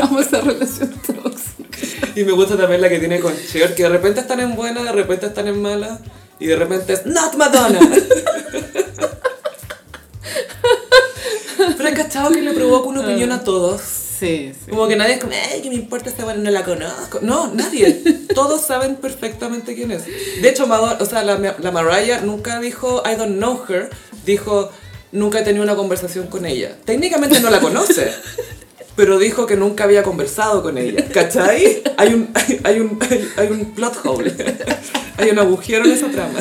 B: Amo esa relación tóxica.
A: Y me gusta también la que tiene con Cher, que de repente están en buena, de repente están en mala, y de repente es ¡Not Madonna! [LAUGHS] Pero he cachado que le provoca una opinión a todos.
B: Sí, sí.
A: Como que nadie es como, ¡ay, que me importa esta buena, no la conozco! No, [LAUGHS] nadie. Todos saben perfectamente quién es. De hecho, Madonna, o sea, la, la Mariah nunca dijo, I don't know her. Dijo, nunca he tenido una conversación con ella. Técnicamente no la [LAUGHS] conoce. Pero dijo que nunca había conversado con ella. ¿Cachai? Hay un, hay, hay un, hay un plot hole. Hay un agujero en esa trama.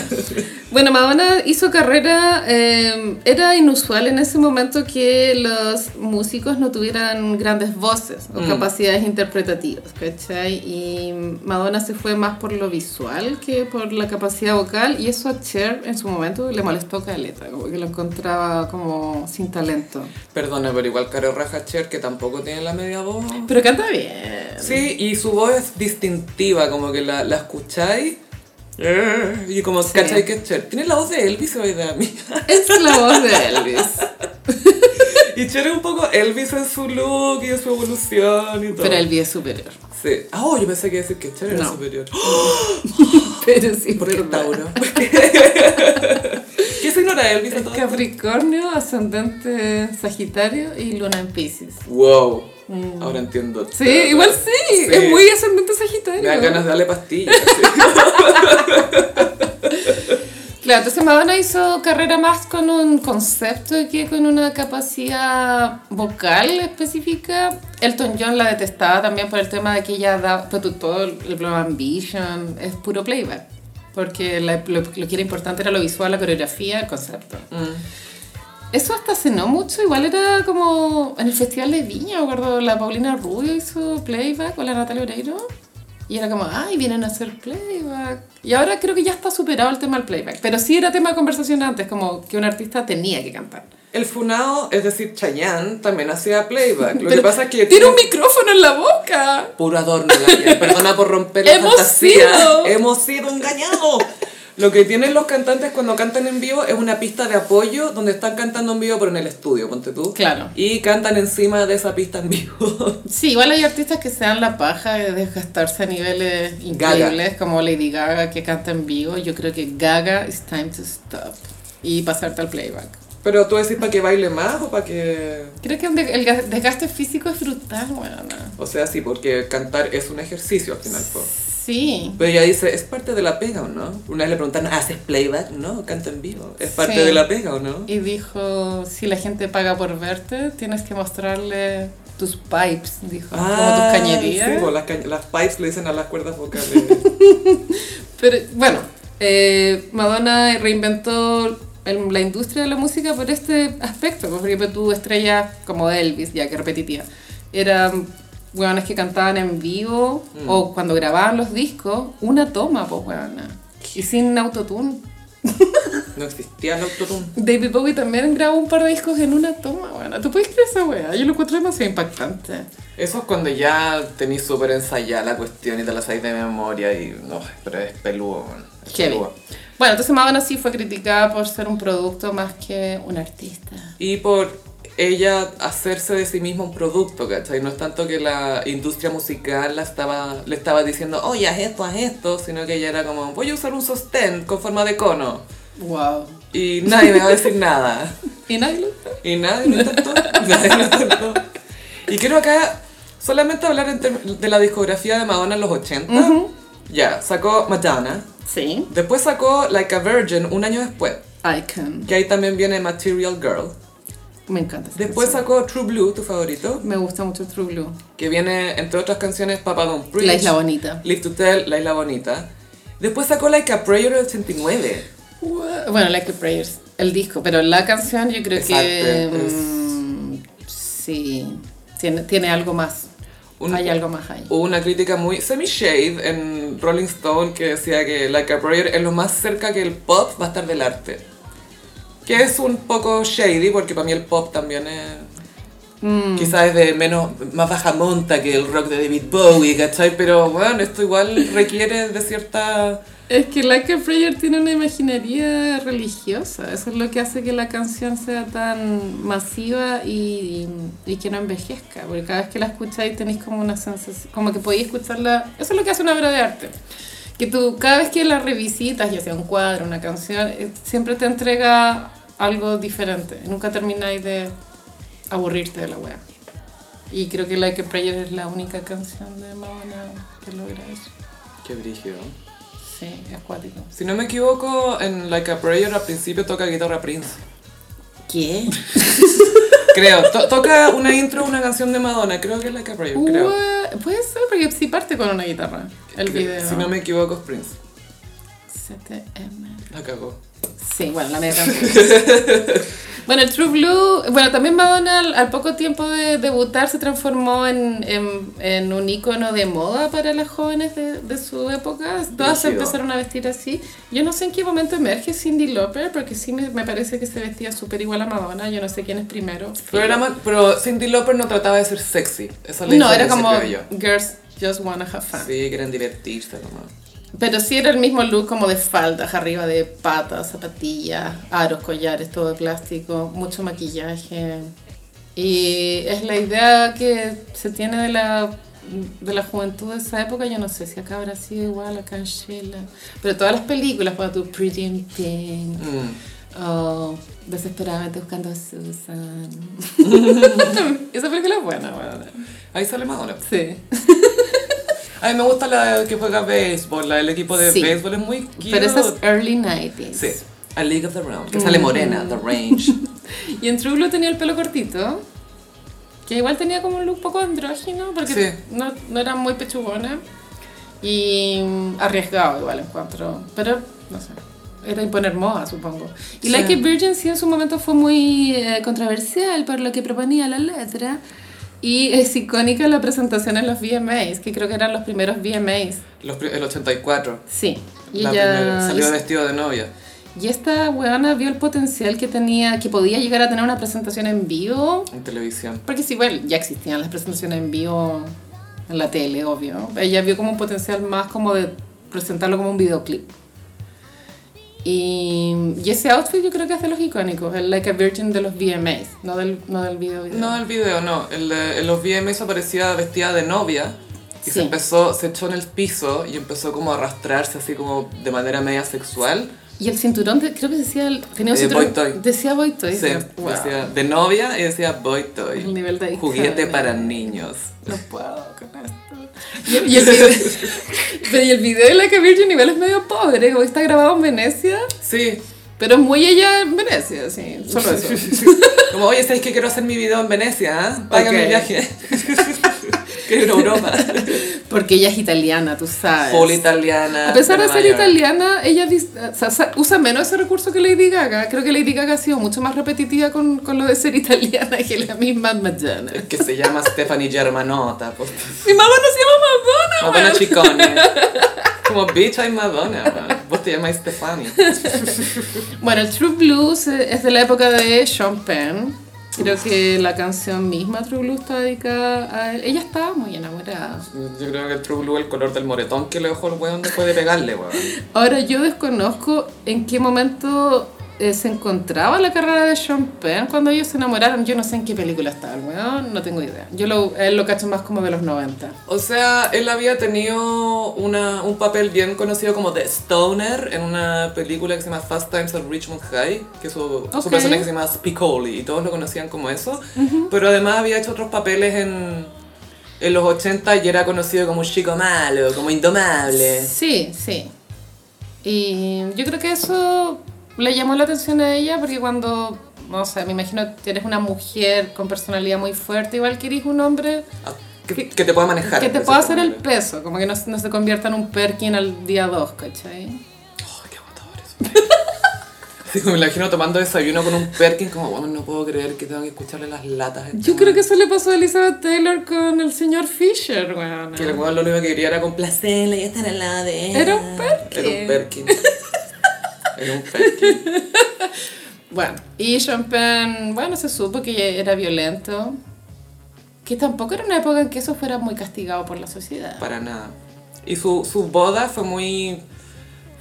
B: Bueno, Madonna hizo carrera. eh, era inusual en ese momento que los músicos no tuvieran grandes voces o capacidades interpretativas, ¿cachai? Y Madonna se fue más por lo visual que por la capacidad vocal, y eso a Cher en su momento le molestó caleta, como que lo encontraba como sin talento.
A: Perdona, pero igual Caro Raja Cher, que tampoco tiene la media voz.
B: Pero canta bien.
A: Sí, y su voz es distintiva, como que la, la escucháis. eh, Y como, ¿cachai que es Cher? Tiene la voz de Elvis o de mí.
B: Es la voz de Elvis.
A: [LAUGHS] Y Cher es un poco Elvis en su look y en su evolución y todo.
B: Pero Elvis es superior.
A: Sí. Ah, oh, yo pensé que iba a decir que Cher era
B: No.
A: superior.
B: Pero sí,
A: ¿Por qué
B: verdad.
A: Tauro? [LAUGHS] ¿Qué signo Capricornio era Elvis a
B: Es
A: todo esto.
B: Capricornio, ascendente Sagitario y Luna en Pisces.
A: Wow. Ahora entiendo.
B: Mm. Sí,
A: todo.
B: igual sí,
A: Sí.
B: es muy ascendente
A: Me
B: Sagitario.
A: dan ganas de darle
B: [LAUGHS]
A: pastillas. sí.
B: Claro, entonces Madonna hizo carrera más con un concepto que con una capacidad vocal específica. Elton John la detestaba también por el tema de que ella da pues, tú, todo el programa Ambition, es puro playback. Porque la- lo, lo que era importante era lo visual, la coreografía, el concepto. Eso hasta hace no mucho, igual era como en el Festival de Viña, me acuerdo, la Paulina Rubio hizo playback con la Natalia Oreiro. Y era como, ay, vienen a hacer playback. Y ahora creo que ya está superado el tema del playback. Pero sí era tema de conversación antes, como que un artista tenía que cantar.
A: El funao, es decir, Chayanne, también hacía playback. Lo
B: Pero
A: que pasa es que...
B: ¡Tiene un micrófono en la boca!
A: Puro adorno, Laia. Perdona por romper la
B: [LAUGHS] Hemos
A: fantasía.
B: sido.
A: Hemos sido engañados. Lo que tienen los cantantes cuando cantan en vivo es una pista de apoyo donde están cantando en vivo, pero en el estudio, ponte tú.
B: Claro.
A: Y cantan encima de esa pista en vivo. [LAUGHS]
B: Sí, igual hay artistas que se dan la paja de desgastarse a niveles
A: Gaga.
B: increíbles, como Lady Gaga que canta en vivo. Yo creo que Gaga, it's time to stop. Y pasarte al playback.
A: Pero tú decís para que baile más o para que...
B: Creo que un de- el gas- desgaste físico es brutal, weón.
A: O sea, sí, porque cantar es un ejercicio al final. po.
B: Sí.
A: Pero ella dice, ¿es parte de la pega o no? Una vez le preguntaron, ¿haces playback? No, canta en vivo. ¿Es parte
B: Sí.
A: de la pega o no?
B: Y dijo, si la gente paga por verte, tienes que mostrarle tus pipes, dijo, como tus cañerías.
A: Ah, Sí, po, las, cañ- las pipes le dicen a las cuerdas vocales.
B: Pero bueno, eh, Madonna reinventó el- la industria de la música por este aspecto, pues, porque tuvo estrellas como Elvis, ya que repetitiva, eran hueones que cantaban en vivo o cuando grababan los discos, una toma, pues hueona, y sin autotune.
A: No existía el autotune.
B: David Bowie también grabó un par de discos en una toma, bueno, ¿tú puedes creer esa weá? Yo lo encuentro demasiado impactante.
A: Eso es cuando ya tenéis súper ensayada la cuestión y te la sabéis de memoria y no, pero es peludo, man. Es
B: Heavy.
A: peludo.
B: Bueno, entonces Madonna sí fue criticada por ser un producto más que un artista.
A: Y por ella hacerse de sí misma un producto, ¿cachai? No es tanto que la industria musical la estaba, le estaba diciendo, oye, haz esto, haz esto, sino que ella era como, voy a usar un sostén con forma de cono
B: Wow.
A: y nadie me va a decir nada.
B: ¿Y nadie lo-
A: Y nadie lo intentó. [LAUGHS] nadie lo intentó. Y quiero acá solamente hablar en term- de la discografía de Madonna en los 80. Ya, sacó Madonna.
B: Sí.
A: Después sacó Like a Virgin un año después,
B: Icon.
A: que ahí también viene Material Girl.
B: Me encanta. esa
A: Después
B: canción.
A: sacó True Blue, tu favorito,
B: Me gusta mucho True Blue.
A: que viene entre otras canciones Papa Don't Preach,
B: La Isla Bonita.
A: Live to Tell, La Isla Bonita. Después sacó Like a Prayer del 89.
B: Bueno, Like the Prayers. El disco, pero la canción yo creo que...
A: Exacto, es-
B: mm, sí. Tiene, tiene algo más.
A: Un-
B: Hay algo más ahí.
A: Hubo una crítica muy semi-shade en Rolling Stone que decía que Like a Prayer es lo más cerca que el pop va a estar del arte. Que es un poco shady porque para mí el pop también es...
B: Mm.
A: Quizás es de menos, más baja monta que el rock de David Bowie, ¿cachai? Pero bueno, esto igual requiere de cierta...
B: Es que Like a Prayer tiene una imaginaría religiosa. Eso es lo que hace que la canción sea tan masiva y, y que no envejezca. Porque cada vez que la escucháis tenéis como una sensación, como que podéis escucharla. Eso es lo que hace una obra de arte. Que tú, cada vez que la revisitas, ya sea un cuadro, una canción, eh, siempre te entrega algo diferente. Nunca termináis de aburrirte de la wea. Y creo que Like a Prayer es la única canción de Madonna que logra eso.
A: Qué brígido.
B: Sí, es acuático.
A: Si no me equivoco, en Like a Prayer al principio toca guitarra Prince.
B: ¿Qué?
A: Creo. To- toca una intro, una canción de Madonna. Creo que es Like a Prayer, creo.
B: Puede ser, porque sí parte con una guitarra. El
A: Creo-
B: video.
A: Si no me equivoco es Prince.
B: 7M.
A: La cagó.
B: Sí, bueno, la media canción. [LAUGHS] bueno, el True Blue. Bueno, también Madonna al, al poco tiempo de debutar se transformó en, en- en un icono de moda para las jóvenes de, de su época. Todas se
A: Brígido.
B: empezaron a vestir así. Yo no sé en qué momento emerge Cindy Lauper, porque sí me, me parece que se vestía súper igual a Madonna. Yo no sé quién es primero.
A: Pero, era más- pero Cindy Lauper no trataba de ser sexy. Esa es la
B: no, era
A: diferencia,
B: como
A: creo yo.
B: Girls Just Wanna Have Fun.
A: Sí, quieren divertirse nomás.
B: Pero sí era el mismo look como de faldas, arriba de patas, zapatillas, aros, collares, todo de plástico, mucho maquillaje. Y es la idea que se tiene de la, de la juventud de esa época, yo no sé si acá pues, habrá sido igual, acá en Chile. Pero todas las películas, para tu Pretty in Pink,
A: Mm.
B: Oh, desesperadamente buscando a Susan. [LAUGHS] Esa película es buena, bueno.
A: Ahí sale Madonna.
B: Sí.
A: A mí me gusta la que juega béisbol, la del equipo de
B: Sí.
A: béisbol es muy cute.
B: Pero esa es Mm. early 90s.
A: Sí, A League of the Round, que sale morena, The Range.
B: Y en True Blue tenía el pelo cortito. Que igual tenía como un look poco andrógino, porque
A: Sí.
B: no, no era muy pechugona. Y mm, arriesgado igual en cuanto. Pero, no sé. Era imponer moda, supongo. Y
A: Sí.
B: Like a Virgin sí en su momento fue muy eh, controversial por lo que proponía la letra. Y es icónica la presentación en los VMAs, que creo que eran los primeros VMAs.
A: [LAUGHS] Los pri- el 84.
B: Sí. Y
A: la
B: ella
A: primera, salió
B: hizo-
A: vestido de novia.
B: y esta weona vio el potencial que tenía, que podía llegar a tener una presentación en vivo.
A: En televisión.
B: Porque sí, bueno, ya existían las presentaciones en vivo en la tele, obvio. Ella vio como un potencial más como de presentarlo como un videoclip. Y, y ese outfit yo creo que es de los icónicos, el Like a Virgin de los VMAs, no del, no del video. video.
A: No, el video no. El, eh, en los VMAs aparecía vestida de novia. Y
B: Sí.
A: se empezó, se echó en el piso y empezó como a arrastrarse así como de manera media sexual.
B: Y el cinturón, de- creo que decía, el- tenía un
A: Eh,
B: cinturón,
A: boy toy.
B: decía Boy Toy.
A: Sí,
B: decía, wow,
A: decía de novia y decía boy
B: el
A: toy.
B: nivel de
A: Juguete
B: icónica.
A: para niños.
B: No puedo con esto. Y, y el video, pero y el video [LAUGHS] de la que Virgin igual es medio pobre, como que está grabado en Venecia,
A: Sí.
B: pero es muy ella en Venecia, sí, solo
A: [LAUGHS]
B: eso.
A: Como, oye, ¿sabes que quiero hacer mi video en Venecia? ¿eh? Paga
B: Ok.
A: mi [LAUGHS] viaje. quiero ir a Europa. [LAUGHS]
B: Porque ella es italiana, tú sabes.
A: Full italiana.
B: a pesar de
A: Nueva
B: ser
A: York.
B: italiana, ella dis- o sea, sa- usa menos ese recurso que Lady Gaga. Creo que Lady Gaga ha sido mucho más repetitiva con, con lo de ser italiana que la misma Madonna.
A: Que se llama Stephanie Germanota. Pues,
B: [LAUGHS] Mi mamá no se llama Madonna,
A: Madonna
B: weón.
A: Chicone. Como, bitch, I'm Madonna. man. Vos te llamas Stephanie.
B: Bueno, el True Blues eh, es de la época de Sean Penn. Creo que la canción misma, True Blues, está dedicada a él. Ella estaba muy enamorada.
A: Yo creo que el True Blue, el color del moretón que le dejó el weón después de pegarle, weón.
B: Ahora, yo desconozco en qué momento eh, se encontraba la carrera de Sean Penn cuando ellos se enamoraron. Yo no sé en qué película estaba el weón, no tengo idea. Yo lo, él lo cacho más como de los 90.
A: O sea, él había tenido una, un papel bien conocido como The Stoner en una película que se llama Fast Times at Richmond High, que su, su
B: Ok.
A: personaje se llama Spicoli y todos lo conocían como eso. Pero además había hecho otros papeles en, en los 80 y era conocido como un chico malo, como indomable.
B: Sí, sí. Y yo creo que eso le llamó la atención a ella porque cuando, no sé, me imagino que eres una mujer con personalidad muy fuerte, igual que eres un hombre
A: Ah, Que, que te pueda manejar.
B: que te
A: de
B: pueda
A: cierta
B: hacer el
A: manera.
B: peso, pues, como que no, se- no se convierta en un Perkin al día 2, ¿cachai?
A: Ay, qué agotador eso. [LAUGHS] Sí, me imagino tomando desayuno con un Perkin como, bueno, no puedo creer que tengo que escucharle las latas. a este
B: Yo
A: weón".
B: creo que eso le pasó a Elizabeth Taylor con el señor Fisher, weón.
A: Que el weón lo único que quería era complacerla y estar al lado de ella.
B: Era un Perkin.
A: Era un
B: [LAUGHS]
A: Perkin. Era un Perkin.
B: Bueno, y Sean Penn, bueno, se supo que era violento. Que tampoco era una época en que eso fuera muy castigado por la sociedad.
A: Para nada. Y su, su boda fue muy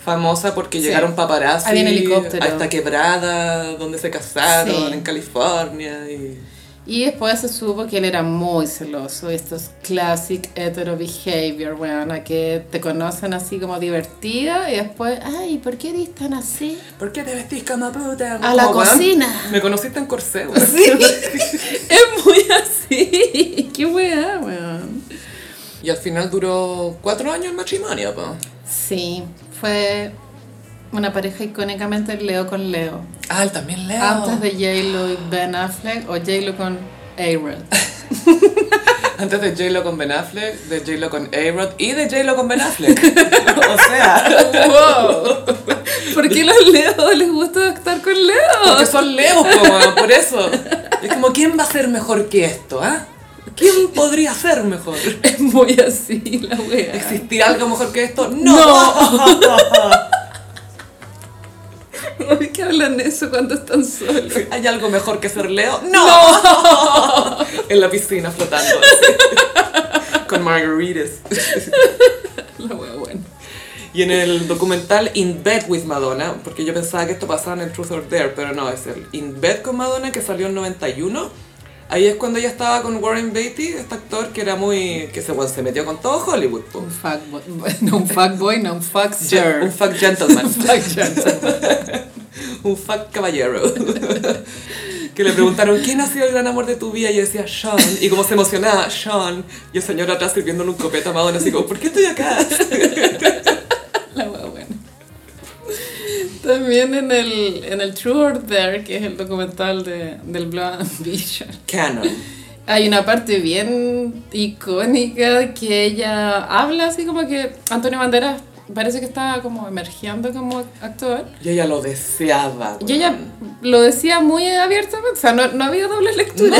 A: famosa porque
B: Sí.
A: llegaron paparazzi
B: Había en helicóptero.
A: a esta quebrada donde se casaron
B: Sí.
A: en California. Y...
B: Y después se supo que él era muy celoso, estos classic hetero behavior, weona, que te conocen así como divertida y después, ay, ¿por qué eres tan así?
A: ¿Por qué te vestís como puta?
B: A la
A: Como, weón,
B: cocina.
A: Me conociste en corsé,
B: [LAUGHS]
A: weón.
B: es muy así. [LAUGHS] qué weá, weón.
A: [LAUGHS] Y al final duró cuatro años el matrimonio, po.
B: Sí, fue una pareja icónicamente Leo con Leo.
A: Ah, él también Leo.
B: Antes de J-Lo y Ben Affleck o J-Lo con A-Rod.
A: Antes de J-Lo con Ben Affleck, de J-Lo con A-Rod y de J-Lo con Ben Affleck. [LAUGHS] o sea,
B: ¡Wow! ¿Por qué los Leos les gusta estar con Leo?
A: porque son leos, po, weón, por eso. Es como, ¿quién va a ser mejor que esto, ah? ¿Quién podría ser mejor?
B: Es muy así la wea.
A: ¿Existirá algo mejor que esto? ¡No!
B: ¡No! ¿Por qué hablan eso cuando están solos?
A: [LAUGHS] ¿Hay algo mejor que ser Leo? ¡No! en la piscina flotando. así, con margaritas.
B: La wea buena.
A: Y en el documental In Bed with Madonna, porque yo pensaba que esto pasaba en el Truth or Dare, pero no, es el In Bed con Madonna que salió en 91. Ahí es cuando ella estaba con Warren Beatty, este actor que era muy... que se, bueno, se metió con todo Hollywood. po.
B: Un fuckboy. No un fuckboy, no un
A: Gen- Un
B: fuckster.
A: fuck gentleman. [LAUGHS]
B: Un fuck gentleman.
A: un fuck caballero. [LAUGHS] que le preguntaron, ¿quién ha sido el gran amor de tu vida? Y yo decía, Sean. Y como se emocionaba, Sean. Y el señor atrás sirviéndole un copete a Madonna, así como, ¿por qué estoy acá?
B: La wea buena. También en el, en el True or Dare, que es el documental de, del Blonde Ambition,
A: Canon.
B: hay una parte bien icónica que ella habla así como que Antonio Banderas parece que está como emergiendo como actor.
A: Y ella lo deseaba.
B: Y ella lo decía muy abiertamente, o sea, no, no había doble lectura.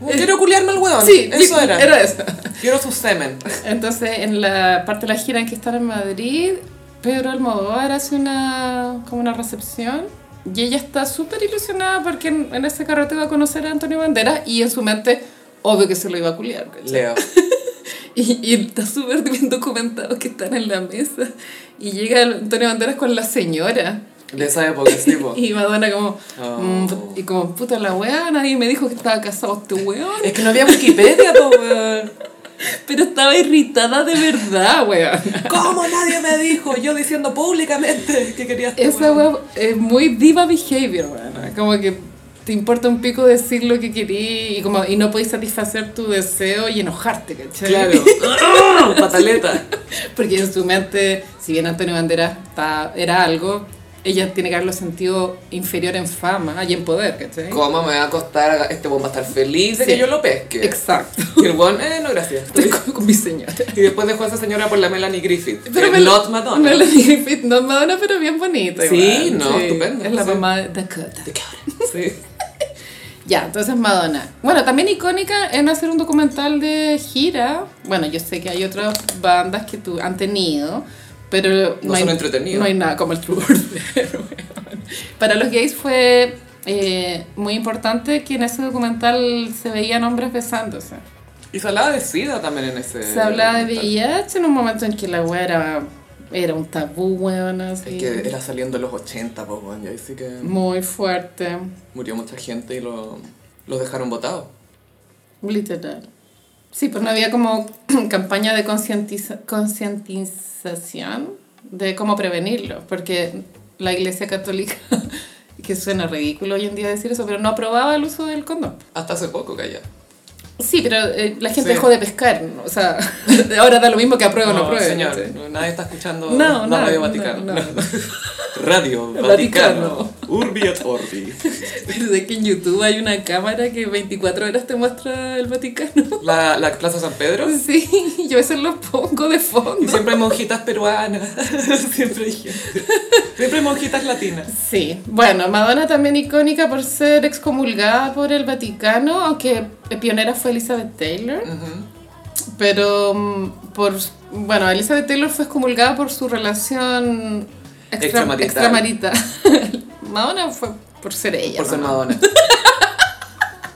A: No, quiero culiarme al hueón.
B: Sí,
A: eso era.
B: Era eso.
A: Quiero su semen.
B: Entonces, en la parte de la gira en que están en Madrid, Pedro Almodóvar hace una, como una recepción y ella está súper ilusionada porque en, en ese carrete va a conocer a Antonio Banderas y en su mente, obvio que se lo iba a culiar. ¿cachai?
A: [LAUGHS] Leo.
B: Y, y está súper bien documentado que están en la mesa y llega Antonio Banderas con la señora.
A: De esa época, sí, po.
B: Y Madonna como,
A: Oh.
B: mm, put- y como, puta la weá, nadie me dijo que estaba casado este weón,
A: Es que no había Wikipedia, po, weón.
B: pero estaba irritada de verdad, weón.
A: ¿Cómo nadie me dijo? Yo diciendo públicamente que quería este
B: Esa
A: hueón.
B: wea es muy diva behavior, weón. Como que te importa un pico decir lo que querís y, como, y no podés satisfacer tu deseo y enojarte, ¿cachai?
A: [LAUGHS] Claro. ¡Ah! Pataleta.
B: [LAUGHS] Porque en su mente, si bien Antonio Banderas está- era algo, ella tiene que haberlo sentido inferior en fama y en poder, ¿cachai?
A: ¿Cómo me va a costar? Este weón va a estar feliz de
B: Sí.
A: que yo lo pesque.
B: Exacto.
A: Y el weón, eh, no gracias.
B: Estoy con, con mi señora.
A: Y después dejó a esa señora por la Melanie Griffith. que
B: me-
A: Eh, not Madonna.
B: Melanie Griffith, no Madonna, pero bien bonita.
A: Sí,
B: igual.
A: no, estupendo,
B: Es la
A: sí.
B: mamá de Dakota.
A: Sí.
B: Ya, entonces Madonna. Bueno, también icónica en hacer un documental de gira. Bueno, yo sé que hay otras bandas que tú han tenido, pero
A: No
B: hay,
A: son entretenidos.
B: No hay nada como el True Order, weón. [LAUGHS] Para los gays fue eh, muy importante que en ese documental se veían hombres besándose.
A: Y se hablaba de SIDA también en ese.
B: Se hablaba
A: Eh,
B: de
A: documental.
B: VIH en un momento en que la wea era, era un tabú, weón, así.
A: Es que era saliendo en los 80, pues, weón. Y ahí sí que
B: Muy fuerte,
A: murió mucha gente y lo, los dejaron botados.
B: literal. Sí, pues no había como [CLEARS THROAT] campaña de concientiza- concientización de cómo prevenirlo, porque la Iglesia Católica, [LAUGHS] que suena ridículo hoy en día decir eso, pero no aprobaba el uso del condón.
A: Hasta hace poco, calla.
B: Sí, pero eh, la gente
A: Sí.
B: dejó de pescar, ¿no? o sea, [LAUGHS] ahora da lo mismo que apruebe o no apruebe.
A: señor.
B: ¿cachai?
A: Nadie está escuchando la
B: No, no,
A: Radio
B: no,
A: Vaticano.
B: no, no.
A: [LAUGHS] Radio
B: Vaticano.
A: Vaticano. Urbi et Orbi.
B: Pero es que en YouTube hay una cámara que 24 horas te muestra el
A: [LAUGHS]
B: Vaticano.
A: La, la Plaza San Pedro.
B: Sí, yo eso lo pongo de
A: Y
B: fondo.
A: siempre hay monjitas peruanas. [LAUGHS] siempre hay gente. Siempre hay monjitas latinas.
B: Sí, bueno, Madonna también icónica por ser excomulgada por el Vaticano, aunque pionera fue Elizabeth Taylor,
A: Ujú.
B: pero mm, por, bueno, Elizabeth Taylor fue excomulgada por su relación extra-
A: Extramarital.
B: extramarital. [LAUGHS] Madonna fue por ser ella,
A: Por ser
B: ¿no?
A: Madonna.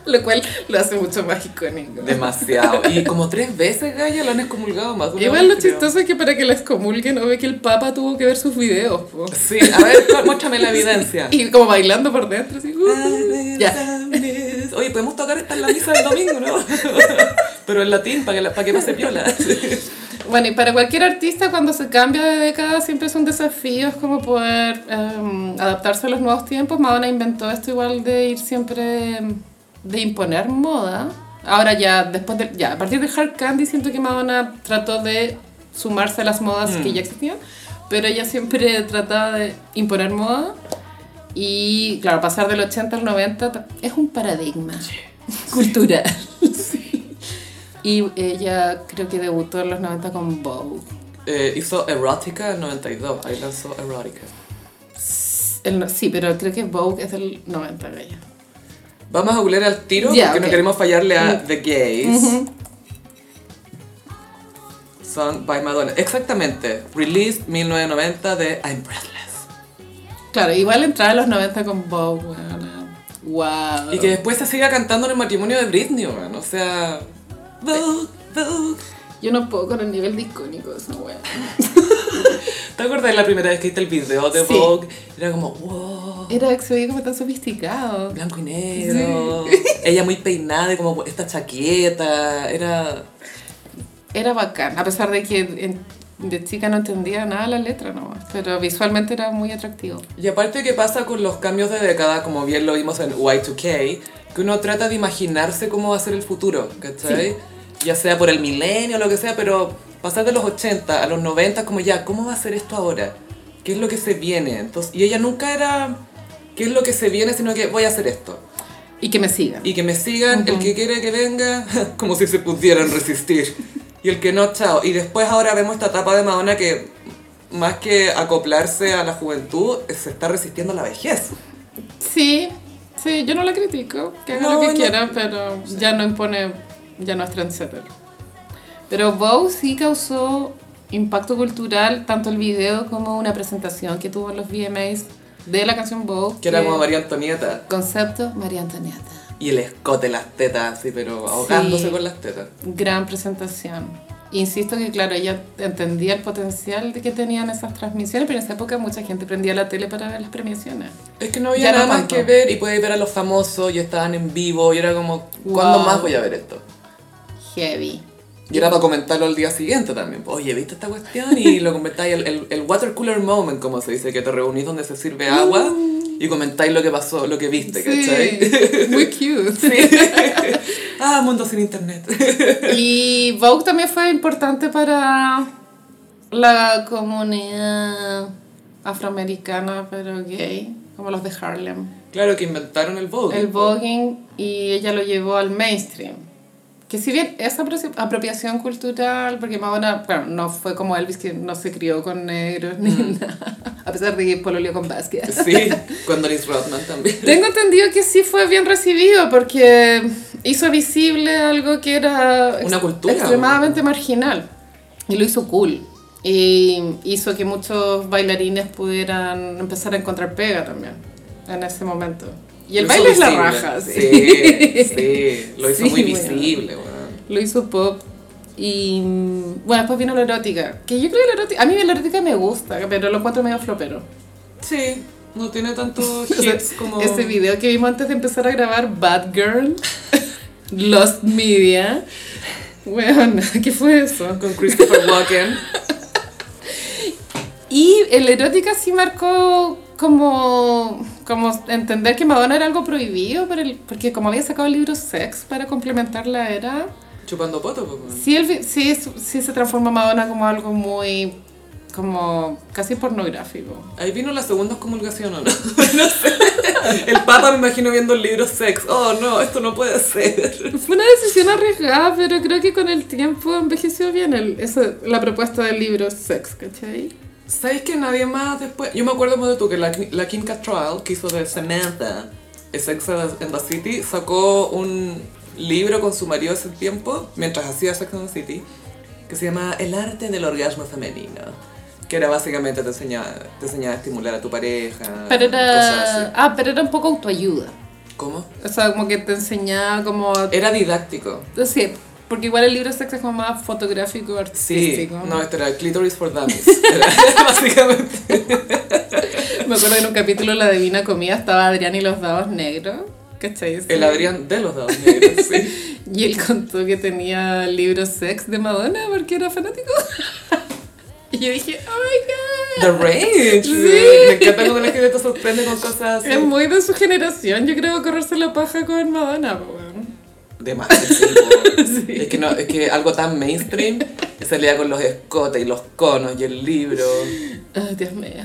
B: lo cual lo hace mucho más icónico.
A: [LAUGHS] Demasiado. Y como tres veces, Gaya, lo han excomulgado más. de una
B: Igual lo
A: vez, creo.
B: chistoso es que para que la excomulguen, obvio que el Papa tuvo que ver sus videos, po.
A: Sí, a ver, cu- muéstrame la evidencia.
B: Y como bailando por dentro, así. uh, ya.
A: Oye, podemos tocar esta en la misa del domingo, ¿no? [LAUGHS] Pero en latín, para que, la- para que pase
B: [LAUGHS]
A: piola.
B: Bueno, y para cualquier artista, cuando se cambia de década, siempre es un desafío, es como poder em, adaptarse a los nuevos tiempos. Madonna inventó esto igual de ir siempre em, de imponer moda. Ahora ya, después de, ya, a partir de Hard Candy, siento que Madonna trató de sumarse a las modas que ya existían, pero ella siempre [LAUGHS] trataba de imponer moda. Y claro, pasar del 80 al 90 ta- es un paradigma [LAUGHS] cultural. Y ella creo que debutó en los 90 con Vogue.
A: Eh, hizo Erotica en 92, ahí lanzó Erotica.
B: El no- sí, pero creo que Vogue es del 90, ella.
A: Vamos a googlear al tiro
B: Ya,
A: porque no
B: ok. Mm.
A: queremos fallarle a The Gays. Song by Madonna. Exactamente. Release 1990 de I'm Breathless.
B: Claro, igual entrar a los 90 con Vogue, weona. Wow.
A: Y que después se siga cantando en el matrimonio de Britney, weón. O sea. eh, Vogue, Vogue.
B: Yo no puedo con el nivel de icónico de esa wea.
A: ¿Te acuerdas de la primera vez que viste el video de
B: Sí.
A: Vogue? Era como, wow,
B: Era que se veía como tan sofisticado.
A: blanco y negro. [LAUGHS] Ella muy peinada y como esta chaqueta. Era.
B: Era bacán, a pesar de que en- de chica no entendía nada la letra nomás, pero visualmente era muy atractivo.
A: Y aparte que pasa con los cambios de década, como bien lo vimos en Y2K, que uno trata de imaginarse cómo va a ser el futuro, ¿cachai? Ya sea por el milenio o lo que sea, pero pasar de los 80 a los 90 como ya, ¿cómo va a ser esto ahora? ¿Qué es lo que se viene? Entonces, y ella nunca era, ¿qué es lo que se viene? Sino que voy a hacer esto.
B: Y que me sigan.
A: Y que me sigan, el que quiera que venga, [LAUGHS] como si se pudieran resistir. Y el que no, chao. Y después ahora vemos esta etapa de Madonna que, más que acoplarse a la juventud, se está resistiendo a la vejez.
B: Sí, sí, yo no la critico, que haga
A: No,
B: lo que
A: no.
B: quiera, pero ya no impone, ya no es trendsetter. Pero Bow sí causó impacto cultural, tanto el video como una presentación que tuvo en los VMAs de la canción Bow.
A: Que era como María Antonieta.
B: Concepto María Antonieta.
A: Y el escote, las tetas, sí, pero ahogándose
B: Sí.
A: con las tetas.
B: Gran presentación. Insisto que, claro, ella entendía el potencial de que tenían esas transmisiones, pero en esa época mucha gente prendía la tele para ver las premiaciones.
A: Es que no había
B: Ya no
A: nada más
B: tanto.
A: que ver y podía ver a los famosos y estaban en vivo y era como, ¿cuándo
B: Wow.
A: más voy a ver esto?
B: Heavy.
A: Y era para comentarlo al día siguiente también. Oye, ¿viste esta cuestión? Y lo comentáis, el, el, el water cooler moment, como se dice, que te reunís donde se sirve agua y comentáis lo que pasó, lo que viste, ¿cachai? [LAUGHS]
B: Sí, muy cute.
A: ah, mundo sin internet. [LAUGHS]
B: Y Vogue también fue importante para la comunidad afroamericana, pero gay, como los de Harlem.
A: claro que inventaron el Vogue.
B: El voguing y ella lo llevó al mainstream. Que si bien esa apro- apropiación cultural, porque Madonna, claro, no fue como Elvis que no se crió con negros ni nada, a pesar de que pololeó con Vázquez.
A: Sí, con Doris Rodman también.
B: Tengo entendido que sí fue bien recibido porque hizo visible algo que era
A: Una cultura.
B: extremadamente marginal y lo hizo cool. Y hizo que muchos bailarines pudieran empezar a encontrar pega también en ese momento. Y el
A: Lo hizo
B: baile es la
A: visible.
B: raja, sí.
A: Sí,
B: [LAUGHS]
A: sí, lo hizo
B: Sí,
A: muy
B: bueno.
A: visible, weón.
B: Lo hizo pop. Y mm, bueno, después vino la erótica. Que yo creo que la erótica, a mí la erótica me gusta, pero lo encuentro medio flopero.
A: Sí, no tiene [LAUGHS] tantos
B: O sea,
A: hits como...
B: Ese video que vimos antes de empezar a grabar Bad Girl, [LAUGHS] Lost Media. Bueno, [LAUGHS] ¿qué fue eso?
A: Con [LAUGHS] Christopher Walken.
B: Y el erótica sí marcó como, como entender que Madonna era algo prohibido, por el- porque como había sacado el libro Sex para complementar la era,
A: Chupando poto, pues, weón.
B: sí, el vi- sí, es- sí se transformó Madonna como algo muy, como casi pornográfico.
A: Ahí vino la segunda excomulgación, ¿o no? [LAUGHS] no sé. El Papa me imagino viendo el libro Sex. Oh, no, esto no puede ser.
B: Fue una decisión arriesgada, pero creo que con el tiempo envejeció bien el- esa- la propuesta del libro Sex, ¿cachai?
A: ¿Sabéis que nadie más después? Yo me acuerdo más de tú que la, la Kim Cattrall, que hizo de Samantha, eh, Sex and the City, sacó un libro con su marido ese tiempo, mientras hacía Sex and the City, que se llama El arte del orgasmo femenino. Que era básicamente te enseñaba, te enseñaba a estimular a tu pareja.
B: Pero
A: Ah, cosas
B: era,
A: así.
B: ah, pero era un poco autoayuda.
A: ¿Cómo?
B: O sea, como que te enseñaba como... eh,
A: Era didáctico.
B: Sí, porque igual el libro Sex es como más fotográfico,
A: Sí,
B: artístico.
A: no, esto era Clitoris for Dummies. [LAUGHS] Era, básicamente.
B: Me acuerdo que en un capítulo de La Divina Comida estaba Adrián y los dados negros, ¿cachai? Sí.
A: El Adrián de los dados negros, sí.
B: Y él contó que tenía el libro Sex de Madonna porque era fanático. [LAUGHS] y yo dije, oh my god.
A: The Range.
B: Sí.
A: Me encanta cuando la gente te sorprende con cosas
B: Es
A: así.
B: muy de su generación, yo creo, correrse la paja con Madonna, po, weón.
A: De más. que sí, po. Es, que no, es que algo tan mainstream que salía con los escotes y los conos y el libro.
B: Ay, Dios mío.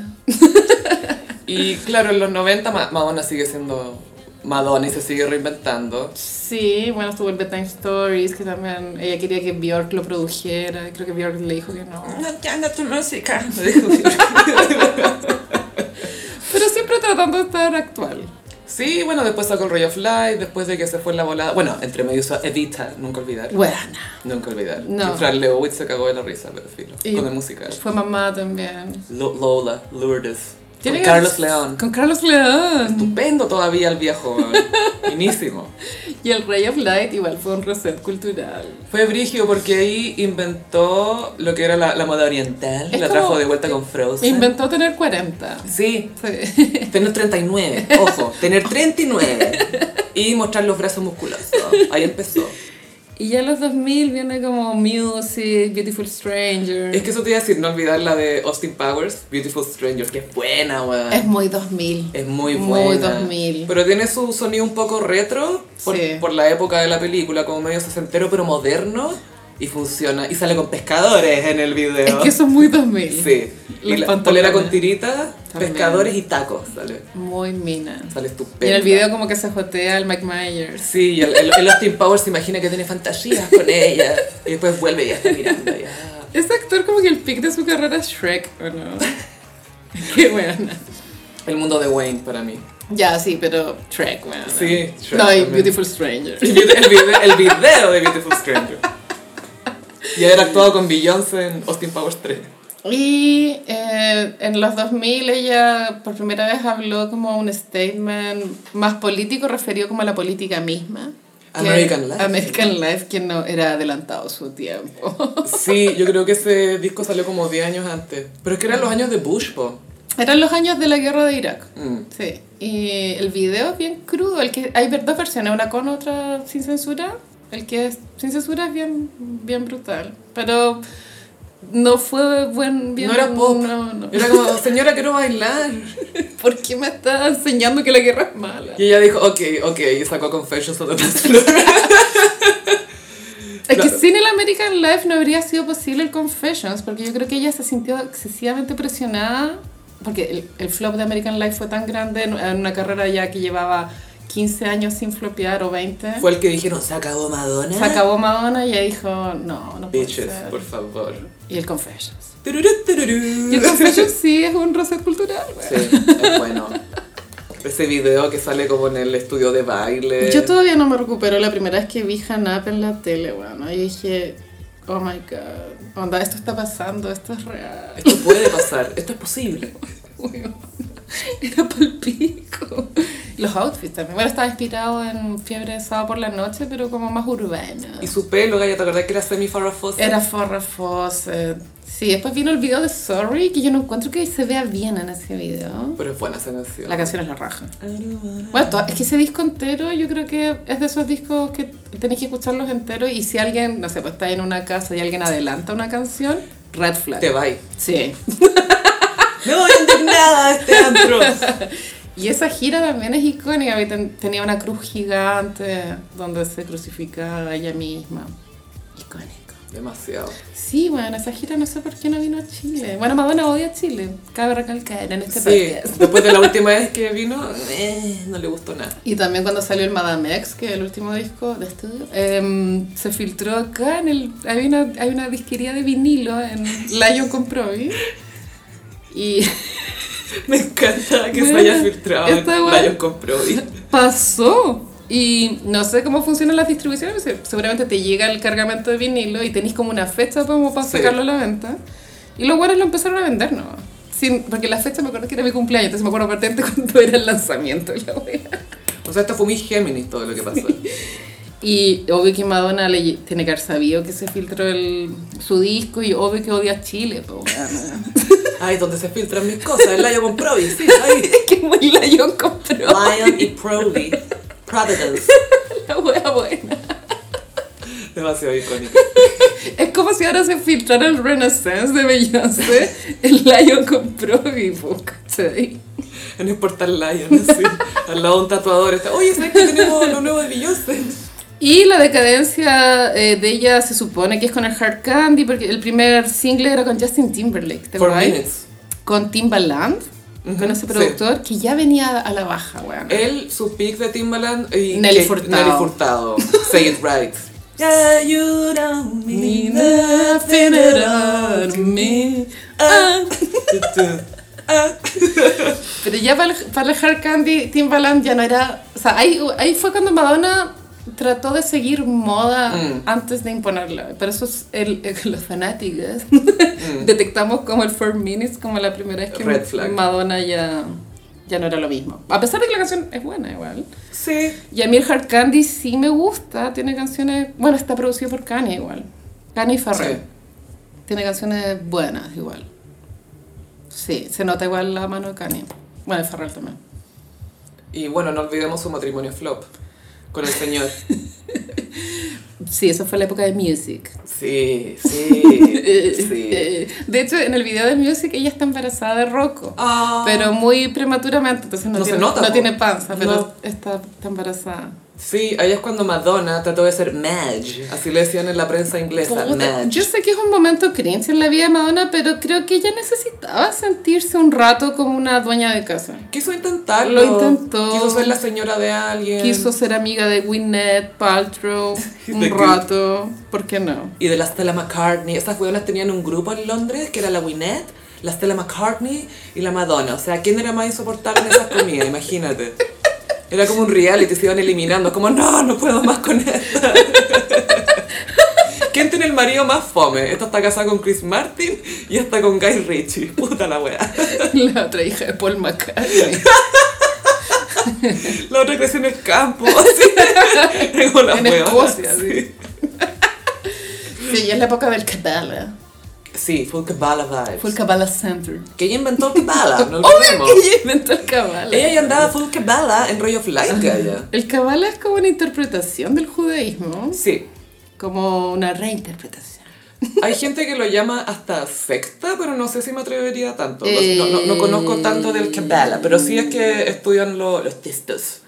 A: Y claro, en los 90 Ma- Madonna sigue siendo Madonna y se sigue reinventando.
B: Sí, bueno, estuvo el Bedtime Stories, que también ella quería que Bjork lo produjera, y creo que Bjork le dijo que no.
A: No te anda tu música. me dijo.
B: Pero siempre tratando de estar actual.
A: Sí, bueno, después sacó el Ray of Light, después de que se fue en la volada. Bueno, entre medio hizo Evita, nunca olvidar.
B: Buena.
A: Nunca olvidar.
B: No.
A: Y Fran Leowitz se cagó de la risa, pero filo.
B: Y-
A: Con el musical.
B: Fue mamá también.
A: Lo- Lola, Lourdes. Con
B: Tiene que-
A: Carlos León.
B: Con Carlos León.
A: Estupendo todavía el viejo.
B: [LAUGHS]
A: weón. Buenísimo.
B: Y el Ray of Light igual fue un reset cultural.
A: Fue Brigio porque ahí inventó lo que era la, la moda oriental.
B: Es
A: la
B: como-
A: trajo de vuelta con Frozen.
B: Inventó tener 40.
A: sí,
B: Sí.
A: tener 39. Ojo, tener 39. Y mostrar los brazos musculosos. Ahí empezó.
B: Y ya en los 2000 viene como Music, Beautiful Stranger.
A: Es que eso te iba a decir, no olvidar la de Austin Powers, Beautiful Stranger, que es buena, weón.
B: Es muy 2000.
A: Es muy buena.
B: Muy 2000.
A: Pero tiene su sonido un poco retro por,
B: Sí.
A: por la época de la película, como medio sesentero pero moderno. Y funciona. Y sale con pescadores en el video.
B: Es que eso es muy 2000.
A: Sí. Y
B: Los
A: la
B: pantalones.
A: polera con tiritas,
B: También.
A: pescadores y tacos. Sale,
B: Muy mina.
A: sale
B: Y
A: estupendo.
B: en el video como que se jotea al Mike Myers.
A: Sí, y el, el- el Austin Powers se imagina que tiene fantasías con ella. Y después vuelve y ya está mirando. y, ah.
B: Este actor como que el pic de su carrera es Shrek, ¿o no?
A: [LAUGHS]
B: Qué buena.
A: El mundo de Wayne para mí.
B: Ya, sí, pero Shrek, bueno.
A: Sí, Shrek
B: No, y
A: también.
B: Beautiful Stranger.
A: El vide- el video, el video de Beautiful Stranger. Y haber actuado con Beyoncé en Austin Powers 3.
B: Y eh, en los 2000 ella por primera vez habló como un statement más político referido como a la política misma. que
A: American Life.
B: American Life, que no era adelantado a su tiempo.
A: Sí, yo creo que ese disco salió como 10 años antes. Pero es que eran los años de Bush, po.
B: Eran los años de la guerra de Irak.
A: Mm.
B: Sí. Y el video es bien crudo. El que, hay ver- dos versiones, una con otra sin censura. El que es sin censura es bien, bien brutal. Pero no fue buen bien.
A: No era pop.
B: No, no. [LAUGHS]
A: Era como, señora, quiero bailar.
B: ¿Por qué me está enseñando que la guerra es mala?
A: Y ella dijo, ok, ok, y sacó Confessions of the Dance Floor.
B: Es que
A: Claro.
B: sin el American Life no habría sido posible el Confessions, porque yo creo que ella se sintió excesivamente presionada, porque el, el flop de American Life fue tan grande en, en una carrera ya que llevaba 15 años sin flopear o 20.
A: Fue el que dijeron, se acabó Madonna.
B: Se acabó Madonna y ella dijo, no, no puede
A: Bitches,
B: ser.
A: por favor.
B: Y el Confessions.
A: Tururú, tururú.
B: Y el Confessions sí es un roce cultural, güey.
A: Sí, es bueno. Ese video que sale como en el estudio de baile.
B: Yo todavía no me recupero la primera vez que vi Hanap en la tele, bueno, y dije, oh my god, onda, esto está pasando, esto es real.
A: Esto puede pasar, esto es posible.
B: Weón, [LAUGHS] Era palpico. Los outfits también. Bueno, estaba inspirado en Fiebre de Sábado por la Noche, pero como más urbana.
A: Y su pelo, Gaya, ¿te acordás que era semi Farrah Fawcett?
B: Era Farrah Fawcett. Sí, después vino el video de Sorry, que yo no encuentro que se vea bien en ese video.
A: Pero es buena esa canción.
B: La canción es la raja. Bueno, to- es que ese disco entero yo creo que es de esos discos que tenéis que escucharlos enteros y si alguien, no sé, pues está en una casa y alguien adelanta una canción, red flag.
A: Te bye. [LAUGHS]
B: Sí.
A: Me voy indignada de este antro.
B: Y esa gira también es icónica, porque ten- tenía una cruz gigante donde se crucificaba ella misma. Icónico.
A: Demasiado.
B: Sí, bueno, esa gira no sé por qué no vino a Chile. Bueno, Madonna odia Chile, cabe recalcar en este
A: Sí,
B: podcast.
A: después de la última vez que vino, eh, no le gustó nada.
B: Y también cuando salió el Madame X, que es el último disco de estudio, em, se filtró acá en el... Hay una, hay una disquería de vinilo en Lion Comprovi. Y
A: [LAUGHS]
B: [LAUGHS]
A: Me encanta que se
B: Bueno,
A: haya filtrado.
B: esta
A: en
B: guay-
A: Lion compró.
B: pasó. Y no sé cómo funcionan las distribuciones, se- seguramente te llega el cargamento de vinilo y tenés como una fecha como para
A: Sí.
B: sacarlo a la venta. Y los buenos lo empezaron a vender, ¿no? Sin, porque la fecha me acuerdo que era mi cumpleaños, entonces me acuerdo patente [LAUGHS] cuando era el lanzamiento de la wea.
A: O sea, esto fue muy Géminis todo lo que pasó.
B: Y obvio que Madonna le, tiene que haber sabido que se filtró el, su disco y obvio que odia Chile, po, weona. [LAUGHS]
A: Ay, donde se filtran mis cosas, el Lion con Provi, sí, ahí.
B: Es que muy la yo compró
A: Lion y Provi. Providence.
B: la [LAUGHS] wea buena.
A: Demasiado icónico.
B: Es como si ahora se filtrara el Renaissance de Beyoncé, [LAUGHS] el Lion compró mi ¿cachai?
A: En el portal Lion, así. Al lado de un tatuador está. Oye, ¿sabes que tenemos lo nuevo de Beyoncé?
B: Y la decadencia eh, de ella se supone que es con el Hard Candy, porque el primer single era con Justin Timberlake, ¿te
A: Four
B: acordáis?
A: Minutes.
B: Con Timbaland, con ese
A: sí.
B: productor que ya venía a la baja, weón.
A: Él, su pick de Timbaland y
B: Nelly
A: que-
B: Furtado.
A: Nelly
B: [LAUGHS]
A: Furtado. Say it right. Yeah, you don't
B: mean nothing at all to me. Ah. [LAUGHS] Pero ya para, el- para el Hard Candy, Timbaland ya no era... O sea, ahí, ahí fue cuando Madonna trató de seguir moda
A: Mm.
B: antes de imponerla. Pero eso es el, el- los
A: [LAUGHS]
B: fanáticos. [LAUGHS] Detectamos como el 4 Minutes, como la primera vez que
A: Red flag.
B: Madonna ya, ya no era lo mismo. A pesar de que la canción es buena igual.
A: Sí.
B: Y a mí el Hard Candy sí me gusta. Tiene canciones... Bueno, está producido por Kanye igual. Kanye y Farrell.
A: Sí.
B: Tiene canciones buenas igual. Sí, se nota igual la mano de Kanye. Bueno, el Farrell también. [LAUGHS]
A: Y bueno, no olvidemos su matrimonio flop con el señor.
B: Sí, eso fue la época de Music.
A: Sí, sí, sí.
B: [LAUGHS] Eh, De hecho, en el video de Music ella está embarazada de Rocco,
A: Ah.
B: pero muy prematuramente, entonces no,
A: No se
B: tiene,
A: nota,
B: no
A: po.
B: tiene panza, pero
A: No.
B: está, está embarazada.
A: Sí, ahí es cuando Madonna trató de ser Madge, así le decían en la prensa inglesa,
B: Puta,
A: Madge.
B: yo sé que es un momento cringe en la vida de Madonna, pero creo que ella necesitaba sentirse un rato como una dueña de casa.
A: Quiso intentarlo.
B: Lo intentó.
A: Quiso ser la señora de alguien.
B: Quiso ser amiga de Gwyneth Paltrow
A: [LAUGHS]
B: un
A: De Gwyn-
B: rato, ¿por
A: [LAUGHS]
B: qué no?
A: Y de la Stella McCartney. Estas weonas tenían un grupo en Londres que era la Winnet, la Stella McCartney y la Madonna. O sea, ¿quién era más insoportable en esas comidas? Imagínate. Era como un reality, se iban eliminando. Como, no, no puedo más con esto. [LAUGHS] ¿Quién tiene el marido más fome? Esta está casada con Chris Martin y esta con Guy Ritchie. Puta la wea.
B: La otra hija de Paul McCartney.
A: La otra creció en el campo. [LAUGHS] Así. Es como la
B: En
A: weona,
B: Escocia,
A: sí.
B: Sí, ya es la época del Kabbalah.
A: Sí, full Kabbalah vibes.
B: Fue el Kabbalah Center.
A: Que ella inventó el Kabbalah, Ah,
B: [LAUGHS]
A: no
B: Obvio
A: olvidemos.
B: que ella inventó el Kabbalah.
A: Ella ya andaba full Kabbalah en Ray of Light, Gaia.
B: El Kabbalah es como una interpretación del judaísmo,
A: Sí.
B: como una reinterpretación.
A: Hay gente que lo llama hasta secta, pero no sé si me atrevería tanto. No-
B: Eh.
A: No, no, no conozco tanto del Kabbalah, pero sí es que estudian lo- los textos.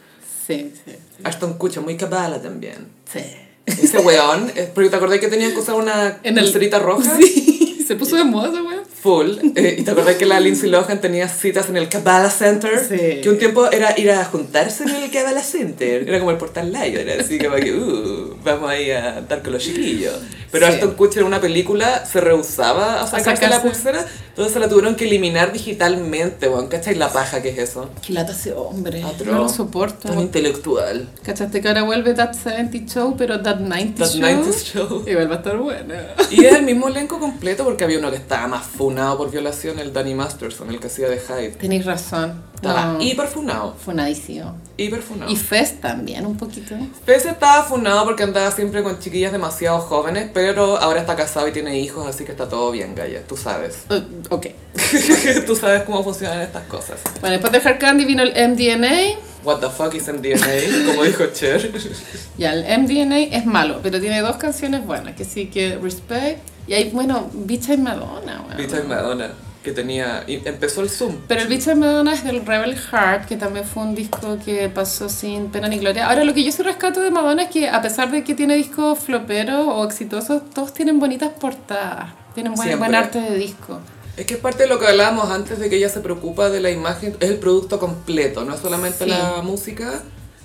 B: Sí, sí,
A: Ashton Kutcher, muy Kabbalah también.
B: sí.
A: Ese weón, eh, porque te acordás que tenían que usar una
B: En el-
A: pulserita roja.
B: Sí, [LAUGHS] se puso de moda esa weá.
A: Full. Eh, y te acordás que la Lindsay Lohan tenía citas en el Kabbalah Center.
B: Sí.
A: Que un tiempo era ir a juntarse en el Kabbalah Center. Era como el portal live, era así como que, uh, vamos ahí a andar con los chiquillos. Pero
B: Sí.
A: Ashton Kutcher en una película se rehusaba a sacarse, la
B: sacarse.
A: pulsera, entonces se la tuvieron que eliminar digitalmente, weón. ¿Cachai la paja que es eso?
B: Quilata ese hombre.
A: Atro.
B: No lo
A: Tan
B: soporto.
A: intelectual.
B: ¿Cachaste que ahora vuelve That 70 Show, pero That 90
A: That
B: Show?
A: 90s show.
B: Igual va a estar bueno.
A: [LAUGHS] Y era el mismo elenco completo porque había uno que estaba más funado por violación, el Danny Masterson, el que hacía de Hyde.
B: Tenéis razón.
A: Estaba
B: No.
A: hiper funado,
B: Funadísimo.
A: hiper funado.
B: Y Fez también, un poquito.
A: Pese estaba funado porque andaba siempre con chiquillas demasiado jóvenes, pero ahora está casado y tiene hijos, así que está todo bien, Gaya. Tú sabes.
B: Eh, ok.
A: [LAUGHS] Tú sabes cómo funcionan estas cosas.
B: Bueno, después de Hard Candy vino el MDNA.
A: What the fuck is MDNA, como dijo [LAUGHS] Cher.
B: Ya, el MDNA es malo, pero tiene dos canciones buenas, que sí que Respect. Y hay, bueno, Bicha y Madonna. weón.
A: Bicha y Madonna, que tenía... y empezó el Zoom.
B: Pero el bicho de Madonna es del Rebel Heart, que también fue un disco que pasó sin pena ni gloria. Ahora, lo que yo sí rescato de Madonna es que, a pesar de que tiene discos floperos o exitosos, todos tienen bonitas portadas. Tienen buen,
A: Siempre.
B: buen arte de disco.
A: Es que es parte de lo que hablábamos antes de que ella se preocupa de la imagen, es el producto completo, no es solamente
B: Sí.
A: la música.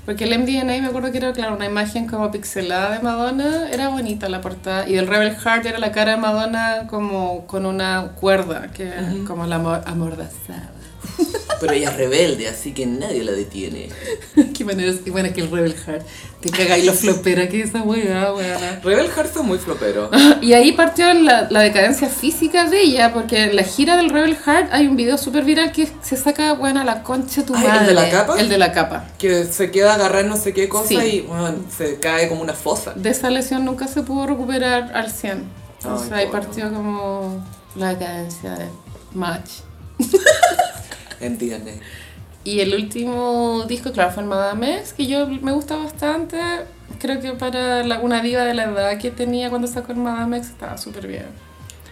B: Porque el MDNA, me acuerdo que era, claro, una imagen como pixelada de Madonna, era bonita la portada. Y del Rebel Heart era la cara de Madonna como con una cuerda, que como la amor- amordazada. [LAUGHS]
A: Pero ella es rebelde, así que nadie la detiene.
B: Qué manera, y bueno, que el Rebel Heart, te cagáis lo flopera que es esa weá, weá.
A: Rebel Heart fue muy flopero.
B: [LAUGHS] Y ahí partió la, la decadencia física de ella, porque en la gira del Rebel Heart hay un video súper viral que se saca, bueno, a la concha de tu
A: Ay, Ah, ¿el
B: madre.
A: de la capa?
B: El de la capa.
A: Que se queda agarrar no sé qué cosa
B: Sí.
A: y bueno, se cae como una fosa.
B: De esa lesión nunca se pudo recuperar al 100. Entonces
A: Ay,
B: ahí
A: pobre.
B: partió como la decadencia de Match.
A: Entiende.
B: Y el último disco, claro, fue el Madame X, que yo me gusta bastante. Creo que para la- una diva de la edad que tenía cuando sacó el Madame X estaba súper bien.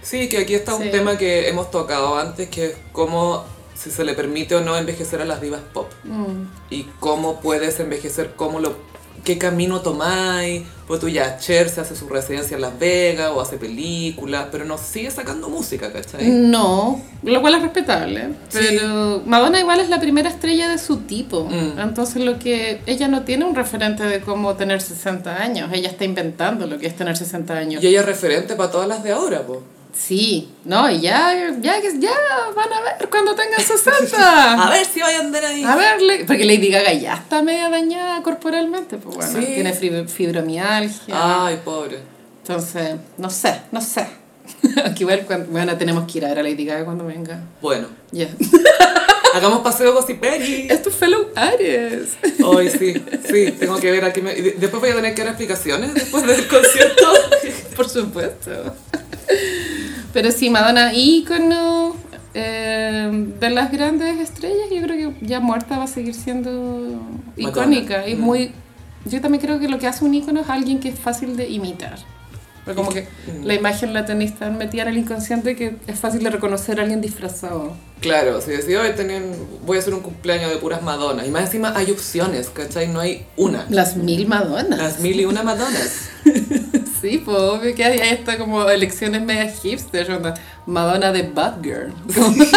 A: Sí, que aquí está un
B: Sí.
A: tema que hemos tocado antes, que es cómo si se le permite o no envejecer a las divas pop.
B: Mm.
A: Y cómo puedes envejecer, cómo lo, qué camino tomáis. Pues tú ya, Cher se hace su residencia en Las Vegas o hace películas, pero nos sigue sacando música,
B: Mm.
A: ¿cachai?
B: No, lo cual es respetable. Pero Madonna igual es la primera estrella de su tipo.
A: Mm.
B: Entonces lo que ella no tiene un referente de cómo tener 60 años. Ella está inventando lo que es tener 60 años.
A: Y ella es referente para todas las de ahora, pues.
B: Sí, no, y ya, ya, que- ya van a ver cuando tengan
A: A [LAUGHS]
B: 60.
A: ver si vayan a andar ahí.
B: Ah. A ver, le- porque Lady Gaga ya está media dañada corporalmente, pues bueno,
A: Sí. Ah.
B: tiene fibro- fibromialgia.
A: Ay, pobre.
B: Entonces, no sé, no sé. [LAUGHS] Aunque igual, cuan- bueno, tenemos que ir a ver a Lady Gaga cuando venga.
A: Bueno,
B: Ya.
A: hagamos paseo gossiperi.
B: Es tu fellow Aries.
A: Hoy sí, sí, tengo que ver aquí. Me... de- Después voy a tener que dar explicaciones después del concierto.
B: [LAUGHS] Por supuesto. Pero sí, Madonna, ícono eh, de las grandes estrellas, yo creo que ya muerta va a seguir siendo icónica.
A: Madonna.
B: Es
A: Mm.
B: muy Yo también creo que lo que hace un ícono es alguien que es fácil de imitar. Pero como que
A: Mm.
B: la imagen la tenéis tan metida en el inconsciente que es fácil de reconocer a alguien disfrazado.
A: Claro, si decís, hoy voy a hacer un cumpleaños de puras Madonas. Y más encima hay opciones, ¿cachai? No hay una.
B: Las mil Madonas.
A: Las mil y una Madonas.
B: [LAUGHS] Sí, pues obvio que hay esta como elecciones media hipster, onda, Madonna de Bad Girl. Como-
A: A mí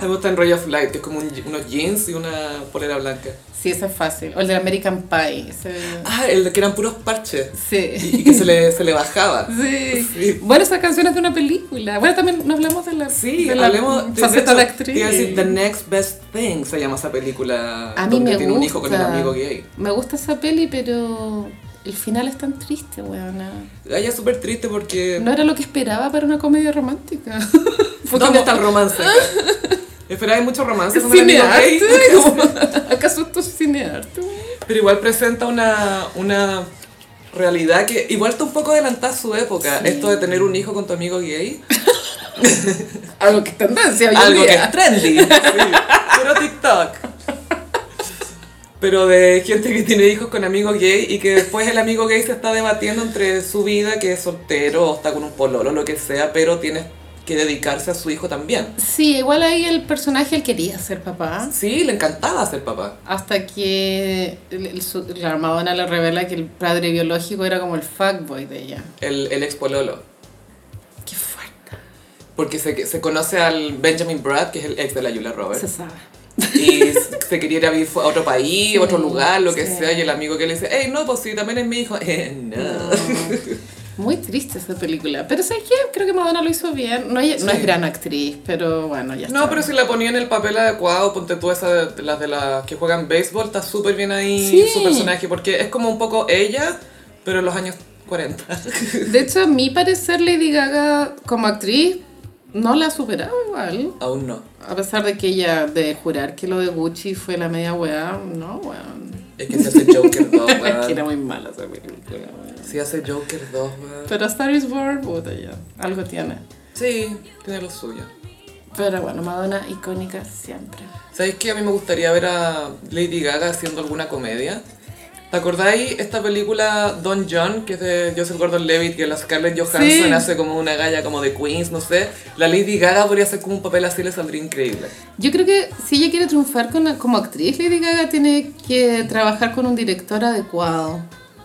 A: Me gusta en Ray of Light, que es como un- unos jeans y una polera blanca.
B: Sí, ese es fácil. O el de American Pie. ese-
A: Ah, el de que eran puros parches.
B: Sí.
A: Y y que se le, se le bajaba.
B: Sí.
A: Sí.
B: Bueno, esa canción es de una película. Bueno, también nos hablamos de la,
A: Sí,
B: de la
A: hablemos de
B: faceta
A: hecho,
B: de
A: te iba a decir,
B: actriz.
A: The Next Best Thing se llama esa película.
B: A mí
A: donde
B: me
A: tiene un hijo con el
B: gusta.
A: amigo gay.
B: Me gusta esa peli, pero el final es tan triste, weona.
A: Ah, Ella es súper triste porque.
B: No era lo que esperaba para una comedia romántica. [LAUGHS] Fue
A: ¿Dónde
B: como,
A: está el romance? [LAUGHS] Esperaba mucho romance con el amigo gay. [LAUGHS]
B: ¿Cinearte? [LAUGHS] Como, ¿Acaso esto es cinearte?
A: Pero igual presenta una, una realidad que igual está un poco adelantada a su época. Esto de tener un hijo con tu amigo gay.
B: Algo que es tendencia hoy en
A: Algo que
B: día.
A: es
B: [LAUGHS]
A: trendy. Sí, puro TikTok. Pero de gente que tiene hijos con amigos gay y que después el amigo gay se está debatiendo entre su vida, que es soltero o está con un pololo, lo que sea, pero tiene que dedicarse a su hijo también.
B: Sí, igual ahí el personaje él quería ser papá.
A: Sí, le encantaba ser papá.
B: Hasta que el- el su- la Madonna le revela que el padre biológico era como el fuckboy de ella.
A: El, el ex pololo.
B: Qué fuerte.
A: Porque se, se conoce al Benjamin Brad, que es el ex de la Julia Roberts.
B: Se sabe.
A: y se quería ir a vivir fu- a otro país, a otro
B: Sí,
A: lugar, lo que
B: sí.
A: sea, y el amigo que le dice, hey, no, pues sí, también es mi hijo. [LAUGHS] Eh, no.
B: Muy triste esa película. Pero ¿sabes qué? Creo que Madonna lo hizo bien. No, ella- no
A: Sí.
B: es gran actriz, pero bueno,
A: [LAUGHS]
B: ya
A: No,
B: está.
A: pero si la ponía en el papel adecuado, ponte tú esa de, las de las que juegan béisbol, está súper bien ahí
B: Sí.
A: su personaje, porque es como un poco ella, pero en los años 40.
B: De hecho, a mi parecer, Lady Gaga como actriz no la ha superado igual.
A: [LAUGHS] Aún no.
B: A pesar de que ella, de jurar que lo de Gucci fue la media weá, no, weón.
A: Es que se hace Joker 2,
B: [LAUGHS] Es que era
A: weón.
B: muy mala esa película, weón.
A: Sí, hace Joker 2, weón.
B: Pero Star is Born, puta ya, algo tiene.
A: Sí, tiene lo suyo.
B: Pero bueno, Madonna icónica siempre.
A: ¿Sabéis que a mí me gustaría ver a Lady Gaga haciendo alguna comedia? ¿Te acordáis esta película Don John, que es de Joseph Gordon-Levitt, que la Scarlett Johansson
B: Sí.
A: hace como una galla como de Queens, no sé? La Lady Gaga podría hacer como un papel así, le saldría increíble.
B: Yo creo que si ella quiere triunfar con- como actriz, Lady Gaga tiene que trabajar con un director adecuado.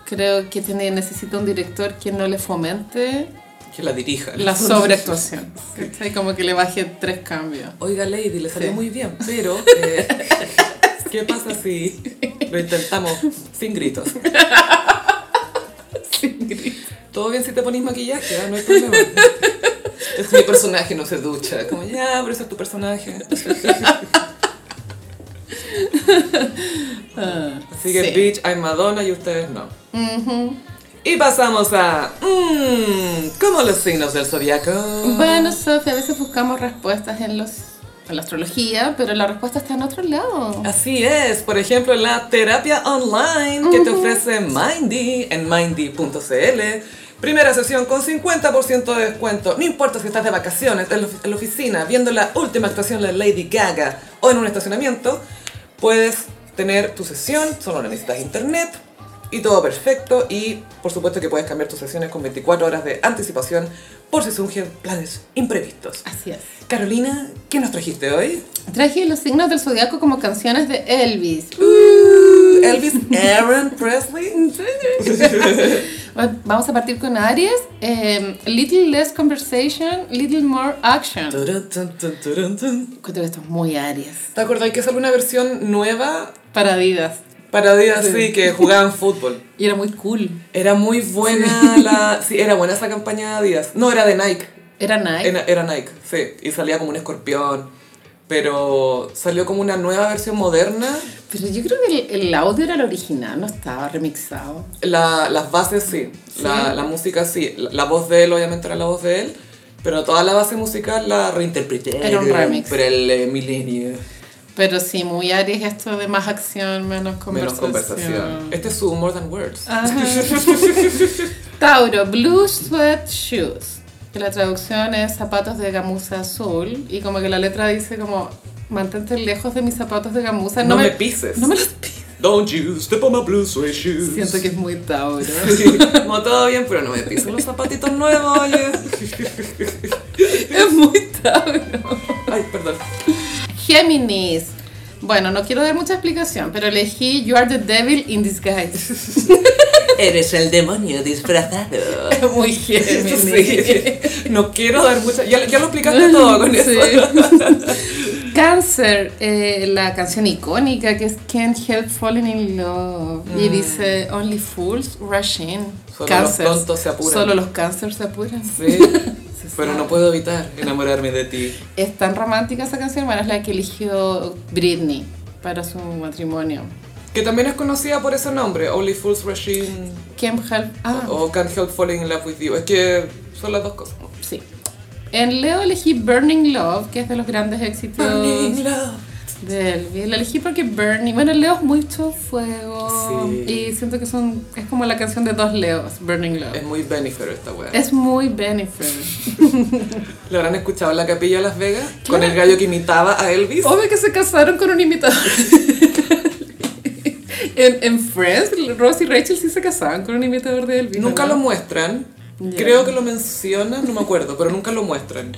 B: Creo que tiene, necesita un director que no le fomente
A: Que la dirija.
B: la sobreactuación. ¿cachai? Como que le baje tres cambios.
A: Oiga, Lady, le salió
B: Sí.
A: muy bien, pero... [LAUGHS] eh, ¿Qué pasa si lo intentamos sin [LAUGHS] gritos? Todo bien si te pones maquillaje, ah? no hay problema. [LAUGHS] Es mi personaje, no se ducha. Como, ya, pero ese es tu [LAUGHS] personaje.
B: Ah,
A: Así que
B: sí.
A: bitch, I'm Madonna y ustedes no. Y pasamos a... Mmm, ¿Cómo los signos del zodiaco?
B: Bueno, Sofía, a veces buscamos respuestas en los en la astrología, pero la respuesta está en otro lado.
A: Así es, por ejemplo, la terapia online que te ofrece Mindy en mindy.cl. Primera sesión con 50% de descuento. No importa si estás de vacaciones, en la, ofi- en la oficina, viendo la última actuación de Lady Gaga o en un estacionamiento, puedes tener tu sesión, solo necesitas internet y todo perfecto. Y por supuesto que puedes cambiar tus sesiones con 24 horas de anticipación por si surgen planes imprevistos.
B: Así es.
A: Carolina, ¿qué nos trajiste hoy?
B: Traje los signos del zodiaco como canciones de Elvis.
A: Elvis Aaron Presley.
B: Va- Vamos a partir con Aries. Eh, little less conversation, little more action.
A: Turun, tun, tun, turun, tun.
B: Encuentro que esto es muy Aries.
A: ¿Te acordás que salió una versión nueva
B: Para Adidas.
A: para días así que jugaban fútbol?
B: Y era muy cool.
A: Era muy buena la... Sí, era buena esa campaña de Adidas. No, era de Nike.
B: Era nice.
A: Era, era Nike, sí. Y salía como un escorpión. Pero salió como una nueva versión moderna.
B: Pero yo creo que el, el audio era el original, no estaba remixado.
A: La- las bases sí. La,
B: Sí.
A: la música sí. La, la voz de él obviamente era la voz de él. Pero toda la base musical la reinterpreté.
B: Era un remix.
A: Por el eh, milenio.
B: Pero sí, muy Aries esto de más acción, menos
A: Menos
B: conversación.
A: conversación. Este es su More Than Words.
B: Ajá. Tauro, blue sweat shoes. Que la traducción es zapatos de gamuza azul. Y como que la letra dice como, mantente lejos de mis zapatos de gamuza.
A: No me
B: pises.
A: pises.
B: No me los pises.
A: Don't you step on my blue suede shoes.
B: Siento que es muy Tauro.
A: [LAUGHS] Sí, como todo bien, pero no me piso los zapatitos nuevos, oye.
B: es muy Tauro.
A: Ay, perdón.
B: Géminis. Bueno, no quiero dar mucha explicación, pero elegí You are the devil in disguise.
A: Eres el demonio [LAUGHS] disfrazado.
B: Es muy Géminis.
A: No quiero dar mucha. Ya, ya lo explicaste todo con eso.
B: Sí. Cáncer, eh, la canción icónica que es Can't Help Falling in Love. Y dice Only Fools Rush In.
A: Solo
B: Cáncer.
A: los tontos se apuran.
B: Solo los cáncer se apuran.
A: [LAUGHS] Sí, pero no puedo evitar enamorarme de ti.
B: Es tan romántica esa canción, bueno, es la que eligió Britney para su matrimonio.
A: Que también es conocida por ese nombre, Only Fools Rush In
B: Can't Help. Ah,
A: o Can't Help Falling in Love With You. Es que son las dos cosas.
B: sí. En Leo elegí Burning Love, que es de los grandes éxitos.
A: Love.
B: Del la elegí porque Bernie, bueno, Leo es mucho fuego
A: Sí.
B: y siento que son, es como la canción de dos Leos, Burning Love.
A: Es muy Benifer esta wea.
B: Es muy Benefit.
A: [LAUGHS] ¿Lo habrán escuchado en la capilla de Las Vegas? Con el gallo que imitaba a Elvis.
B: Obvio que se casaron con un imitador. [LAUGHS] en, en Friends, Ross y Rachel sí se casaban con un imitador de Elvis.
A: Nunca
B: ¿no?
A: lo muestran.
B: Ya.
A: Creo que lo mencionan, no me acuerdo, pero nunca lo muestran.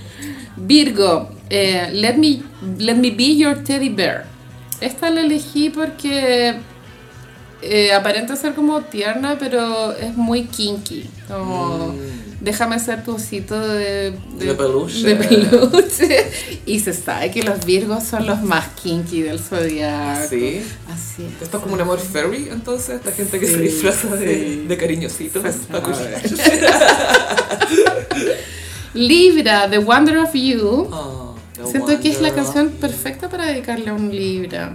B: Virgo, eh, let, me, let Me Be Your Teddy Bear. Esta la elegí porque eh, aparenta ser como tierna, pero es muy kinky. Como, déjame ser tu osito de,
A: Mm. De peluche.
B: de peluche. [LAUGHS] Y se sabe que los virgos son los más kinky del zodiaco.
A: Sí.
B: Así es.
A: Esto es como un amor fairy, entonces, esta gente que se
B: Sí,
A: disfraza de,
B: sí.
A: de cariñositos.
B: Disfrazada.
A: acurrucados.
B: Libra, The Wonder of You.
A: [LAUGHS] Oh, the
B: Siento que es la
A: wonder
B: canción
A: of-
B: perfecta para dedicarle a un Libra.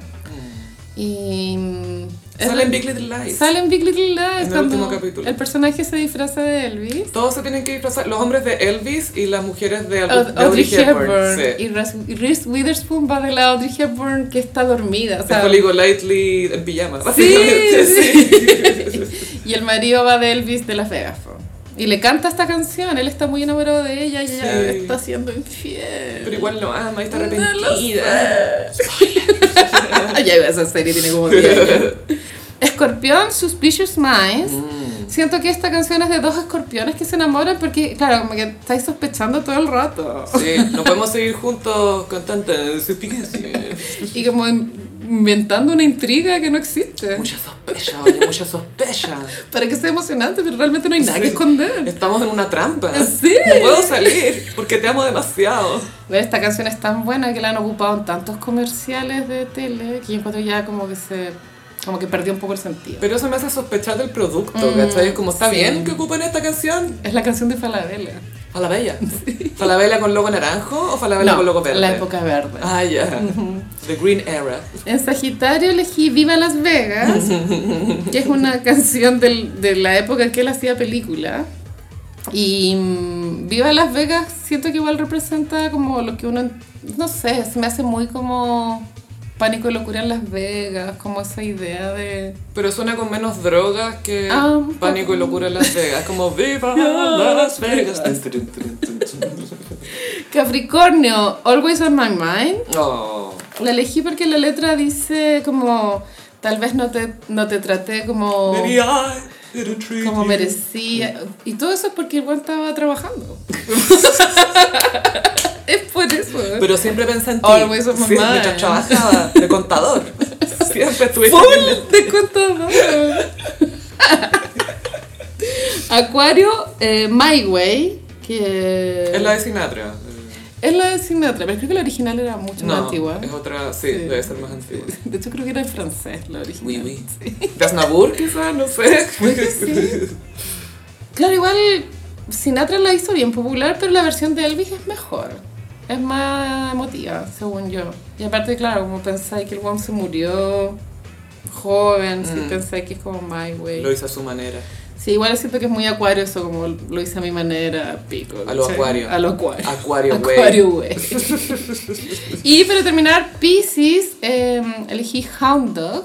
B: Y. mm, es
A: Mm. Sale en
B: la-
A: Big Little Lies.
B: Sale en Big Little Lies.
A: En el
B: cuando
A: último capítulo.
B: El personaje se disfraza de Elvis.
A: Todos se tienen que disfrazar, los hombres de Elvis y las mujeres de, Aud- de
B: Audrey Hepburn.
A: sí.
B: Y Ras- y Reese Witherspoon va de la Audrey Hepburn que está dormida. o sea,
A: de Hollywood Lightly en pijama,
B: sí,
A: básicamente.
B: sí. y el marido va de Elvis de Las Vegas. po. Y le canta esta canción. Él está muy enamorado de ella y ella
A: Sí.
B: está siendo infiel. [LAUGHS]
A: Pero igual lo ama y está
B: No lo sé.
A: arrepentida.
B: ya iba a esa serie, tiene como 10
A: [LAUGHS]
B: años. Escorpión, Suspicious Minds.
A: Mm.
B: Siento que esta canción es de dos escorpiones que se enamoran porque, claro, como que estáis sospechando todo el rato.
A: Sí, no podemos seguir juntos con tanta suspicacia.
B: Y como in- inventando una intriga que no existe.
A: Mucha sospecha, oye, mucha sospecha.
B: Para que sea emocionante, pero realmente no hay nada que
A: Sí.
B: esconder.
A: Estamos en una trampa.
B: Sí.
A: No puedo salir porque te amo demasiado.
B: Bueno, esta canción es tan buena que la han ocupado en tantos comerciales de tele que yo encuentro ya como que se... Como que perdió un poco el sentido.
A: Pero eso me hace sospechar del producto,
B: Mm,
A: ¿cachai? Es como, ¿está
B: sí.
A: bien que ocupen esta canción?
B: Es la canción de Falabella.
A: Falabella. ¿Falabella con logo naranjo o Falabella
B: No,
A: con logo verde?
B: la época verde.
A: Ah, ya. The Green Era.
B: En Sagitario elegí Viva Las Vegas, que es una canción del- de la época en que él hacía película. Y mm, Viva Las Vegas siento que igual representa como lo que uno, no sé, se me hace muy como pánico y locura en Las Vegas, como esa idea de...
A: Pero suena con menos drogas que
B: Ah, un
A: Pánico y Locura en Las Vegas. Como, ¡Viva
B: [LAUGHS]
A: Las Vegas!
B: Capricornio, Always on My Mind.
A: Oh.
B: La elegí porque la letra dice como, tal vez no te, no te traté como...
A: Maybe I didn't treat
B: Oh. como
A: you.
B: merecía. Y todo eso es porque el weón
A: [LAUGHS]
B: estaba trabajando. es por eso.
A: Pero siempre pensé en ti.
B: Always on my
A: Sí,
B: mind.
A: mientras trabajaba de
B: [LAUGHS]
A: contador. Siempre estuviste en el-
B: ¡Full de contador. Acuario, eh, My Way, que
A: Es la de Sinatra.
B: es la de Sinatra, pero creo que la original era mucho más
A: No,
B: antigua.
A: es otra, sí,
B: Sí.
A: debe ser más antigua.
B: De hecho creo que era en francés la original.
A: Oui, oui. De Aznavour, quizás, no sé.
B: que [LAUGHS] sí. Claro, igual Sinatra la hizo bien popular, pero la versión de Elvis es mejor. Es más emotiva, según yo. Y aparte, claro, como pensáis que el one se murió joven, sí
A: Mm.
B: pensáis que es como my
A: Lo
B: way.
A: hizo a su manera.
B: Sí, igual siento que es muy acuario eso, como lo hice a mi manera, pico.
A: A lo
B: ¿cachai?
A: acuario.
B: A lo acuario.
A: Acuario, güey.
B: Acuario, güey.
A: [LAUGHS]
B: y para terminar, Pisces, eh, elegí Hound Dog.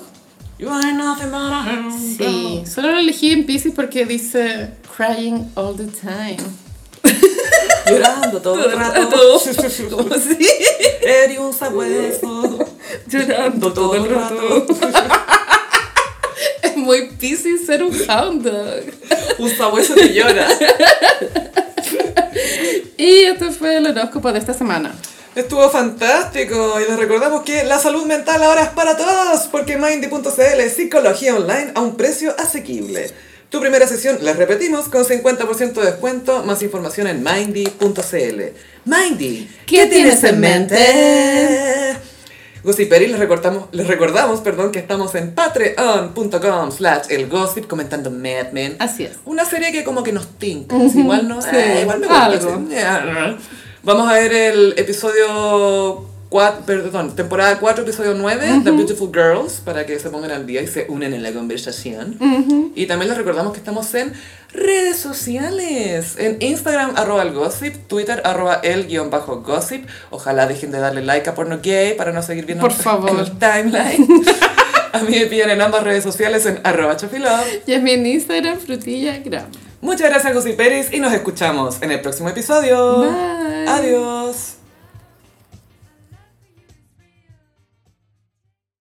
A: You ain't nothing but a hound
B: Sí, solo lo elegí en Pisces porque dice crying all the time.
A: dog. Llorando todo el rato.
B: [LAUGHS]
A: [LAUGHS]
B: ¿Cómo así?
A: Eres un sabueso.
B: Llorando
A: Todo el rato.
B: muy piscis ser un hound dog.
A: Un sabueso que llora.
B: Y este fue el horóscopo de esta semana.
A: Estuvo fantástico y les recordamos que la salud mental ahora es para todos porque Mindy.cl psicología online a un precio asequible. Tu primera sesión, les repetimos, con 50% de descuento, más información en Mindy.cl. Mindy,
B: ¿Qué tienes en mente?
A: Gossip Peri, les, recortamos- les recordamos perdón, que estamos en patreon.com slash el gossip comentando Mad Men.
B: Así es.
A: Una serie que como que nos tinca. si Igual no.
B: sí,
A: eh, igual me gusta.
B: algo.
A: sí. Eh, Vamos a ver el episodio 4, perdón, temporada 4, episodio 9, The Beautiful Girls, para que se pongan al día y se unen en la conversación. Y también les recordamos que estamos en redes sociales, en Instagram arroba el gossip, Twitter arroba el guión bajo gossip. Ojalá dejen de darle like a porno gay para no seguir viendo
B: Por
A: en-
B: favor.
A: en el [LAUGHS] timeline. a mí me pillan en ambas redes sociales en arroba chofilove.
B: Y es mi Instagram, frutilla, gram.
A: Muchas gracias, Gossip Peris, y nos escuchamos en el próximo episodio.
B: Bye.
A: Adiós.